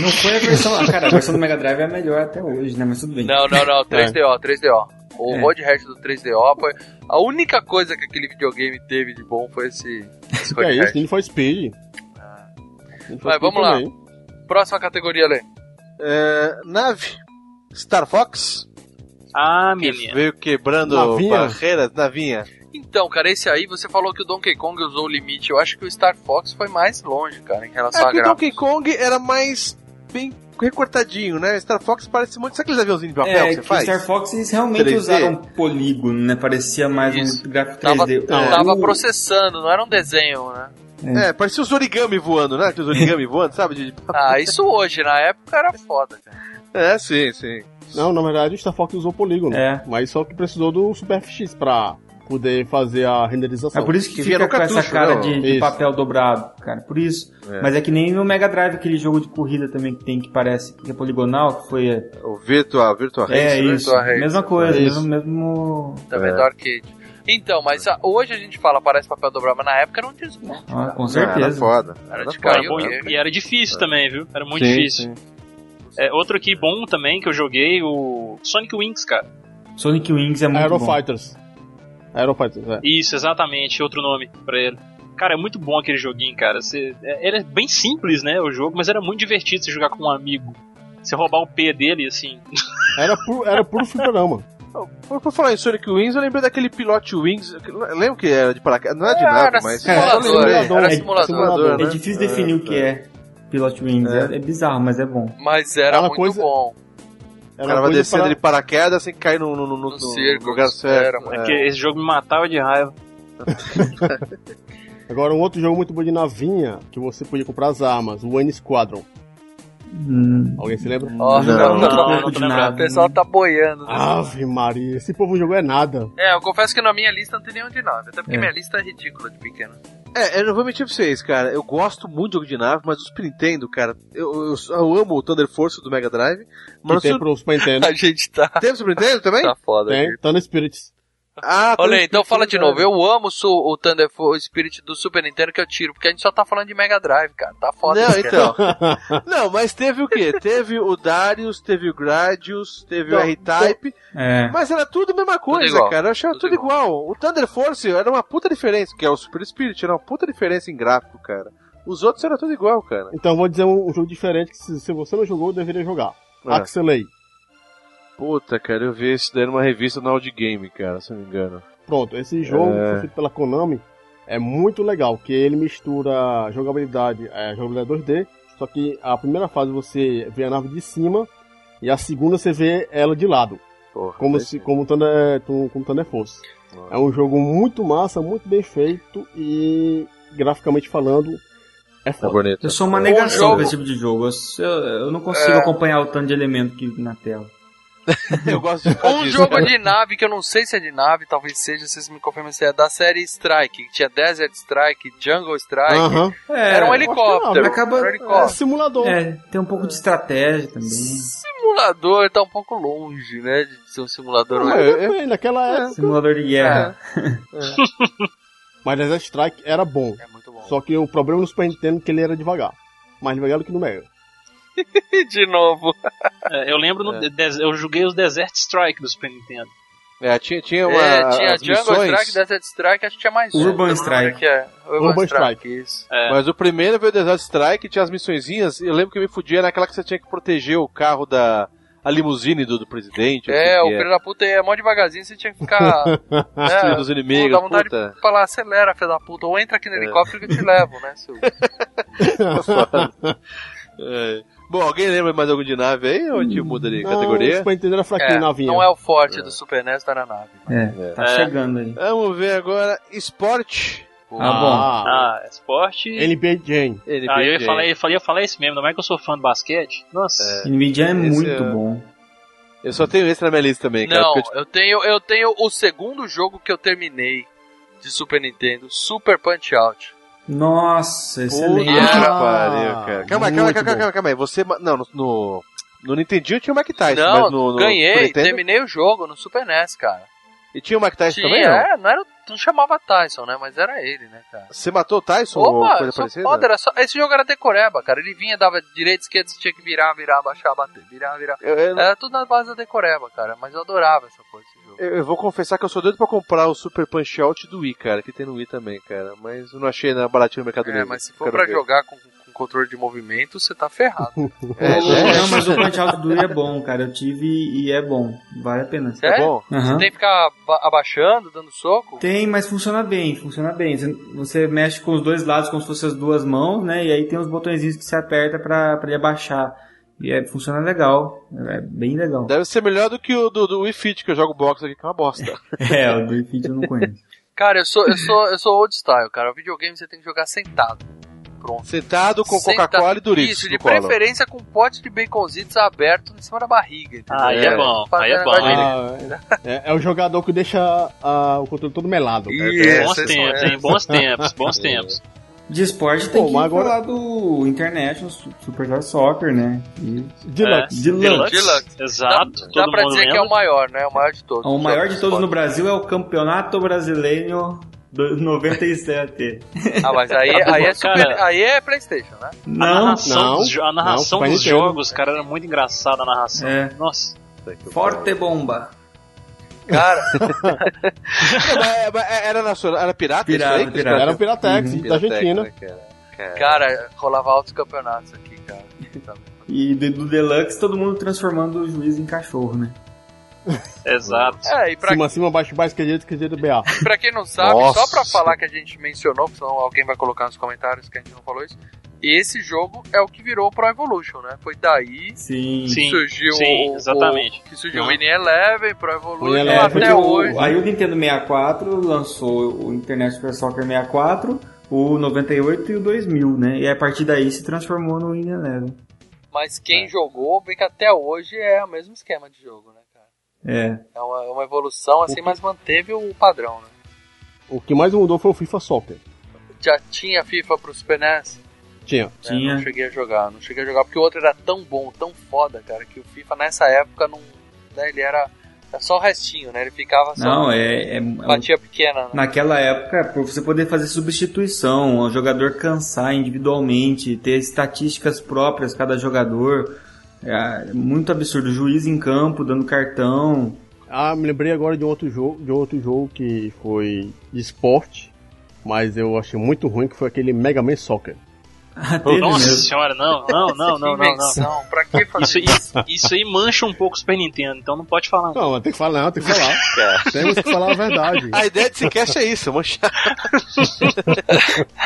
[SPEAKER 5] Não foi a versão. ah, Cara, a versão do Mega Drive é a melhor até hoje, né? Mas tudo bem.
[SPEAKER 1] Não, não, não, 3DO, 3DO. O
[SPEAKER 5] É.
[SPEAKER 1] Road Rash do 3DO foi. A única coisa que aquele videogame teve de bom foi esse, esse
[SPEAKER 4] Que
[SPEAKER 1] Road
[SPEAKER 4] é
[SPEAKER 1] Rash.
[SPEAKER 4] isso? Need for Speed. Need for
[SPEAKER 1] Vai,
[SPEAKER 4] Speed
[SPEAKER 1] vamos lá.
[SPEAKER 4] também.
[SPEAKER 1] Próxima categoria, Lê.
[SPEAKER 3] É, nave. Star Fox?
[SPEAKER 2] Ah, menina.
[SPEAKER 3] Veio quebrando
[SPEAKER 4] Navinha?
[SPEAKER 3] barreiras. Navinha.
[SPEAKER 1] Então, cara, esse aí você falou que o Donkey Kong usou o limite. Eu acho que o Star Fox foi mais longe, cara, em relação
[SPEAKER 3] É
[SPEAKER 1] a
[SPEAKER 3] que o
[SPEAKER 1] gráfico.
[SPEAKER 3] Donkey Kong era mais bem recortadinho, né? Star Fox parece muito. Sabe aqueles aviãozinhos de papel
[SPEAKER 5] é,
[SPEAKER 3] que você
[SPEAKER 5] que
[SPEAKER 3] faz?
[SPEAKER 5] Star Fox eles realmente
[SPEAKER 3] 3D?
[SPEAKER 5] usaram polígono, né? Parecia mais um gráfico 3D.
[SPEAKER 1] Tava,
[SPEAKER 5] É,
[SPEAKER 1] tava
[SPEAKER 5] o-
[SPEAKER 1] processando, não era um desenho, né?
[SPEAKER 3] É, parecia os origami voando, né? Aqueles origami voando, sabe? De- de-
[SPEAKER 1] Ah, isso hoje, na época era foda. né? cara.
[SPEAKER 3] É, sim, sim.
[SPEAKER 4] Não, na verdade o Star Fox usou
[SPEAKER 5] É.
[SPEAKER 4] polígono. Mas só que precisou do Super FX pra poder fazer a renderização.
[SPEAKER 5] É por isso que, fica com essa cara de, de papel dobrado, cara. Por isso. Mas é que nem no Mega Drive, aquele jogo de corrida também que tem que parece que é poligonal, que foi.
[SPEAKER 3] O Virtua, Virtua Race.
[SPEAKER 5] É
[SPEAKER 3] né?
[SPEAKER 5] isso. Mesma coisa, mesmo. mesmo...
[SPEAKER 1] Também do arcade. Então, mas ah, hoje a gente fala parece papel dobrado, mas na época não tinha isso. não.
[SPEAKER 5] Ah, com
[SPEAKER 1] Não,
[SPEAKER 5] certeza.
[SPEAKER 1] era foda. Era de cair
[SPEAKER 2] Era bom
[SPEAKER 1] o
[SPEAKER 2] de-
[SPEAKER 1] game.
[SPEAKER 2] e era difícil também, viu? Era muito
[SPEAKER 5] É. Sim,
[SPEAKER 2] difícil. É, outro aqui bom também que eu joguei, o Sonic Wings, cara.
[SPEAKER 5] Sonic Wings é muito
[SPEAKER 4] Aero
[SPEAKER 5] bom.
[SPEAKER 4] Fighters. Aero Fighters, é.
[SPEAKER 2] Isso, exatamente, outro nome pra ele. Cara, é muito bom aquele joguinho, cara. Você, é- era bem simples, né, o jogo, mas era muito divertido você jogar com um amigo. Você roubar o P dele, assim.
[SPEAKER 4] Era puro, era puro fliperama.
[SPEAKER 3] Por, por falar em Sonic Wings, eu lembrei daquele pilote Wings. Lembro que era de paraquedas. Não era de
[SPEAKER 4] É,
[SPEAKER 3] nada,
[SPEAKER 4] era
[SPEAKER 3] mas. né?
[SPEAKER 4] simulador,
[SPEAKER 3] eu lembrei.
[SPEAKER 4] era
[SPEAKER 5] É-
[SPEAKER 3] simulador,
[SPEAKER 5] É
[SPEAKER 3] né?
[SPEAKER 5] difícil definir o que é Pilot Wings. É. é bizarro, mas é bom.
[SPEAKER 1] Mas era, muito bom.
[SPEAKER 3] O cara vai descendo de paraquedas sem cair no, no, no, no-
[SPEAKER 1] cerco,
[SPEAKER 3] no lugar certo.
[SPEAKER 1] era,
[SPEAKER 3] É.
[SPEAKER 2] Porque esse jogo me matava de raiva.
[SPEAKER 4] Agora, um outro jogo muito bom de navinha que você podia comprar as armas, o N Squadron.
[SPEAKER 5] Hum.
[SPEAKER 4] Alguém se lembra?
[SPEAKER 1] Ó, não, não, não, tô lembrando.
[SPEAKER 4] nada. Ah.
[SPEAKER 1] O pessoal tá boiando. né?
[SPEAKER 4] Ave Maria, esse povo jogou é nada.
[SPEAKER 1] É, eu confesso que na minha lista não tem nenhum de nave. Até porque
[SPEAKER 4] É.
[SPEAKER 1] minha lista é ridícula de pequena.
[SPEAKER 3] É, eu não vou mentir pra vocês, cara. Eu gosto muito de jogo de nave, mas o Super Nintendo, cara, eu, eu, eu amo o Thunder Force do Mega Drive. Mas
[SPEAKER 4] tem
[SPEAKER 3] o
[SPEAKER 4] pro Super Nintendo.
[SPEAKER 1] A gente tá.
[SPEAKER 3] Tem pro Super Nintendo também?
[SPEAKER 1] Tá foda.
[SPEAKER 4] Tem, tá no Spirits.
[SPEAKER 3] Ah,
[SPEAKER 1] Olha, aí, então fala de novo. Eu amo o su- o Thunder Fo- o Spirit do Super Nintendo que eu tiro, porque a gente só tá falando de Mega Drive, cara. Tá foda.
[SPEAKER 3] Não,
[SPEAKER 1] cara.
[SPEAKER 3] então. Não, mas teve o quê? Teve o Darius, teve o Gradius, teve o
[SPEAKER 1] Então,
[SPEAKER 3] R-Type.
[SPEAKER 5] É.
[SPEAKER 3] Mas era tudo a mesma coisa,
[SPEAKER 1] igual.
[SPEAKER 3] cara. Eu achava tudo, igual. O Thunder Force era uma puta diferença, que é o Super Spirit, era uma puta diferença em gráfico, cara. Os outros era tudo igual, cara.
[SPEAKER 4] Então eu vou dizer um, um jogo diferente que se, se você não jogou, deveria jogar.
[SPEAKER 3] É.
[SPEAKER 4] Axelay.
[SPEAKER 3] Puta, cara, eu vi isso daí numa revista no Audi Game, cara, se eu não me engano.
[SPEAKER 4] Pronto, esse jogo
[SPEAKER 3] É.
[SPEAKER 4] que foi feito pela Konami é muito legal, que ele mistura jogabilidade, é, jogabilidade 2D, só que a primeira fase você vê a nave de cima e a segunda você vê ela de lado. como se como o Thunder, como o Thunder Force. É um jogo muito massa, muito bem feito e graficamente falando é
[SPEAKER 3] tá
[SPEAKER 4] foda.
[SPEAKER 5] Eu sou uma negação pra esse tipo de jogo. Eu, eu não consigo
[SPEAKER 1] É.
[SPEAKER 5] acompanhar o tanto de elemento que na tela.
[SPEAKER 3] eu gosto de
[SPEAKER 1] Um jogo de nave que eu não sei se é de nave, talvez seja, vocês me confirmam se é da série Strike, que tinha Desert Strike, Jungle Strike.
[SPEAKER 4] Aham.
[SPEAKER 1] Era
[SPEAKER 5] É,
[SPEAKER 1] um
[SPEAKER 5] eu acho que
[SPEAKER 1] helicóptero.
[SPEAKER 5] não, acaba-
[SPEAKER 1] Era um
[SPEAKER 5] é,
[SPEAKER 1] helicóptero.
[SPEAKER 4] simulador.
[SPEAKER 5] É, tem um pouco de estratégia também.
[SPEAKER 1] Simulador tá um pouco longe, né? De ser um simulador.
[SPEAKER 4] Mas depende, naquela
[SPEAKER 5] É.
[SPEAKER 4] época.
[SPEAKER 5] Simulador de guerra.
[SPEAKER 4] Mas Desert Strike era bom.
[SPEAKER 1] é
[SPEAKER 4] Só que o problema no Super Nintendo é que ele era devagar. Mais devagar do que no Mega.
[SPEAKER 1] de novo.
[SPEAKER 2] É, eu lembro, no des- eu joguei os Desert Strike do Super Nintendo.
[SPEAKER 3] É, tinha, tinha uma.
[SPEAKER 1] É, tinha
[SPEAKER 3] as
[SPEAKER 1] Jungle
[SPEAKER 3] missões.
[SPEAKER 1] Strike, Desert Strike, acho que tinha mais um.
[SPEAKER 3] Urban
[SPEAKER 1] eu não lembro
[SPEAKER 3] Strike.
[SPEAKER 1] que é. Urban, Strike. isso.
[SPEAKER 3] Mas o primeiro veio o Desert Strike, tinha as missõezinhas, e eu lembro que eu me fudia naquela que você tinha que proteger o carro da. a limusine do, do presidente. eu não sei
[SPEAKER 1] É,
[SPEAKER 3] o é,
[SPEAKER 1] o
[SPEAKER 3] que
[SPEAKER 1] filho da puta ia mó devagarzinho, você tinha que ficar.
[SPEAKER 3] Destruindo os inimigos,
[SPEAKER 1] Dá vontade
[SPEAKER 3] puta.
[SPEAKER 1] de falar, acelera, filho da puta, ou entra aqui no helicóptero que eu te levo, né, seu.
[SPEAKER 3] É. Bom, alguém lembra mais algum de nave aí? Ou a gente muda de
[SPEAKER 4] o
[SPEAKER 3] categoria?
[SPEAKER 4] Super Nintendo era fraquinho
[SPEAKER 1] É,
[SPEAKER 4] na vinha.
[SPEAKER 1] não é o forte do Super NES, tá na nave.
[SPEAKER 5] É, tá
[SPEAKER 1] É.
[SPEAKER 5] chegando aí.
[SPEAKER 3] Vamos ver agora esporte.
[SPEAKER 5] Ah, bom.
[SPEAKER 2] Ah, esporte.
[SPEAKER 4] NBA Jam.
[SPEAKER 2] Ah, eu ia falar, eu falei, eu falei isso mesmo, não é que eu sou fã do basquete. Nossa.
[SPEAKER 5] Nvidia é
[SPEAKER 3] Esse
[SPEAKER 5] muito
[SPEAKER 3] é-
[SPEAKER 5] bom.
[SPEAKER 3] Eu só tenho esse na minha lista também, cara.
[SPEAKER 1] Não,
[SPEAKER 3] porque eu te-
[SPEAKER 1] eu tenho, eu tenho o segundo jogo que eu terminei de Super Nintendo, Super Punch Out.
[SPEAKER 5] Nossa, excelente.
[SPEAKER 3] Puta que pariu, cara.
[SPEAKER 5] Ah,
[SPEAKER 3] Calma, aí, calma, aí,
[SPEAKER 5] muito
[SPEAKER 3] calma, aí,
[SPEAKER 5] bom.
[SPEAKER 3] calma, aí, calma aí. Você. ma- Não, no. no... No Nintendinho tinha o Mike Tyson,
[SPEAKER 1] Não,
[SPEAKER 3] mas Ah, no, no Super
[SPEAKER 1] ganhei,
[SPEAKER 3] Nintendo-
[SPEAKER 1] terminei o jogo no Super NES, cara.
[SPEAKER 3] E tinha o Mike Tyson
[SPEAKER 1] Tinha,
[SPEAKER 3] também, não?
[SPEAKER 1] é, não, era, o- não chamava Tyson, né, mas era ele, né, cara.
[SPEAKER 3] Você matou o Tyson ou
[SPEAKER 1] Opa, eu
[SPEAKER 3] coisa
[SPEAKER 1] sou
[SPEAKER 3] parecida?
[SPEAKER 1] foda, era só, esse jogo era decoreba, cara. Ele vinha, dava direita, esquerda, você tinha que virar, virar, baixar, bater, virar, virar.
[SPEAKER 3] eu-
[SPEAKER 1] Era tudo na base da decoreba, cara. Mas eu adorava essa coisa.
[SPEAKER 3] Eu, eu vou confessar que eu sou doido pra comprar o Super Punch Out do Wii, cara, que tem no Wii também, cara. Mas eu não achei na baratinha no Mercado
[SPEAKER 1] É,
[SPEAKER 3] Livre.
[SPEAKER 1] mas se for
[SPEAKER 3] Quero
[SPEAKER 1] pra
[SPEAKER 3] ver.
[SPEAKER 1] jogar com, com controle de movimento, você tá ferrado.
[SPEAKER 3] É, né?
[SPEAKER 5] Não, mas o Punch Out do Wii é bom, cara. Eu tive e é bom. Vale a pena.
[SPEAKER 3] Tá
[SPEAKER 1] É?
[SPEAKER 5] Aham.
[SPEAKER 1] Você tem que ficar aba- abaixando, dando soco?
[SPEAKER 5] Tem, mas funciona bem, funciona bem. Você- Você mexe com os dois lados como se fossem as duas mãos, né? E aí tem uns botõezinhos que você aperta pra, pra ele abaixar. E é, funciona legal. É bem legal.
[SPEAKER 3] Deve ser melhor do que o do, do Wii Fit, que eu jogo box aqui, que é uma bosta.
[SPEAKER 5] É, o do Fit eu não conheço.
[SPEAKER 1] Cara, eu sou, eu sou, eu sou old style, cara. O videogame você tem que jogar sentado. Pronto.
[SPEAKER 3] Sentado com
[SPEAKER 1] Senta-
[SPEAKER 3] Coca-Cola e Doritos
[SPEAKER 1] Isso,
[SPEAKER 3] no
[SPEAKER 1] de
[SPEAKER 3] colo.
[SPEAKER 1] preferência com um pote de baconzitos aberto em cima da barriga. entendeu?
[SPEAKER 4] Aí é bom,
[SPEAKER 1] Fazer
[SPEAKER 4] aí é
[SPEAKER 1] um
[SPEAKER 4] bom.
[SPEAKER 1] negócio de-
[SPEAKER 4] É, é o jogador que deixa ah, o controle todo melado.
[SPEAKER 5] Isso, Bons isso tempos, é. hein? Bons tempos, bons
[SPEAKER 4] tempos.
[SPEAKER 5] De esporte tem
[SPEAKER 4] Pô,
[SPEAKER 5] que
[SPEAKER 4] mas
[SPEAKER 5] ir pro
[SPEAKER 4] agora-
[SPEAKER 5] lado International Superstar um Soccer, né? E...
[SPEAKER 4] Deluxe.
[SPEAKER 5] Deluxe.
[SPEAKER 2] Exato.
[SPEAKER 1] Dá
[SPEAKER 2] todo
[SPEAKER 1] pra
[SPEAKER 2] mundo
[SPEAKER 1] dizer que é
[SPEAKER 2] lembra.
[SPEAKER 1] o maior, né? É o maior de todos.
[SPEAKER 5] O maior de todos no Brasil é o Campeonato Brasileiro do 97.
[SPEAKER 1] Ah, mas aí,
[SPEAKER 5] Tá
[SPEAKER 1] aí, é super,
[SPEAKER 2] Cara-
[SPEAKER 1] aí é Playstation, né?
[SPEAKER 5] Não,
[SPEAKER 2] a narração
[SPEAKER 5] não,
[SPEAKER 2] dos, jo- a narração
[SPEAKER 5] não,
[SPEAKER 2] dos
[SPEAKER 5] Super Nintendo.
[SPEAKER 2] jogos, cara, era muito engraçada a narração.
[SPEAKER 5] É.
[SPEAKER 2] Nossa.
[SPEAKER 5] Forte bomba.
[SPEAKER 1] Cara.
[SPEAKER 3] É, mas era, nacional, era pirata?
[SPEAKER 5] Pirata,
[SPEAKER 3] isso aí?
[SPEAKER 5] pirata. Era um
[SPEAKER 4] Piratex, da Argentina.
[SPEAKER 3] Uhum. né, cara?
[SPEAKER 1] Cara, rolava altos campeonatos aqui, cara.
[SPEAKER 5] E de- do Deluxe, todo mundo transformando o juiz em cachorro, né?
[SPEAKER 2] Exato.
[SPEAKER 1] É, e pra,
[SPEAKER 4] Cima, cima, baixo, baixo, esquerda, esquerda, BA.
[SPEAKER 1] pra quem não sabe,
[SPEAKER 4] Nossa.
[SPEAKER 1] só pra falar que a gente mencionou, porque senão alguém vai colocar nos comentários que a gente não falou isso. Esse jogo é o que virou o Pro Evolution, né? Foi daí
[SPEAKER 5] Sim.
[SPEAKER 1] que surgiu
[SPEAKER 2] Sim,
[SPEAKER 1] o,
[SPEAKER 2] exatamente.
[SPEAKER 1] o- que surgiu o Winnie Eleven, Pro Evolution,
[SPEAKER 5] Ele é, porque
[SPEAKER 1] até
[SPEAKER 5] o-
[SPEAKER 1] hoje.
[SPEAKER 5] Aí o Nintendo 64 lançou o Internet Super Soccer 64, o 98 e o 2000, né? E a partir daí se transformou no Winning Eleven.
[SPEAKER 1] Mas quem jogou, vê que até hoje é o mesmo esquema de jogo, né?
[SPEAKER 5] É.
[SPEAKER 1] É uma, é uma evolução assim, mas manteve o padrão, né?
[SPEAKER 4] O que mais mudou foi o FIFA Soccer.
[SPEAKER 1] Já tinha FIFA pro Super NES?
[SPEAKER 4] Tinha.
[SPEAKER 1] né? Não cheguei a jogar, não cheguei a jogar, porque o outro era tão bom, tão foda, cara, que o FIFA nessa época não. né, ele era, era só o restinho, né? Ele ficava só.
[SPEAKER 5] Não, é- é-
[SPEAKER 1] Batia pequena, né?
[SPEAKER 5] Naquela época, pra você poder fazer substituição, o jogador cansar individualmente, ter estatísticas próprias cada jogador. É muito absurdo. Juiz em campo, dando cartão.
[SPEAKER 4] Ah, me lembrei agora de outro jogo, de outro jogo que foi de esporte, mas eu achei muito ruim, que foi aquele Mega Man Soccer.
[SPEAKER 2] Nossa senhora, não, não, não, não,
[SPEAKER 1] não.
[SPEAKER 2] não, isso, isso, isso aí mancha um pouco o Super Nintendo, então não pode falar.
[SPEAKER 4] Não, mas tem que falar, tem que falar. Temos que falar a verdade.
[SPEAKER 3] A ideia desse cast é isso, manchar.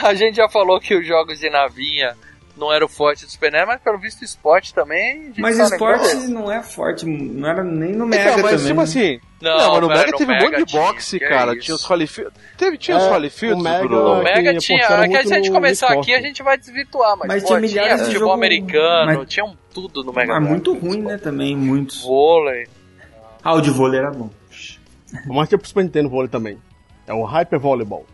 [SPEAKER 1] A gente já falou que os jogos de navinha não era o forte do Super NES, mas pelo visto o esporte também. a gente
[SPEAKER 5] Mas
[SPEAKER 1] tá
[SPEAKER 5] esporte
[SPEAKER 1] lembrando.
[SPEAKER 5] não é forte, não era nem no Mega
[SPEAKER 3] Então, mas
[SPEAKER 5] também. né?
[SPEAKER 3] tipo assim.
[SPEAKER 1] Não,
[SPEAKER 3] Não, mas no
[SPEAKER 1] cara,
[SPEAKER 3] Mega
[SPEAKER 1] no
[SPEAKER 3] teve um
[SPEAKER 1] Mega
[SPEAKER 3] monte de
[SPEAKER 1] tinha,
[SPEAKER 3] boxe,
[SPEAKER 1] que é
[SPEAKER 3] cara.
[SPEAKER 1] isso.
[SPEAKER 3] tinha os Holyfield. Teve, tinha os
[SPEAKER 4] É,
[SPEAKER 3] Holyfield,
[SPEAKER 4] o Mega-
[SPEAKER 3] Bruno?
[SPEAKER 1] O Mega
[SPEAKER 4] que
[SPEAKER 1] tinha.
[SPEAKER 4] apostaram
[SPEAKER 1] é que
[SPEAKER 4] muito
[SPEAKER 1] se a gente
[SPEAKER 4] no
[SPEAKER 1] começar
[SPEAKER 4] esporte.
[SPEAKER 1] aqui, a gente vai desvirtuar, mas,
[SPEAKER 5] Mas
[SPEAKER 1] pô,
[SPEAKER 5] tinha
[SPEAKER 1] tinha,
[SPEAKER 5] milhares de
[SPEAKER 1] futebol
[SPEAKER 5] jogo-
[SPEAKER 1] americano,
[SPEAKER 5] mas-
[SPEAKER 1] tinha um tudo no Mega
[SPEAKER 5] Mas
[SPEAKER 1] Drive.
[SPEAKER 5] muito ruim, né? Também, muitos.
[SPEAKER 1] Vôlei.
[SPEAKER 5] Ah, o de vôlei era bom.
[SPEAKER 4] Mas tinha pro Super Nintendo vôlei também. É o Hyper Volleyball.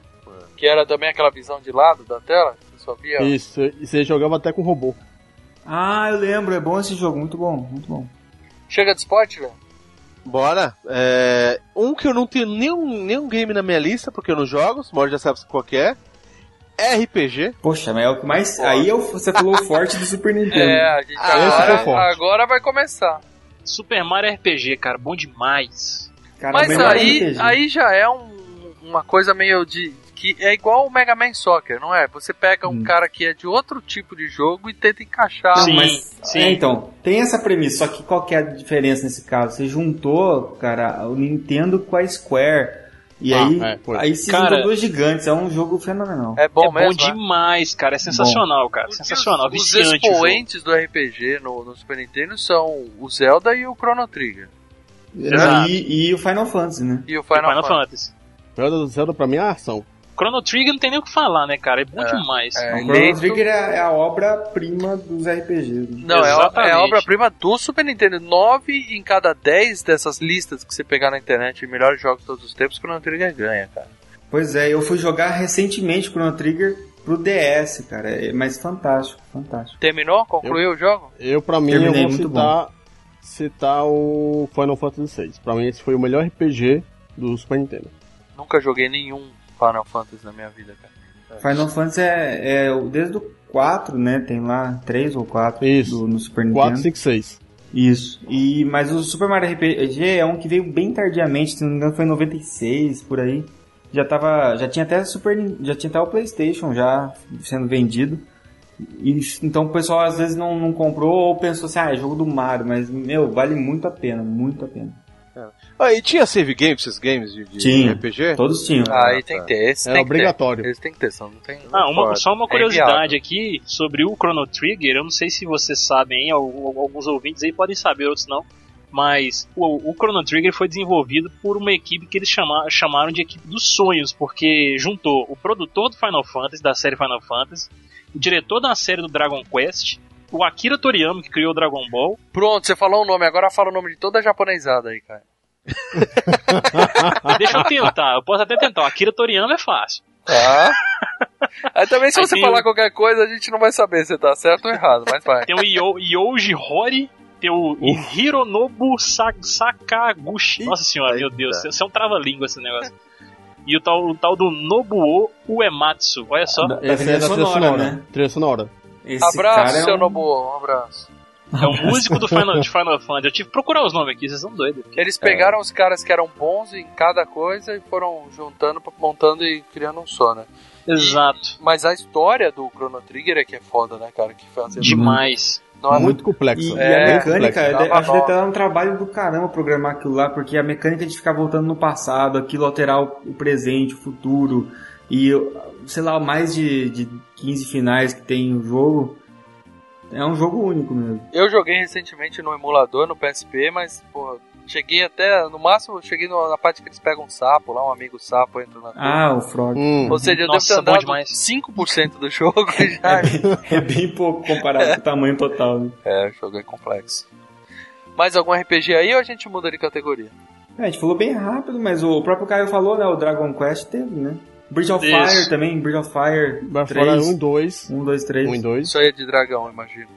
[SPEAKER 1] Que era também aquela visão de lado da tela, que você só via.
[SPEAKER 4] Isso, e você jogava até com robô.
[SPEAKER 5] Ah, eu lembro, é bom esse jogo, muito bom, muito bom.
[SPEAKER 1] Chega de esporte, velho?
[SPEAKER 3] Bora. É, um que eu não tenho nenhum, nenhum game na minha lista, porque eu não jogo, o Mauro já sabe qual que é. RPG.
[SPEAKER 5] Poxa, mas é o que mais. Aí eu- você falou o forte do Super Nintendo.
[SPEAKER 1] É, a
[SPEAKER 2] Ah,
[SPEAKER 1] gente agora, agora vai começar.
[SPEAKER 2] Super Mario RPG, cara, bom demais.
[SPEAKER 1] Mas aí, aí já é um- uma coisa meio de. que é igual o Mega Man Soccer, não é? Você pega
[SPEAKER 2] Hum.
[SPEAKER 1] um cara que é de outro tipo de jogo e tenta encaixar.
[SPEAKER 5] Não, mas- é, então, tem essa premissa, só que qual que é a diferença nesse caso? Você juntou, cara, o Nintendo com a Square. E
[SPEAKER 2] Ah,
[SPEAKER 5] aí,
[SPEAKER 2] é, foi.
[SPEAKER 5] aí se
[SPEAKER 2] Cara-
[SPEAKER 5] juntou dois gigantes, é um jogo fenomenal.
[SPEAKER 1] É
[SPEAKER 2] é bom demais, cara. É sensacional, cara. Sensacional.
[SPEAKER 1] Os
[SPEAKER 2] Viciante. o jogo.
[SPEAKER 1] expoentes do RPG no, no Super Nintendo são o Zelda e o Chrono Trigger.
[SPEAKER 4] Exato.
[SPEAKER 5] E, e o Final Fantasy, né?
[SPEAKER 1] E o Final,
[SPEAKER 2] Final
[SPEAKER 1] Fantasy.
[SPEAKER 4] Zelda do Zelda pra mim é a ação.
[SPEAKER 2] Chrono Trigger não tem nem o que falar, né, cara? É bom
[SPEAKER 1] É,
[SPEAKER 2] demais.
[SPEAKER 1] é,
[SPEAKER 5] Então, O Chrono Trigger é, é a obra-prima dos RPGs. né?
[SPEAKER 1] Não, é a- é a obra-prima do Super Nintendo. Nove em cada dez dessas listas que você pegar na internet de melhores jogos de todos os tempos, Chrono Trigger ganha, cara.
[SPEAKER 5] Pois é, eu fui jogar recentemente Chrono Trigger pro DS, cara. É, mas fantástico, fantástico.
[SPEAKER 1] Terminou? Concluiu o jogo?
[SPEAKER 4] Eu, pra mim,
[SPEAKER 5] Terminei,
[SPEAKER 4] eu vou
[SPEAKER 5] muito
[SPEAKER 4] citar, citar o Final Fantasy VI. Pra mim, esse foi o melhor RPG do Super Nintendo.
[SPEAKER 1] Nunca joguei nenhum Final Fantasy na minha vida, cara.
[SPEAKER 5] Final Fantasy é, é o- desde o 4, né? Tem lá 3 ou 4 Isso. no Super Nintendo.
[SPEAKER 4] 4, 5, 6.
[SPEAKER 5] Isso. E, mas o Super Mario RPG é um que veio bem tardiamente, se não me engano foi em 96, por aí. Já tava, já tinha até Super, Nin- já tinha até o PlayStation já sendo vendido. E, então o pessoal às vezes não, não comprou ou pensou assim, ah, é jogo do Mario, mas meu, vale muito a pena, muito a pena.
[SPEAKER 3] Ah, e tinha save game pra esses games de, de
[SPEAKER 5] Tinha.
[SPEAKER 3] RPG?
[SPEAKER 5] Todos tinham.
[SPEAKER 1] Ah, aí tem que ter. Esse tem que ter. Esse tem que ter, só não tem.
[SPEAKER 2] Ah, uma,
[SPEAKER 1] pode.
[SPEAKER 2] só uma
[SPEAKER 1] É inviável.
[SPEAKER 2] curiosidade aqui sobre o Chrono Trigger. Eu não sei se vocês sabem, hein, al- al- alguns ouvintes aí podem saber, outros não. Mas o, o Chrono Trigger foi desenvolvido por uma equipe que eles chama- chamaram de equipe dos sonhos, porque juntou o produtor do Final Fantasy, da série Final Fantasy, o diretor da série do Dragon Quest, o Akira Toriyama, que criou o Dragon Ball.
[SPEAKER 1] Pronto, você falou o nome, agora fala o nome de toda a japonesada aí, cara.
[SPEAKER 2] Deixa eu tentar, eu posso até tentar. O Akira Toriyama é fácil.
[SPEAKER 1] Tá? É? Aí também se
[SPEAKER 2] Aí
[SPEAKER 1] você
[SPEAKER 2] tem
[SPEAKER 1] falar
[SPEAKER 2] o-
[SPEAKER 1] qualquer coisa, a gente não vai saber se tá certo ou errado, mas vai.
[SPEAKER 2] Tem o Yo- Yoji Hori, tem o Hironobu Sa- Sakaguchi. Nossa senhora, meu Deus, você é um trava-língua esse negócio. E o tal, o tal do Nobuo Uematsu, olha só.
[SPEAKER 4] Essa é da trilha sonora. Trilha sonora.
[SPEAKER 5] é
[SPEAKER 1] abraço, seu Nobu, um abraço.
[SPEAKER 2] É o músico do Final, de Final Fantasy. Eu tive que procurar os nomes aqui, vocês são doidos.
[SPEAKER 1] Eles pegaram os caras que eram bons em cada coisa e foram juntando, montando e criando um só, né?
[SPEAKER 2] Exato.
[SPEAKER 1] Mas a história do Chrono Trigger é que é foda, né, cara? Que fazia
[SPEAKER 2] Demais.
[SPEAKER 1] Nossa.
[SPEAKER 4] Muito complexo.
[SPEAKER 5] E, e
[SPEAKER 1] É,
[SPEAKER 5] a mecânica,
[SPEAKER 1] complexo.
[SPEAKER 5] eu de-
[SPEAKER 1] Dava
[SPEAKER 5] acho que deve
[SPEAKER 1] dó.
[SPEAKER 5] ter dado um trabalho do caramba programar aquilo lá, porque a mecânica de ficar voltando no passado, aquilo alterar o, o presente, o futuro, e eu- sei lá, mais de, de 15 finais que tem o jogo. É um jogo único mesmo.
[SPEAKER 1] Eu joguei recentemente no emulador, no PSP, mas, porra, cheguei até, no máximo, cheguei no- na parte que eles pegam um sapo lá, um amigo sapo entra na
[SPEAKER 5] Ah, o Frog.
[SPEAKER 4] Hum,
[SPEAKER 1] Ou seja, eu
[SPEAKER 2] Nossa, bom
[SPEAKER 1] devo ter andado
[SPEAKER 2] demais.
[SPEAKER 1] 5% do jogo e já.
[SPEAKER 5] É bem pouco comparado com o tamanho total. né?
[SPEAKER 1] é, o jogo é complexo. Mais algum RPG aí ou a gente muda de categoria?
[SPEAKER 5] É, a gente falou bem rápido, mas o próprio Caio falou, né? O Dragon Quest teve, né? Bridge of
[SPEAKER 2] Isso.
[SPEAKER 5] Fire também, Bridge of Fire. um,
[SPEAKER 4] Vai falar 1 e
[SPEAKER 5] 3,
[SPEAKER 4] 2.
[SPEAKER 5] 1, 2, 3.
[SPEAKER 4] 1 e 2.
[SPEAKER 1] Isso aí é de dragão, imagino.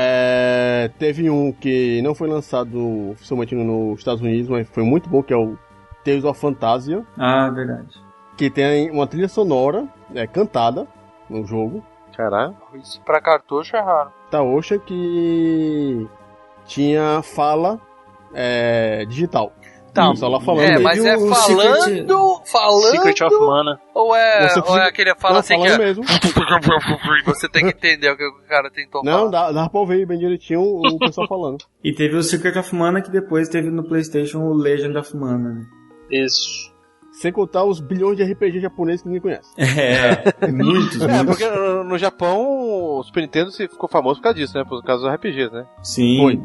[SPEAKER 4] É, teve um que não foi lançado oficialmente nos Estados Unidos, mas foi muito bom, que é o Tales of Fantasia,
[SPEAKER 5] Ah, verdade.
[SPEAKER 4] que tem uma trilha sonora é, cantada no jogo,
[SPEAKER 3] Caralho.
[SPEAKER 1] Isso pra cartucho é raro.
[SPEAKER 4] da Osha, Tá que tinha fala é, digital.
[SPEAKER 1] Tá.
[SPEAKER 4] Só lá falando. um
[SPEAKER 1] é,
[SPEAKER 4] mesmo.
[SPEAKER 1] mas é
[SPEAKER 5] o
[SPEAKER 1] falando.
[SPEAKER 2] Secret of
[SPEAKER 1] Falando.
[SPEAKER 2] Mana.
[SPEAKER 1] Ou é, ou
[SPEAKER 4] Você
[SPEAKER 1] é
[SPEAKER 4] precisa-
[SPEAKER 1] aquele fala
[SPEAKER 4] Não,
[SPEAKER 1] assim que.
[SPEAKER 4] falando
[SPEAKER 1] é-
[SPEAKER 4] mesmo.
[SPEAKER 1] Você tem que entender o que o cara tentou
[SPEAKER 4] Não,
[SPEAKER 1] falar.
[SPEAKER 4] dá, dá pra ouvir bem direitinho o, o pessoal falando.
[SPEAKER 5] E teve o Secret of Mana que depois teve no PlayStation o Legend of Mana. Né?
[SPEAKER 2] Isso.
[SPEAKER 4] Sem contar os bilhões de RPG japoneses que ninguém conhece.
[SPEAKER 5] É, muitos,
[SPEAKER 3] É,
[SPEAKER 5] muitos.
[SPEAKER 3] porque no, no Japão o Super Nintendo se ficou famoso por causa disso, né? Por causa dos RPGs, né?
[SPEAKER 5] É. Sim.
[SPEAKER 4] Foi.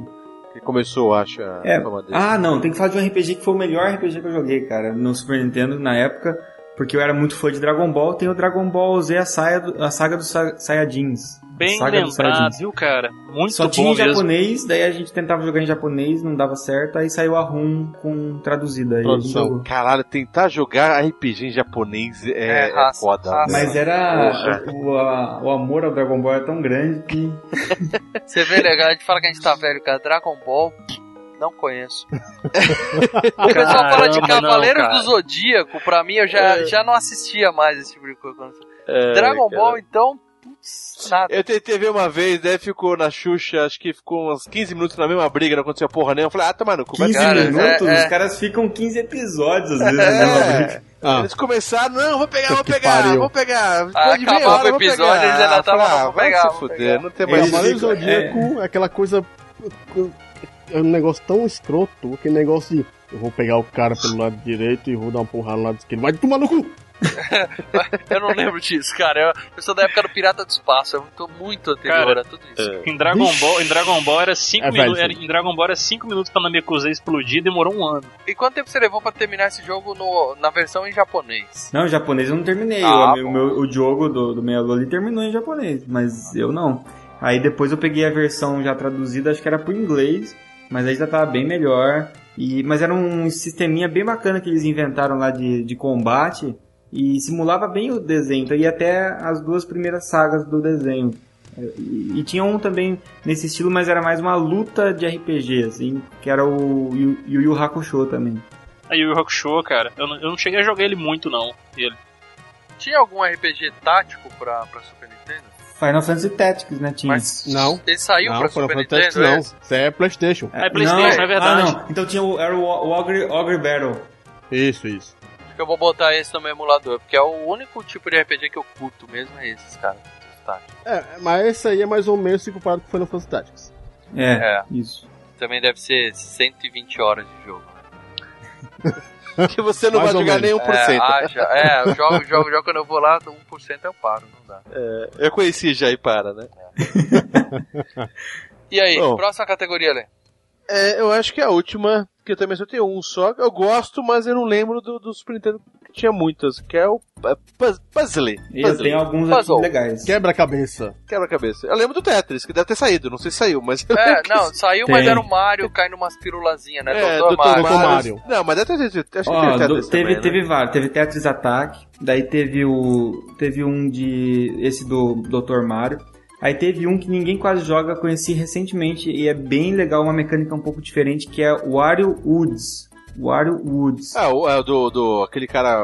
[SPEAKER 3] Que começou, eu acho, a
[SPEAKER 5] É.
[SPEAKER 3] fama dele.
[SPEAKER 5] Ah, não, tem que falar de um RPG que foi o melhor RPG que eu joguei, cara, no Super Nintendo na época, porque eu era muito fã de Dragon Ball. Tem o Dragon Ball Z, a, saia do- a saga dos Sa- Saiyajins.
[SPEAKER 2] Bem
[SPEAKER 5] saga dos
[SPEAKER 2] lembrado,
[SPEAKER 5] Saiyajins.
[SPEAKER 2] viu, cara? Muito
[SPEAKER 5] Só tinha
[SPEAKER 2] bom
[SPEAKER 5] em
[SPEAKER 2] mesmo.
[SPEAKER 5] japonês, daí a gente tentava jogar em japonês, não dava certo, aí saiu a ROM com traduzida. aí a gente
[SPEAKER 4] Tradução.
[SPEAKER 5] jogou.
[SPEAKER 3] Caralho, tentar jogar RPG em japonês é,
[SPEAKER 1] É,
[SPEAKER 3] é
[SPEAKER 1] raça,
[SPEAKER 3] foda.
[SPEAKER 1] raça.
[SPEAKER 3] né?
[SPEAKER 5] Mas era. O, a- o amor ao Dragon Ball era tão grande que.
[SPEAKER 1] Você vê, legal, a gente fala que a gente tá velho, cara. Dragon Ball, não conheço. O pessoal fala de
[SPEAKER 2] Caramba,
[SPEAKER 1] Cavaleiros
[SPEAKER 2] não, cara.
[SPEAKER 1] do Zodíaco, pra mim eu já,
[SPEAKER 4] É.
[SPEAKER 1] já não assistia mais esse tipo de coisa.
[SPEAKER 3] É,
[SPEAKER 1] Dragon
[SPEAKER 3] cara.
[SPEAKER 1] Ball, então, putz, nada.
[SPEAKER 3] Eu tentei ver uma vez, daí ficou na Xuxa, acho que ficou uns 15 minutos na mesma briga, não aconteceu porra nenhuma. Eu falei, ah, toma no cu, vai
[SPEAKER 5] 15
[SPEAKER 3] cara.
[SPEAKER 1] cara,
[SPEAKER 5] minutos?
[SPEAKER 1] é, é.
[SPEAKER 5] Os caras ficam 15 episódios às vezes. né?
[SPEAKER 3] É.
[SPEAKER 4] Ah.
[SPEAKER 3] Eles começaram, não, vou pegar, vou
[SPEAKER 4] Que
[SPEAKER 3] pegar,
[SPEAKER 4] pariu.
[SPEAKER 3] vou pegar.
[SPEAKER 1] Ah,
[SPEAKER 3] Depois de meia
[SPEAKER 1] acabava
[SPEAKER 3] hora,
[SPEAKER 1] o
[SPEAKER 3] vou
[SPEAKER 1] episódio,
[SPEAKER 3] pegar.
[SPEAKER 1] eles ainda
[SPEAKER 3] Eu falei,
[SPEAKER 1] tavam,
[SPEAKER 3] ah,
[SPEAKER 1] vou
[SPEAKER 3] vai
[SPEAKER 1] pegar,
[SPEAKER 3] se
[SPEAKER 1] vou
[SPEAKER 3] fuder,
[SPEAKER 1] pegar.
[SPEAKER 3] não tem mais
[SPEAKER 5] Eles
[SPEAKER 4] Cavaleiro
[SPEAKER 5] ficam-
[SPEAKER 4] é Zodíaco é aquela coisa. É um negócio tão escroto, aquele negócio de. Eu vou pegar o cara pelo lado direito e vou dar uma porrada no lado esquerdo. Vai tomar no cu!
[SPEAKER 1] Eu não lembro disso, cara. Eu, eu sou da época do Pirata do Espaço, eu tô muito anterior
[SPEAKER 2] Cara,
[SPEAKER 1] a tudo isso.
[SPEAKER 2] Em Dragon Ball, em Dragon Ball era 5
[SPEAKER 4] É
[SPEAKER 2] minutos.
[SPEAKER 4] velho,
[SPEAKER 2] era- Em Dragon Ball era 5 minutos pra Namekusei explodir, demorou um ano.
[SPEAKER 1] E quanto tempo você levou pra terminar esse jogo no- na versão em japonês?
[SPEAKER 5] Não, em japonês eu não terminei.
[SPEAKER 1] Ah,
[SPEAKER 5] o,
[SPEAKER 1] bom.
[SPEAKER 5] meu, o jogo do, do Meia Lua ali terminou em japonês, mas eu não. Aí depois eu peguei a versão já traduzida, acho que era pro inglês, mas aí já tava bem melhor. E, mas era um sisteminha bem bacana que eles inventaram lá de, de combate e simulava bem o desenho. Então ia até as duas primeiras sagas do desenho. E, e tinha um também nesse estilo, mas era mais uma luta de RPG, assim, que era o Yu Yu Yu Hakusho também.
[SPEAKER 2] Aí o Yu Hakusho, cara, eu não, eu não cheguei a jogar ele muito, não. Ele.
[SPEAKER 1] Tinha algum RPG tático pra, pra Super Nintendo?
[SPEAKER 5] Final Fantasy Tactics, né? Tinha.
[SPEAKER 1] Mas
[SPEAKER 4] Não.
[SPEAKER 1] ele saiu
[SPEAKER 4] não,
[SPEAKER 1] pra
[SPEAKER 4] Final
[SPEAKER 1] Super
[SPEAKER 4] Fantasy
[SPEAKER 1] Nintendo?
[SPEAKER 4] não.
[SPEAKER 1] é?
[SPEAKER 4] Isso é PlayStation.
[SPEAKER 2] É PlayStation, é verdade.
[SPEAKER 5] Ah, não. Então tinha o, era o, o Ogre, Ogre Battle.
[SPEAKER 4] Isso, isso.
[SPEAKER 1] Acho que eu vou botar esse no meu emulador, porque é o único tipo de RPG que eu curto mesmo, é esses, cara. Os táticos.
[SPEAKER 4] É, mas esse aí é mais ou menos se comparado com Final Fantasy Tactics.
[SPEAKER 5] É,
[SPEAKER 1] É.
[SPEAKER 5] isso.
[SPEAKER 1] Também deve ser 120 horas de jogo. né?
[SPEAKER 3] que você não vai jogar nenhum Um por
[SPEAKER 1] É,
[SPEAKER 3] cento.
[SPEAKER 1] acha. É, eu jogo, jogo, jogo. Quando eu vou lá, 1% eu paro, não dá.
[SPEAKER 3] É, eu conheci já e para, né?
[SPEAKER 1] E aí,
[SPEAKER 3] Bom.
[SPEAKER 1] próxima categoria, Lê?
[SPEAKER 3] É, eu acho que é a última, que eu também só tenho um só. Eu gosto, mas eu não lembro do, do Super Nintendo que tinha muitas, que é o é, Puz- Puzzle.
[SPEAKER 5] Eu tenho alguns aqui Puzzle. legais.
[SPEAKER 4] Quebra-cabeça.
[SPEAKER 3] Quebra-cabeça. Eu lembro do Tetris, que deve ter saído, não sei se saiu, mas. eu
[SPEAKER 1] É,
[SPEAKER 3] lembro que-
[SPEAKER 1] não, saiu, mas era o Mario caindo umas pirulazinhas, né?
[SPEAKER 3] É,
[SPEAKER 1] Doutor,
[SPEAKER 3] Dr.
[SPEAKER 1] Mario.
[SPEAKER 3] Mario. Não, mas deve ter sido. Acho que
[SPEAKER 5] Ó,
[SPEAKER 3] teve Tetris.
[SPEAKER 5] do- teve,
[SPEAKER 3] também, né?
[SPEAKER 5] teve vários. Teve Tetris Attack, daí teve o. Teve um de. esse do Dr. Mario. Aí teve um que ninguém quase joga, conheci recentemente e é bem legal, uma mecânica um pouco diferente, que é Wario Woods. Wario Woods.
[SPEAKER 3] Ah, o, é o do, do. aquele cara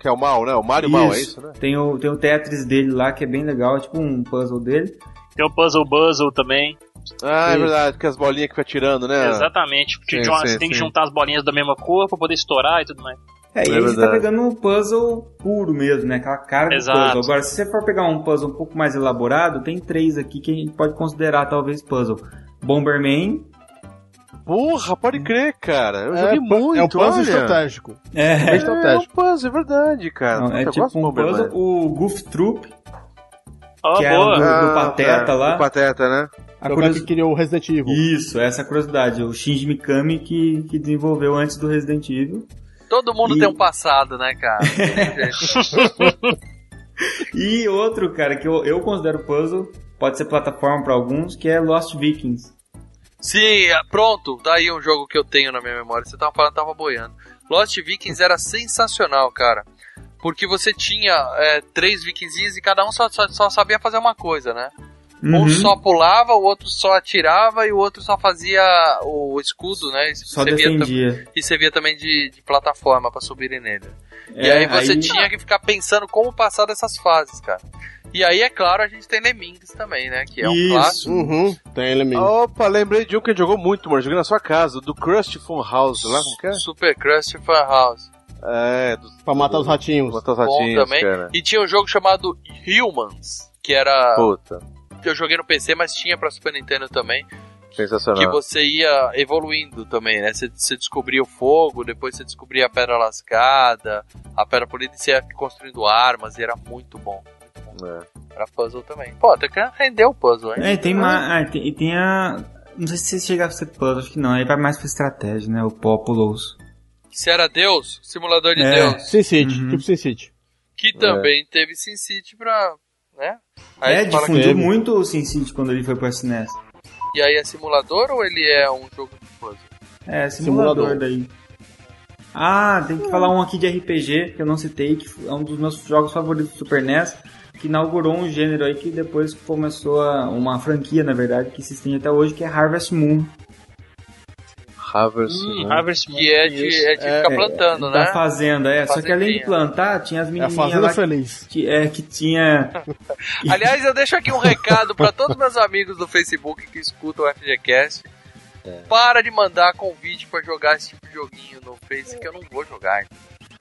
[SPEAKER 3] que é o mal, né? O Mario mal, é isso, né?
[SPEAKER 5] Tem o, tem o Tetris dele lá, que é bem legal, é tipo um puzzle dele.
[SPEAKER 2] Tem o Puzzle Buzzle também.
[SPEAKER 3] Ah, é
[SPEAKER 5] Isso.
[SPEAKER 3] verdade, que as bolinhas que vai tirando, né?
[SPEAKER 2] Exatamente. Porque
[SPEAKER 3] Sim,
[SPEAKER 2] de uma-
[SPEAKER 3] sim,
[SPEAKER 2] você tem que
[SPEAKER 3] sim.
[SPEAKER 2] juntar as bolinhas da mesma cor pra poder estourar e tudo mais.
[SPEAKER 5] É, e
[SPEAKER 3] É
[SPEAKER 5] aí você tá
[SPEAKER 3] verdade.
[SPEAKER 5] pegando um puzzle puro mesmo, né? Aquela cara
[SPEAKER 2] Exato.
[SPEAKER 5] do puzzle. Agora, se você for pegar um puzzle um pouco mais elaborado, tem três aqui que a gente pode considerar talvez puzzle. Bomberman.
[SPEAKER 3] Porra, pode crer, cara. Eu
[SPEAKER 5] É,
[SPEAKER 3] joguei
[SPEAKER 5] é um
[SPEAKER 3] muito,
[SPEAKER 5] puzzle
[SPEAKER 3] olha.
[SPEAKER 5] estratégico. É.
[SPEAKER 3] é estratégico. É um puzzle, é verdade, cara.
[SPEAKER 5] Não,
[SPEAKER 3] Puta,
[SPEAKER 5] é
[SPEAKER 3] eu
[SPEAKER 5] tipo
[SPEAKER 3] gosto de né?
[SPEAKER 5] um
[SPEAKER 3] Bomberman.
[SPEAKER 5] puzzle. O Goof Troop,
[SPEAKER 2] Ó,
[SPEAKER 5] que é o
[SPEAKER 2] boa.
[SPEAKER 5] do, do
[SPEAKER 3] Ah,
[SPEAKER 5] Pateta
[SPEAKER 3] tá.
[SPEAKER 5] lá.
[SPEAKER 3] Do Pateta, né?
[SPEAKER 5] A
[SPEAKER 4] É o cara
[SPEAKER 5] curiosi-
[SPEAKER 4] que criou o Resident Evil.
[SPEAKER 5] Isso, essa é a curiosidade. O Shinji Mikami que, que desenvolveu antes do Resident Evil.
[SPEAKER 1] Todo mundo
[SPEAKER 5] E-
[SPEAKER 1] tem um passado, né, cara?
[SPEAKER 5] E outro, cara, que eu, eu considero puzzle, pode ser plataforma pra alguns, que é Lost Vikings.
[SPEAKER 1] Sim, ah, pronto. Daí um jogo que eu tenho na minha memória. Você tava falando, tava boiando. Lost Vikings era sensacional, cara. Porque você tinha é, três vikingzinhos e cada um só, só, só sabia fazer uma coisa, né? Um
[SPEAKER 5] Uhum.
[SPEAKER 1] só pulava, o outro só atirava e o outro só fazia o escudo, né? E
[SPEAKER 5] Só
[SPEAKER 1] tam-
[SPEAKER 5] defendia.
[SPEAKER 1] e servia também de, de plataforma pra subirem nele. e
[SPEAKER 5] É,
[SPEAKER 1] aí você
[SPEAKER 5] aí-
[SPEAKER 1] tinha que ficar pensando como passar dessas fases, cara. E aí, é claro, a gente tem Lemmings também, né? Que é um clássico.
[SPEAKER 4] Uhum. Tem ele mesmo.
[SPEAKER 3] Opa, lembrei de um que jogou muito, mano. Joguei na sua casa, do Crust Fun House, lá como que é?
[SPEAKER 1] Super Crust Fun House.
[SPEAKER 3] É, do,
[SPEAKER 4] pra matar os ratinhos.
[SPEAKER 3] Matar os
[SPEAKER 1] Bom
[SPEAKER 3] ratinhos,
[SPEAKER 1] também.
[SPEAKER 3] cara.
[SPEAKER 1] E tinha um jogo chamado Humans, que era.
[SPEAKER 3] Puta,
[SPEAKER 1] que eu joguei no PC, mas tinha pra Super Nintendo também.
[SPEAKER 3] sensacional.
[SPEAKER 1] Que você ia evoluindo também, né? Você, você descobria o fogo, depois você descobria a pedra lascada, a pedra polida, e você ia construindo armas, e era muito bom. Era puzzle também. Pô, até que rendeu o puzzle, hein? Uhum.
[SPEAKER 5] É, tem mais. Ah, tem, e tem a. Não sei se chega a ser puzzle, acho que não. Aí vai mais pra estratégia, né? O Populous.
[SPEAKER 1] Se era Deus, simulador de
[SPEAKER 5] É.
[SPEAKER 1] Deus.
[SPEAKER 4] Sin City, tipo Sin City.
[SPEAKER 1] Que também teve Sin City pra. né? Aí
[SPEAKER 5] é,
[SPEAKER 1] tu fala que-
[SPEAKER 5] difundiu muito o Sin City quando ele foi pro SNES.
[SPEAKER 1] E aí é simulador ou ele é um jogo de puzzle?
[SPEAKER 5] É, simulador,
[SPEAKER 1] Simulador.
[SPEAKER 5] daí. Ah, tem que falar um aqui de RPG, que eu não citei, que é um dos meus jogos favoritos do Super NES, que inaugurou um gênero aí que depois começou a- uma franquia, na verdade, que se estende até hoje, que é Harvest Moon.
[SPEAKER 3] Harvest né?
[SPEAKER 2] Moon. Hum, Harvest
[SPEAKER 1] Que é de, é de ficar plantando,
[SPEAKER 5] é,
[SPEAKER 1] né?
[SPEAKER 5] Da fazenda, é. Só que além
[SPEAKER 1] Fazendinha.
[SPEAKER 5] de plantar, tinha as menininhas
[SPEAKER 4] É Fazenda
[SPEAKER 5] lá que-
[SPEAKER 4] Feliz.
[SPEAKER 5] Que, é, que tinha...
[SPEAKER 1] Aliás, eu deixo aqui um recado pra todos meus amigos do Facebook que escutam o FGCast. Para de mandar convite pra jogar esse tipo de joguinho no Face que eu não vou jogar.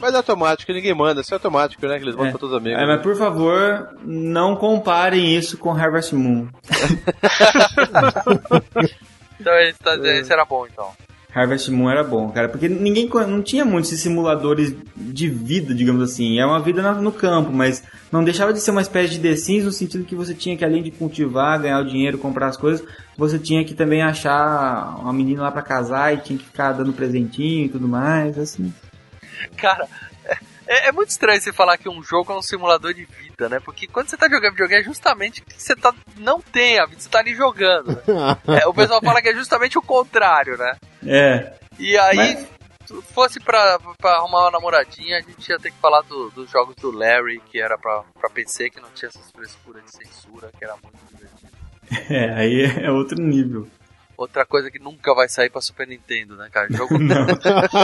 [SPEAKER 3] Mas é automático, ninguém manda, isso é automático, né? Que eles mandam
[SPEAKER 5] É.
[SPEAKER 3] pra todos os amigos.
[SPEAKER 5] É, mas por favor, não comparem isso com Harvest Moon.
[SPEAKER 1] Então esse, tá- esse era bom então.
[SPEAKER 5] Harvest Moon era bom, cara, porque ninguém co- não tinha muitos esses simuladores de vida, digamos assim. É uma vida na- no campo, mas não deixava de ser uma espécie de The Sims no sentido que você tinha que além de cultivar, ganhar o dinheiro, comprar as coisas, você tinha que também achar uma menina lá pra casar e tinha que ficar dando presentinho e tudo mais, assim.
[SPEAKER 1] Cara, é, é muito estranho você falar que um jogo é um simulador de vida, né? Porque quando você tá jogando videogame é justamente o que você tá, não tem a vida, você tá ali jogando. né? É, o pessoal fala que é justamente o contrário, né?
[SPEAKER 5] É.
[SPEAKER 1] E aí, se fosse pra, pra arrumar uma namoradinha, a gente ia ter que falar do- dos jogos do Larry, que era pra, pra PC, que não tinha essas frescuras de censura, que era muito divertido.
[SPEAKER 5] É, aí é outro nível.
[SPEAKER 1] Outra coisa que nunca vai sair pra Super Nintendo, né, cara? Jogo,
[SPEAKER 5] Não.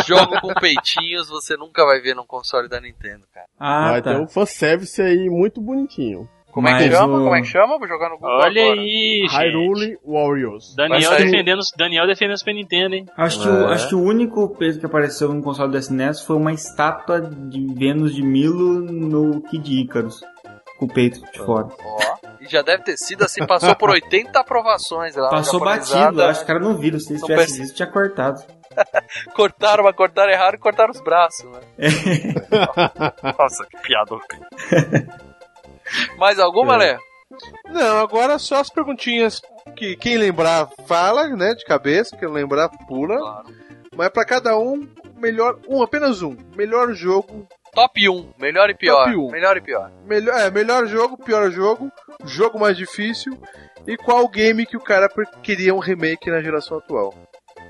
[SPEAKER 1] jogo com peitinhos você nunca vai ver num console da Nintendo, cara.
[SPEAKER 5] Ah,
[SPEAKER 4] Vai
[SPEAKER 5] tá.
[SPEAKER 4] ter um fanservice aí muito bonitinho.
[SPEAKER 1] então, Como é que chama? Como é que chama? Vou jogar no Google
[SPEAKER 2] Olha
[SPEAKER 1] agora.
[SPEAKER 2] aí, gente.
[SPEAKER 4] Hyrule Warriors.
[SPEAKER 2] Daniel
[SPEAKER 5] Vai sair.
[SPEAKER 2] defendendo, Daniel defendendo o Super Nintendo, hein?
[SPEAKER 5] Acho que, o, acho que o único peso que apareceu no console do SNES foi uma estátua de Vênus de Milo no Kid Icarus. com o peito de fora.
[SPEAKER 1] E já deve ter sido assim, passou por 80 aprovações lá. na
[SPEAKER 5] Passou
[SPEAKER 1] japonesada.
[SPEAKER 5] batido, eu acho que os caras não viram. Se eles
[SPEAKER 1] Não
[SPEAKER 5] tivessem
[SPEAKER 1] pense-
[SPEAKER 5] visto, tinha cortado.
[SPEAKER 1] Cortaram, mas cortaram errado e cortaram os braços, né? Nossa, que piada. Mais alguma,
[SPEAKER 2] É.
[SPEAKER 1] Lé?
[SPEAKER 3] Não, agora só as perguntinhas que quem lembrar fala, né, de cabeça, quem não lembrar pula. Mas pra cada um, melhor um, apenas um. Melhor jogo,
[SPEAKER 1] Top 1, melhor e pior.
[SPEAKER 2] um.
[SPEAKER 3] Top 1.
[SPEAKER 1] Melhor e pior.
[SPEAKER 3] melhor, é, melhor jogo, pior jogo, jogo mais difícil e qual game que o cara pre- queria um remake na geração atual.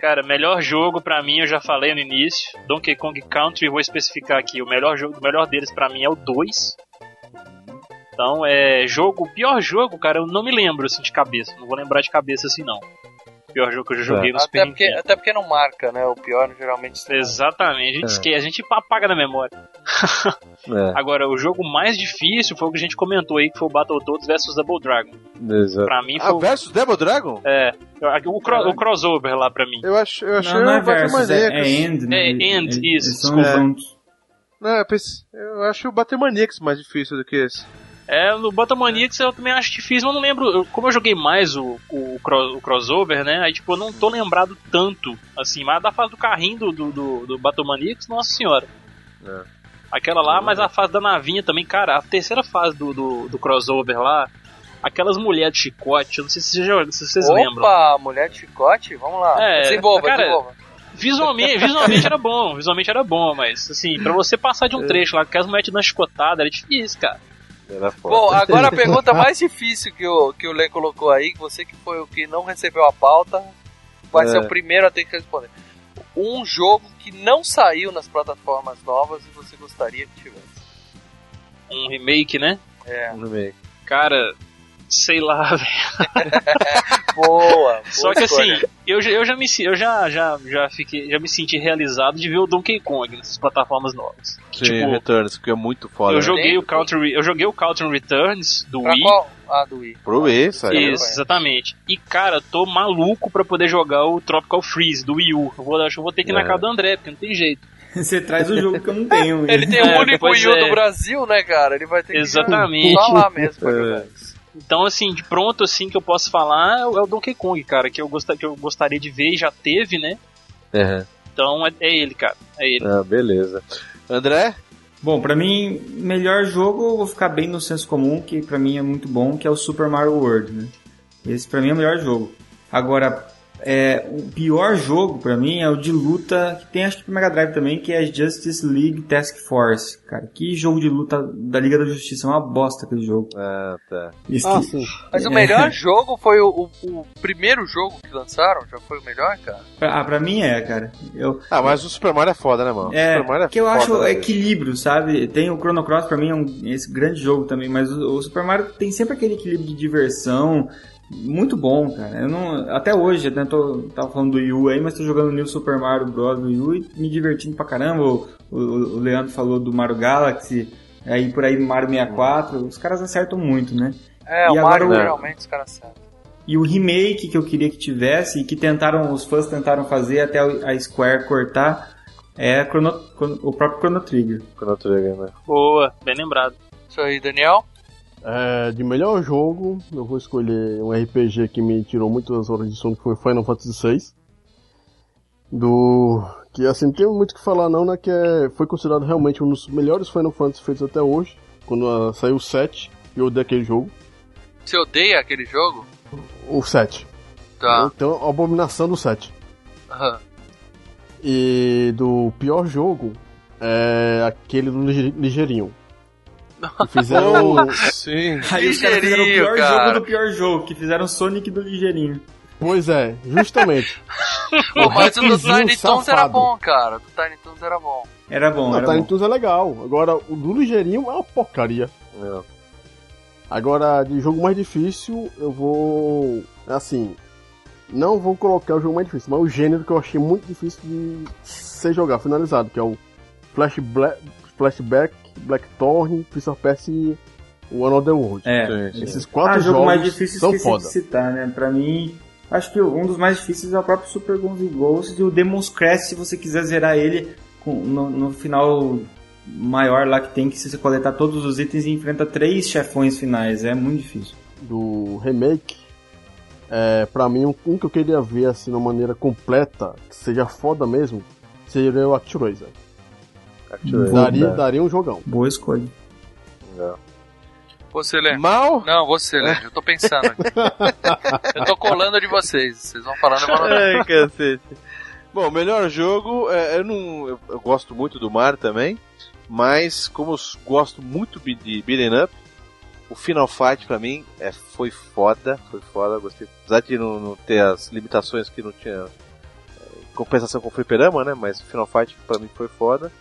[SPEAKER 2] Cara, melhor jogo pra mim, eu já falei no início, Donkey Kong Country, vou especificar aqui, o melhor jogo, o melhor deles pra mim é o 2. Então, é jogo, pior jogo, cara, eu não me lembro assim de cabeça, não vou lembrar de cabeça assim não. Pior jogo que eu já joguei no Super
[SPEAKER 1] até, porque,
[SPEAKER 2] Nintendo.
[SPEAKER 1] até porque não marca, né? O pior geralmente.
[SPEAKER 2] Exatamente, a gente
[SPEAKER 1] É.
[SPEAKER 2] esquece, a gente apaga da memória. Agora, o jogo mais difícil foi o que a gente comentou aí, que foi o Battletoads vs Double Dragon.
[SPEAKER 3] Exato.
[SPEAKER 2] Pra mim foi
[SPEAKER 3] Ah,
[SPEAKER 2] o-
[SPEAKER 3] versus Devil Dragon?
[SPEAKER 2] É, o, cro- o crossover lá pra mim.
[SPEAKER 3] Eu, acho, eu achei
[SPEAKER 2] Não, não é
[SPEAKER 3] o Battle
[SPEAKER 2] versus, é-
[SPEAKER 3] Maníacos.
[SPEAKER 2] é end, né? É end, Eles- isso, eles são desculpa. juntos.
[SPEAKER 3] Não, eu, pense- eu acho o Battle Maníacos mais difícil do que esse.
[SPEAKER 2] É, no Batamaniacs eu também acho difícil, mas eu não lembro. eu- como eu joguei mais o, o, cro- o crossover, né? Aí, tipo, eu não tô lembrado tanto, assim. Mas da fase do carrinho do, do, do, do Batomaniacs, nossa senhora. Aquela lá, mas a fase da navinha também, cara. A terceira fase do, do, do crossover lá, aquelas mulheres de chicote, eu não sei se vocês, já- se vocês
[SPEAKER 1] Opa,
[SPEAKER 2] lembram.
[SPEAKER 1] mulher de chicote? Vamos lá.
[SPEAKER 2] É,
[SPEAKER 1] desenvolva,
[SPEAKER 2] cara,
[SPEAKER 1] desenvolva.
[SPEAKER 2] Visualmente, visualmente era bom, visualmente era bom, mas assim, pra você passar de um trecho lá, que as mulheres te dando chicotada, era difícil, cara.
[SPEAKER 1] Bom,
[SPEAKER 2] tá
[SPEAKER 1] agora a pergunta mais difícil que o, que o Lê colocou aí, que você que foi o que não recebeu a pauta, vai
[SPEAKER 3] É.
[SPEAKER 1] ser o primeiro a ter que responder. Um jogo que não saiu nas plataformas novas e você gostaria que tivesse.
[SPEAKER 2] Um remake, né?
[SPEAKER 1] É. Um
[SPEAKER 3] remake.
[SPEAKER 2] Cara, sei lá, velho.
[SPEAKER 1] boa.
[SPEAKER 2] Só que
[SPEAKER 1] escolha.
[SPEAKER 2] assim, eu, já- eu já me se- eu já, já, já fiquei, já me senti realizado de ver o Donkey Kong nessas plataformas novas. Que,
[SPEAKER 3] Sim,
[SPEAKER 2] tipo,
[SPEAKER 3] Returns, que é muito foda.
[SPEAKER 2] eu
[SPEAKER 3] né?
[SPEAKER 2] joguei o Country, eu joguei o Country Returns do
[SPEAKER 1] Pra
[SPEAKER 2] Wii.
[SPEAKER 1] qual? Ah, do Wii.
[SPEAKER 3] Pro E, saiu.
[SPEAKER 2] Isso, exatamente. E cara, tô maluco pra poder jogar o Tropical Freeze do Wii U. Eu vou, acho que eu vou ter que ir na
[SPEAKER 5] É.
[SPEAKER 2] casa do André, porque não tem jeito.
[SPEAKER 5] Você traz o jogo que eu não tenho. né?
[SPEAKER 1] Ele tem o
[SPEAKER 2] É,
[SPEAKER 1] único
[SPEAKER 2] pois
[SPEAKER 1] Wii U
[SPEAKER 2] é.
[SPEAKER 1] do Brasil, né, cara? Ele vai ter
[SPEAKER 2] Exatamente.
[SPEAKER 1] que falar mesmo. né, pra jogar.
[SPEAKER 2] Então, assim, de pronto, assim, que eu posso falar é o é o Donkey Kong, cara, que eu, gosta, que eu gostaria de ver e já teve, né? Então é, é ele, cara. É ele.
[SPEAKER 3] Ah, beleza. André?
[SPEAKER 5] Bom, pra mim, melhor jogo, eu vou ficar bem no senso comum, que pra mim é muito bom, que é o Super Mario World, né? Esse pra mim é o melhor jogo. Agora, é, o pior jogo pra mim é o de luta, que tem acho que pro Mega Drive também, que é Justice League Task Force. Cara, que jogo de luta da Liga da Justiça, é uma bosta aquele jogo.
[SPEAKER 3] Ah, tá.
[SPEAKER 1] Ah, sim. Mas o melhor jogo foi o, o- o primeiro jogo que lançaram, já foi o melhor, cara?
[SPEAKER 5] Ah, pra mim é, cara. Eu,
[SPEAKER 3] Ah, mas o Super Mario é foda, né, mano?
[SPEAKER 5] É,
[SPEAKER 3] Super Mario é
[SPEAKER 5] que eu
[SPEAKER 3] foda,
[SPEAKER 5] acho
[SPEAKER 3] né?
[SPEAKER 5] equilíbrio, sabe? Tem o Chrono Cross pra mim é um esse grande jogo também, mas o, o Super Mario tem sempre aquele equilíbrio de diversão muito bom, cara. Eu não, até hoje, né, tô tava falando do Yu aí, mas tô jogando New Super Mario Bros do Yu e me divertindo pra caramba. O, o- o Leandro falou do Mario Galaxy, aí por aí Mario 64, os caras acertam muito, né?
[SPEAKER 1] É,
[SPEAKER 5] E
[SPEAKER 1] o
[SPEAKER 5] agora
[SPEAKER 1] Mario
[SPEAKER 5] o-
[SPEAKER 1] geralmente os caras sabem.
[SPEAKER 5] e o remake que eu queria que tivesse e que tentaram os fãs tentaram fazer até a Square cortar é Chrono- Chrono- o próprio Chrono Trigger.
[SPEAKER 3] Chrono Trigger, né?
[SPEAKER 2] Boa, bem lembrado.
[SPEAKER 1] Isso aí, Daniel?
[SPEAKER 4] É, de melhor jogo, eu vou escolher um RPG que me tirou muitas horas de sono, que foi Final Fantasy VI. Do. Que assim, não tem muito o que falar não, né? Que é- foi considerado realmente um dos melhores Final Fantasy feitos até hoje. Quando ah, saiu o 7, eu odeio aquele jogo.
[SPEAKER 1] Você odeia aquele jogo?
[SPEAKER 4] O 7.
[SPEAKER 1] Tá.
[SPEAKER 4] Então, a abominação do 7.
[SPEAKER 1] Aham.
[SPEAKER 4] E do pior jogo é aquele do Lige- Ligeirinho. Que fizeram.
[SPEAKER 3] Oh, sim.
[SPEAKER 5] Aí os caras fizeram o
[SPEAKER 4] Ligeirinho,
[SPEAKER 5] pior
[SPEAKER 4] cara.
[SPEAKER 5] jogo do pior jogo, que fizeram Sonic do ligeirinho.
[SPEAKER 4] Pois é, justamente.
[SPEAKER 1] Pô, mas o do
[SPEAKER 4] hackzinho
[SPEAKER 1] Tiny Toons era
[SPEAKER 4] safado.
[SPEAKER 1] bom, cara. Do Tiny Toons era bom.
[SPEAKER 5] Era bom,
[SPEAKER 4] Não,
[SPEAKER 5] era
[SPEAKER 4] Tiny
[SPEAKER 5] bom.
[SPEAKER 4] Toons é legal. Agora, o do Ligeirinho é uma porcaria.
[SPEAKER 5] É.
[SPEAKER 4] Agora, de jogo mais difícil, eu vou. Assim. Não vou colocar o jogo mais difícil, mas o gênero que eu achei muito difícil de ser jogar, finalizado, que é o Flash Bla- Flashback, Blackthorn, Prince of Persia e One of the World.
[SPEAKER 5] É,
[SPEAKER 4] Esses quatro
[SPEAKER 5] ah, jogo
[SPEAKER 4] jogos
[SPEAKER 5] mais difícil
[SPEAKER 4] são
[SPEAKER 5] esqueci
[SPEAKER 4] foda.
[SPEAKER 5] de citar, né? Pra mim, acho que um dos mais difíceis é o próprio Super Guns N' Ghosts e o Demon's Crest, se você quiser zerar ele com- no, no final maior lá que tem que se coletar todos os itens e enfrenta três chefões finais. É muito difícil.
[SPEAKER 4] Do remake, é, pra mim, um, um que eu queria ver assim, de uma maneira completa, que seja foda mesmo, seria o Actraiser.
[SPEAKER 3] Actraiser.
[SPEAKER 4] Daria,
[SPEAKER 3] Boa.
[SPEAKER 4] daria um jogão.
[SPEAKER 5] Boa escolha.
[SPEAKER 1] Você lembra? Mal? Não, você lembra. Eu tô pensando aqui. eu tô colando de vocês. Vocês vão falando, eu vou
[SPEAKER 3] Ai, cacete. Bom, melhor jogo, é, eu não. Eu, eu gosto muito do Mario também, mas como eu s- gosto muito bi- de Beaten Up, o Final Fight pra mim é, foi foda, foi foda, gostei. Apesar de não, não ter as limitações que não tinha é, compensação com o Fliperama, né? Mas o Final Fight pra mim foi foda.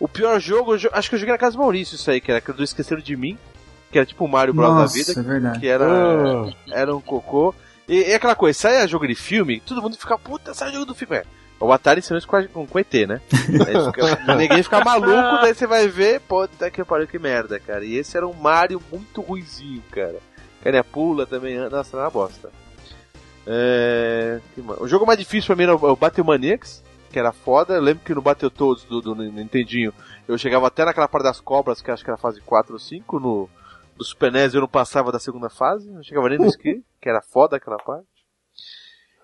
[SPEAKER 3] O pior jogo, eu jo- acho que eu joguei na casa do Maurício isso aí, que era aquele do Esqueceram de Mim, que era tipo o Mario Bros
[SPEAKER 5] Nossa,
[SPEAKER 3] da vida.
[SPEAKER 5] é verdade.
[SPEAKER 3] Que era,
[SPEAKER 5] Ah.
[SPEAKER 3] era um cocô. E, e aquela coisa, sai jogo de filme, todo mundo fica, puta, sai jogo do filme. É, O Atari ensinou isso com, a- com, com o ET, né? Aí fica- ninguém fica maluco, daí você vai ver, puta que pariu, que merda, cara. E esse era um Mario muito ruizinho, cara. Cara, pula também, anda, nossa, era uma bosta. É, que ma- O jogo mais difícil pra mim era o o Batemaniacs, que era foda. Eu lembro que no Battletoads do, do Nintendinho, eu chegava até naquela parte das cobras, que acho que era fase 4 ou 5, no do Super NES eu não passava da segunda fase, não chegava nem no Ski, que era foda aquela parte.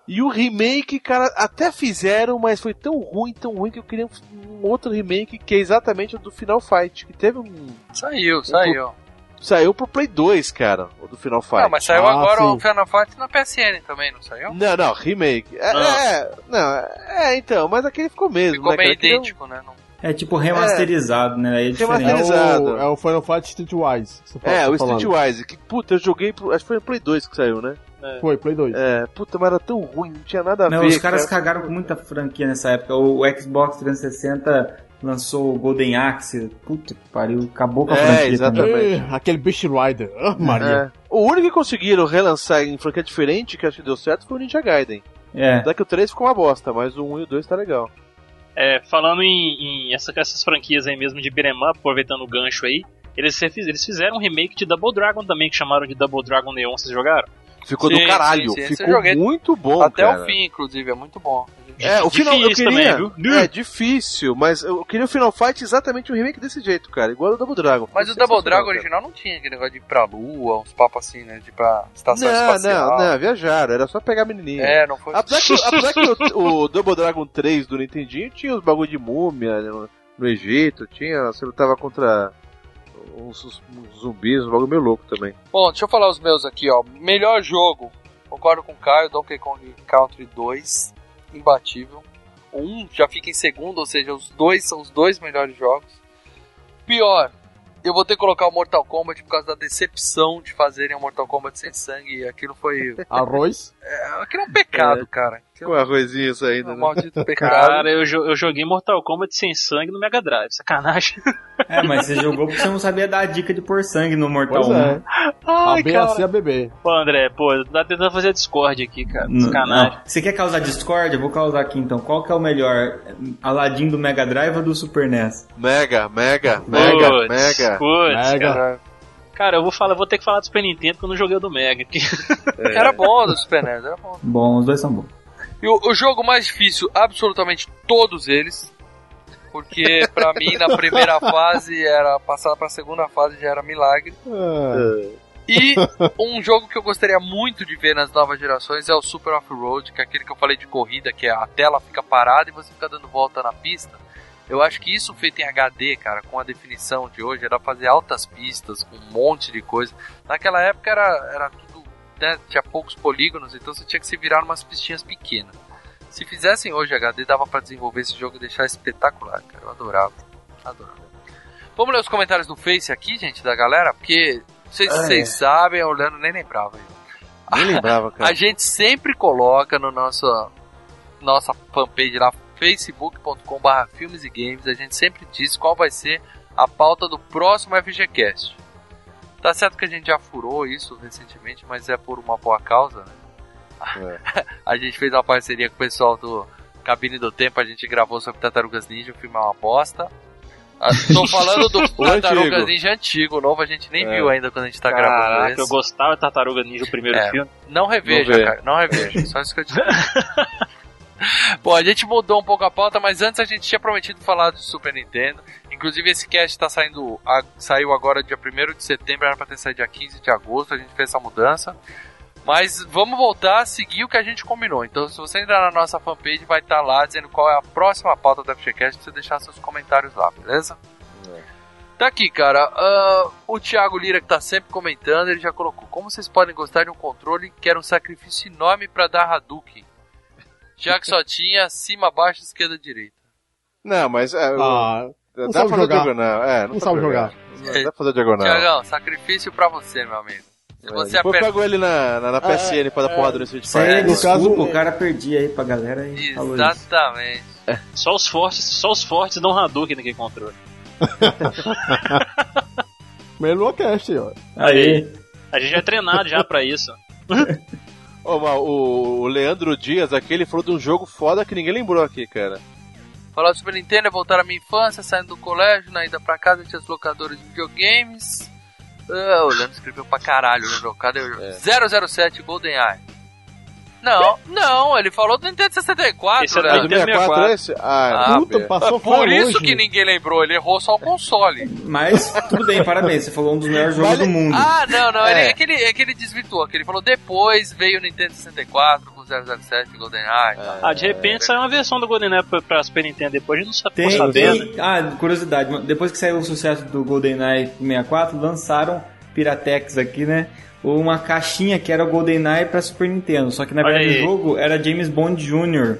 [SPEAKER 3] E o remake, cara, até fizeram, mas foi tão ruim, tão ruim que eu queria um, um outro remake que é exatamente o do Final Fight, que teve um
[SPEAKER 1] Saiu, saiu.
[SPEAKER 3] saiu pro Play 2, cara, o do Final Fight.
[SPEAKER 1] Não, mas saiu agora o Final Fight na PSN também, não saiu?
[SPEAKER 3] Não, não, remake. É,
[SPEAKER 1] Ah.
[SPEAKER 3] é, não, é, então, mas aquele ficou mesmo,
[SPEAKER 1] Ficou
[SPEAKER 3] né,
[SPEAKER 1] meio
[SPEAKER 3] cara? Aquele é um-
[SPEAKER 1] idêntico, né? Não-
[SPEAKER 5] É tipo remasterizado, né? Aí É diferente.
[SPEAKER 4] É o, é o Final Fight Streetwise. que você fala-
[SPEAKER 3] É,
[SPEAKER 4] tá
[SPEAKER 3] o
[SPEAKER 4] falando.
[SPEAKER 3] Streetwise, que puta, eu joguei, pro, acho que foi no Play 2 que saiu, né?
[SPEAKER 4] Foi, Play 2.
[SPEAKER 3] É, puta, mas era tão ruim, não tinha nada a
[SPEAKER 5] Não,
[SPEAKER 3] ver.
[SPEAKER 5] os caras
[SPEAKER 3] cara.
[SPEAKER 5] cagaram com muita franquia nessa época. O, o Xbox 360 lançou o Golden Axe. Puta que pariu, acabou com
[SPEAKER 3] É,
[SPEAKER 5] a franquia.
[SPEAKER 3] exatamente.
[SPEAKER 5] também.
[SPEAKER 4] Ih, Aquele Beast Rider. Ah, Maria.
[SPEAKER 3] É. O único que conseguiram relançar em franquia diferente, que acho que deu certo, foi o Ninja Gaiden.
[SPEAKER 5] É.
[SPEAKER 3] Até que o 3 ficou uma bosta, mas o 1 e o 2 tá legal.
[SPEAKER 2] É, falando em, em essa- essas franquias aí mesmo de beat'em up, aproveitando o gancho aí, eles, refiz- eles fizeram um remake de Double Dragon também, que chamaram de Double Dragon Neon, vocês jogaram?
[SPEAKER 3] Ficou
[SPEAKER 1] Sim,
[SPEAKER 3] do caralho,
[SPEAKER 1] sim, sim, esse eu
[SPEAKER 3] ficou
[SPEAKER 1] joguei
[SPEAKER 3] muito bom,
[SPEAKER 1] Até
[SPEAKER 3] cara.
[SPEAKER 1] o fim, inclusive, é muito bom.
[SPEAKER 3] É, o final eu
[SPEAKER 1] Difícil
[SPEAKER 3] queria.
[SPEAKER 1] também,
[SPEAKER 3] é difícil, mas eu queria o Final Fight exatamente um remake desse jeito, cara, igual o Double Dragon. é
[SPEAKER 1] Mas o Double Dragon original não tinha aquele negócio de ir pra lua, uns papos assim, né? De ir pra estação
[SPEAKER 3] Não,
[SPEAKER 1] espacial.
[SPEAKER 3] não, não, Ah, viajaram, era só pegar a menininha.
[SPEAKER 1] É, não foi-
[SPEAKER 3] Apesar que, apesar que o, o Double Dragon 3 do Nintendinho tinha os bagulho de múmia né, no, no Egito, tinha, você lutava contra uns, uns- uns zumbis, um bagulho meio louco também.
[SPEAKER 1] Bom, deixa eu falar os meus aqui, ó. Melhor jogo. Concordo com o Caio, Donkey Kong Country 2, imbatível. O 1 já fica em segundo, ou seja, os dois são os dois melhores jogos. Pior, eu vou ter que colocar o Mortal Kombat por causa da decepção de fazerem o Mortal Kombat sem sangue. Aquilo foi.
[SPEAKER 4] Arroz?
[SPEAKER 1] É, aquilo é um pecado, cara. é um
[SPEAKER 3] Com um arrozinho saindo, né?
[SPEAKER 1] Maldito
[SPEAKER 2] Cara, eu, jo- eu joguei Mortal Kombat sem sangue no Mega Drive, sacanagem.
[SPEAKER 5] É, mas você jogou porque você não sabia dar a dica de pôr sangue no Mortal
[SPEAKER 2] Pois é.
[SPEAKER 5] 1.
[SPEAKER 2] Ai, cara.
[SPEAKER 4] bebê.
[SPEAKER 2] Pô, André, pô, tá tentando fazer Discord aqui, cara,
[SPEAKER 5] Não,
[SPEAKER 2] sacanagem.
[SPEAKER 5] não. Você quer causar discórdia? Eu Vou causar aqui então. Qual que é o melhor? Aladdin do Mega Drive ou do Super NES?
[SPEAKER 3] Mega, mega,
[SPEAKER 5] mega,
[SPEAKER 2] Putz,
[SPEAKER 5] mega.
[SPEAKER 2] putz,
[SPEAKER 5] Mega.
[SPEAKER 1] Cara.
[SPEAKER 2] Cara, eu vou, falar, vou ter que falar do Super Nintendo porque eu não joguei o do Mega. porque-
[SPEAKER 1] Era bom do Super NES, era bom.
[SPEAKER 5] Bom, os dois são bons.
[SPEAKER 1] E o, o jogo mais difícil, absolutamente todos eles. Porque pra mim na primeira fase era passar pra segunda fase já era milagre. E um jogo que eu gostaria muito de ver nas novas gerações é o Super Off-Road, que é aquele que eu falei de corrida, que é a tela fica parada e você fica dando volta na pista. Eu acho que isso feito em HD, cara, com a definição de hoje, era fazer altas pistas, com um monte de coisa. Naquela época era, era tudo, né, tinha poucos polígonos, então você tinha que se virar umas pistinhas pequenas. Se fizessem hoje HD, dava pra desenvolver esse jogo e deixar espetacular, cara. Eu adorava, adorava. Vamos ler os comentários do Face aqui, gente, da galera, porque vocês,
[SPEAKER 3] Ah, é.
[SPEAKER 1] vocês sabem, a Orlando nem lembrava.
[SPEAKER 3] Nem lembrava, cara.
[SPEAKER 1] A gente sempre coloca no nosso nossa fanpage lá, facebook.com.br filmes e games, a gente sempre diz qual vai ser a pauta do próximo FGCast. Tá certo que a gente já furou isso recentemente, mas é por uma boa causa, né?
[SPEAKER 2] É.
[SPEAKER 1] a gente fez uma parceria com o pessoal do Cabine do Tempo, a gente gravou sobre Tartarugas Ninja, o filme é uma bosta. Ah, Tô falando do
[SPEAKER 2] O
[SPEAKER 1] Tartarugas
[SPEAKER 2] antigo.
[SPEAKER 1] Ninja antigo, o novo a gente nem
[SPEAKER 2] É.
[SPEAKER 1] viu ainda quando a gente tá gravando
[SPEAKER 2] Caraca,
[SPEAKER 1] esse.
[SPEAKER 2] eu gostava de Tartaruga Ninja, o primeiro
[SPEAKER 1] É,
[SPEAKER 2] filme.
[SPEAKER 1] Não reveja,
[SPEAKER 2] Não vê.
[SPEAKER 1] cara. Não reveja. Só isso que eu te Bom, a gente mudou um pouco a pauta, mas antes a gente tinha prometido falar do Super Nintendo. Inclusive, esse cast tá saindo. a- saiu agora dia 1 de setembro, era pra ter saído dia 15 de agosto, a gente fez essa mudança. Mas vamos voltar a seguir o que a gente combinou. Então, se você entrar na nossa fanpage, vai estar lá dizendo qual é a próxima pauta do FGCast pra você deixar seus comentários lá, beleza? Tá aqui, cara. Ah, o Thiago Lira, que tá sempre comentando, ele já colocou: Como vocês podem gostar de um controle que era um sacrifício enorme pra dar Hadouken? Já que só tinha cima, baixo, esquerda, direita.
[SPEAKER 3] Não, mas. É,
[SPEAKER 4] Ah,
[SPEAKER 3] dá pra
[SPEAKER 4] não sabe
[SPEAKER 3] fazer
[SPEAKER 4] jogar.
[SPEAKER 3] diagonal. É, não,
[SPEAKER 4] Não
[SPEAKER 3] dá
[SPEAKER 4] sabe
[SPEAKER 3] pra
[SPEAKER 4] jogar.
[SPEAKER 3] Não dá pra fazer diagonal. É.
[SPEAKER 1] Tiagão, sacrifício pra você, meu amigo. Se você
[SPEAKER 3] Depois
[SPEAKER 1] apertar.
[SPEAKER 3] pegou ele na, na, na PSN pra dar porrada É, no Street
[SPEAKER 5] Sério,
[SPEAKER 2] é
[SPEAKER 3] Fighter.
[SPEAKER 5] no caso, o cara perdia aí pra galera e falou isso.
[SPEAKER 1] Exatamente.
[SPEAKER 2] Só os fortes, só os fortes dão Hadouken naquele controle.
[SPEAKER 4] Primeiro Locast, ó.
[SPEAKER 2] Aí. A gente é treinado já pra isso.
[SPEAKER 3] Ô, mas o, o Leandro Dias aqui, ele falou de um jogo foda que ninguém lembrou aqui, cara.
[SPEAKER 1] Falar do Super Nintendo é voltar à minha infância, saindo do colégio, na ida pra casa, tinha os locadores de videogames. Ah, o Leandro escreveu pra caralho, o Leandro. Cadê o
[SPEAKER 5] É.
[SPEAKER 1] 007 GoldenEye. Não, não, ele falou do Nintendo 64,
[SPEAKER 2] Esse é do
[SPEAKER 1] Leandro.
[SPEAKER 2] Nintendo 64.
[SPEAKER 3] é esse? Ah,
[SPEAKER 1] Ah,
[SPEAKER 3] puta,
[SPEAKER 4] passou
[SPEAKER 1] Por isso que ninguém lembrou, ele errou só o console.
[SPEAKER 5] Mas, tudo bem, parabéns. Você falou um dos melhores jogos
[SPEAKER 3] Vale-
[SPEAKER 5] do mundo.
[SPEAKER 1] Ah, não, não, ele-
[SPEAKER 3] É.
[SPEAKER 1] é. que ele, é que ele desvirtuou, que ele falou depois veio o Nintendo 64 com 007 GoldenEye. e
[SPEAKER 3] É.
[SPEAKER 1] tal.
[SPEAKER 2] Ah, de repente saiu uma versão do GoldenEye pra, pra Super Nintendo depois, a gente não sabe né?
[SPEAKER 5] Tem,
[SPEAKER 2] ficou sabendo.
[SPEAKER 5] tem- Ah, curiosidade. Depois que saiu o sucesso do GoldenEye 64, lançaram Piratex aqui, né? Uma caixinha que era o GoldenEye pra Super Nintendo. Só que na
[SPEAKER 2] Olha
[SPEAKER 5] verdade
[SPEAKER 2] aí.
[SPEAKER 5] o jogo era James Bond Jr.
[SPEAKER 2] Olha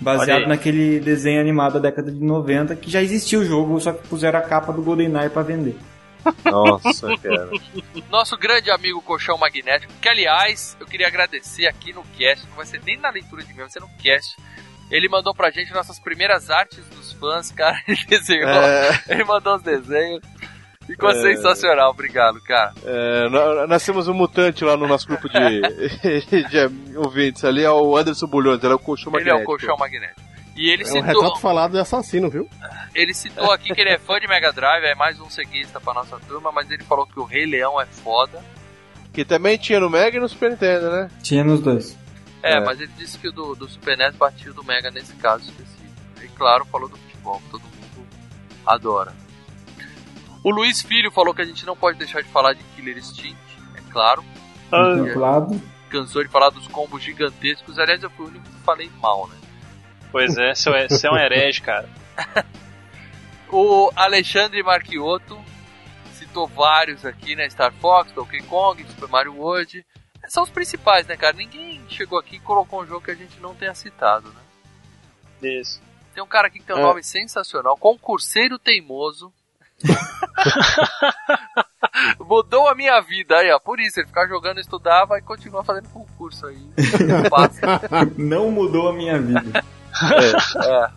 [SPEAKER 5] Baseado
[SPEAKER 2] aí.
[SPEAKER 5] naquele desenho animado da década de 90, que já existia o jogo, só que puseram a capa do GoldenEye pra vender.
[SPEAKER 3] Nossa, cara.
[SPEAKER 1] Nosso grande amigo Colchão Magnético, que aliás, eu queria agradecer aqui no cast, não vai ser nem na leitura de mim, vai ser no cast. Ele mandou pra gente nossas primeiras artes dos fãs, cara. Ele desenhou,
[SPEAKER 3] É.
[SPEAKER 1] ele mandou os desenhos. Ficou
[SPEAKER 3] É.
[SPEAKER 1] sensacional, obrigado, cara.
[SPEAKER 3] É, nó- nós temos um mutante lá no nosso grupo de, de ouvintes ali, é o Anderson Bulhões, ele é o colchão
[SPEAKER 1] Ele é o
[SPEAKER 3] magnético.
[SPEAKER 1] Colchão Magnético. E ele
[SPEAKER 4] É um
[SPEAKER 1] citou,
[SPEAKER 4] retrato falado de assassino, viu?
[SPEAKER 1] ele citou aqui que ele é fã de Mega Drive, é mais um seguista pra nossa turma, mas ele falou que o Rei Leão é foda.
[SPEAKER 3] Que também tinha no Mega e no Super Nintendo, né?
[SPEAKER 5] Tinha nos dois.
[SPEAKER 1] É,
[SPEAKER 3] É.
[SPEAKER 1] mas ele disse que o do, do Super NES batiu do Mega nesse caso específico. E claro, falou do futebol, que todo mundo adora. O Luiz Filho falou que a gente não pode deixar de falar de Killer Instinct, é claro.
[SPEAKER 2] Ah,
[SPEAKER 5] Um teclado.
[SPEAKER 1] Cansou de falar dos combos gigantescos. Aliás, eu fui o único que falei mal, né?
[SPEAKER 2] Pois é, você é- você é um herege, cara.
[SPEAKER 1] O Alexandre Marchiotto citou vários aqui, né? Star Fox, Donkey Kong, Super Mario World. São os principais, né, cara? Ninguém chegou aqui e colocou um jogo que a gente não tenha citado, né?
[SPEAKER 2] Isso.
[SPEAKER 1] Tem um cara aqui que tem um
[SPEAKER 3] É.
[SPEAKER 1] nome sensacional, concurseiro teimoso. Mudou a minha vida aí, ó. Por isso, ele ficava jogando, estudava e continua fazendo concurso aí. Passa.
[SPEAKER 5] Não mudou a minha vida.
[SPEAKER 1] É.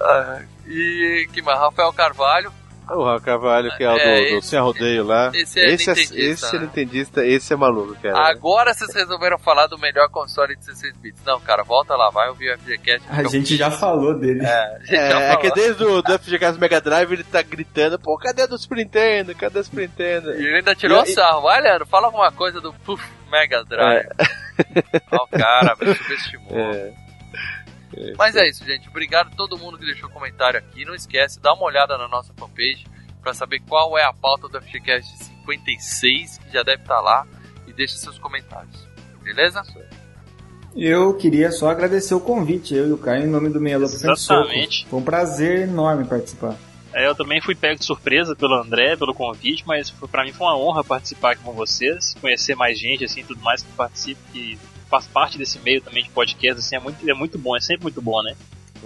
[SPEAKER 1] Ah, E que mais? Rafael Carvalho.
[SPEAKER 3] O Raul Carvalho, que é,
[SPEAKER 1] É,
[SPEAKER 3] o do, do
[SPEAKER 1] esse-
[SPEAKER 3] Sem Rodeio lá.
[SPEAKER 1] esse é nintendista,
[SPEAKER 3] esse é
[SPEAKER 1] né? Ah,
[SPEAKER 3] nintendista, esse é maluco, cara.
[SPEAKER 1] Agora vocês resolveram falar do melhor console de 16 bits. Não, cara, volta lá, vai ouvir o FGCast.
[SPEAKER 5] A gente já falou dele.
[SPEAKER 1] É, a gente já
[SPEAKER 3] É, é
[SPEAKER 1] falou.
[SPEAKER 3] que desde o do FGCast Mega Drive ele tá gritando, pô, cadê do Super Nintendo? Cadê o Super Nintendo?
[SPEAKER 1] E ele ainda tirou
[SPEAKER 3] E- e-
[SPEAKER 1] sarro. Vai, Leandro, fala alguma coisa do Puff Mega Drive. Ó, o cara, me subestimou.
[SPEAKER 3] É.
[SPEAKER 1] Mas é isso, gente. Obrigado a todo mundo que deixou comentário aqui. Não esquece, dá uma olhada na nossa fanpage para saber qual é a pauta do FGCast 56, que já deve estar lá. E deixa seus comentários. Beleza?
[SPEAKER 5] Eu queria só agradecer o convite, eu e o Caio, em nome do Meia Lua Professor Soco.
[SPEAKER 2] Exatamente.
[SPEAKER 5] Foi um prazer enorme participar.
[SPEAKER 2] É, Eu também fui pego de surpresa pelo André, pelo convite, mas foi- pra mim foi uma honra participar aqui com vocês, conhecer mais gente assim, tudo mais que participa, que faz parte desse meio também de podcast, assim, é muito, é muito bom, é sempre muito bom, né?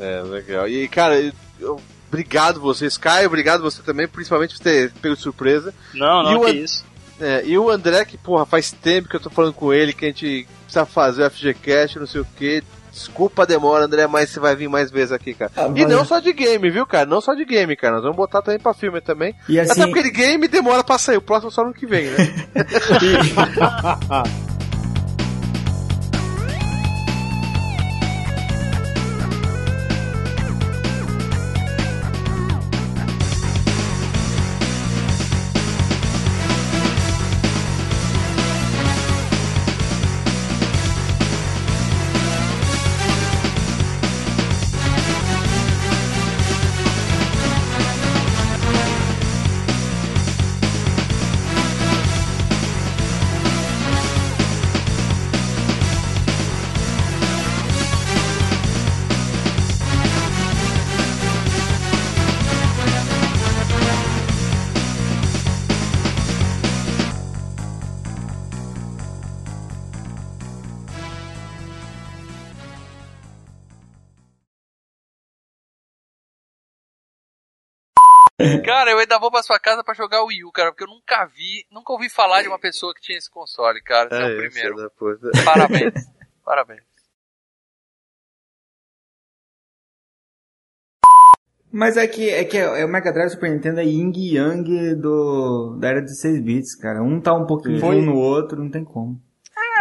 [SPEAKER 3] É, legal. E, cara, eu- obrigado vocês, Caio, obrigado você também, principalmente por ter pego de surpresa.
[SPEAKER 2] Não,
[SPEAKER 3] E
[SPEAKER 2] não,
[SPEAKER 3] o
[SPEAKER 2] que
[SPEAKER 3] An-
[SPEAKER 2] isso.
[SPEAKER 3] É, e o André, que, porra, faz tempo que eu tô falando com ele, que a gente precisa fazer o FGCast, não sei o quê. Desculpa a demora, André, mas você vai vir mais vezes aqui, cara.
[SPEAKER 5] Ah,
[SPEAKER 3] E
[SPEAKER 5] valeu.
[SPEAKER 3] não só de game, viu, cara? Não só de game, cara. Nós vamos botar também pra filme também.
[SPEAKER 5] E
[SPEAKER 2] tá
[SPEAKER 5] assim,
[SPEAKER 3] Até porque de game demora pra sair. O próximo só no que vem, né?
[SPEAKER 1] Cara, eu ainda vou pra sua casa pra jogar o Wii U, cara, porque eu nunca vi, nunca ouvi falar de uma pessoa que tinha esse console, cara. Você é o primeiro. Parabéns. Parabéns.
[SPEAKER 5] Mas é que, é que é, o Mega Drive e o Super Nintendo é Ying e Yang do, da era de 6 bits, cara. Um tá um pouquinho
[SPEAKER 1] Foi-
[SPEAKER 5] um no outro, não tem como.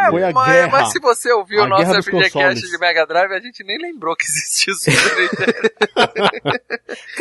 [SPEAKER 1] É,
[SPEAKER 5] Foi a
[SPEAKER 1] mas,
[SPEAKER 5] guerra.
[SPEAKER 1] mas se você ouviu
[SPEAKER 5] A
[SPEAKER 1] o nosso
[SPEAKER 5] guerra dos
[SPEAKER 1] FGCast
[SPEAKER 5] consoles.
[SPEAKER 1] de Mega Drive, a gente nem lembrou que existia o Super Nintendo.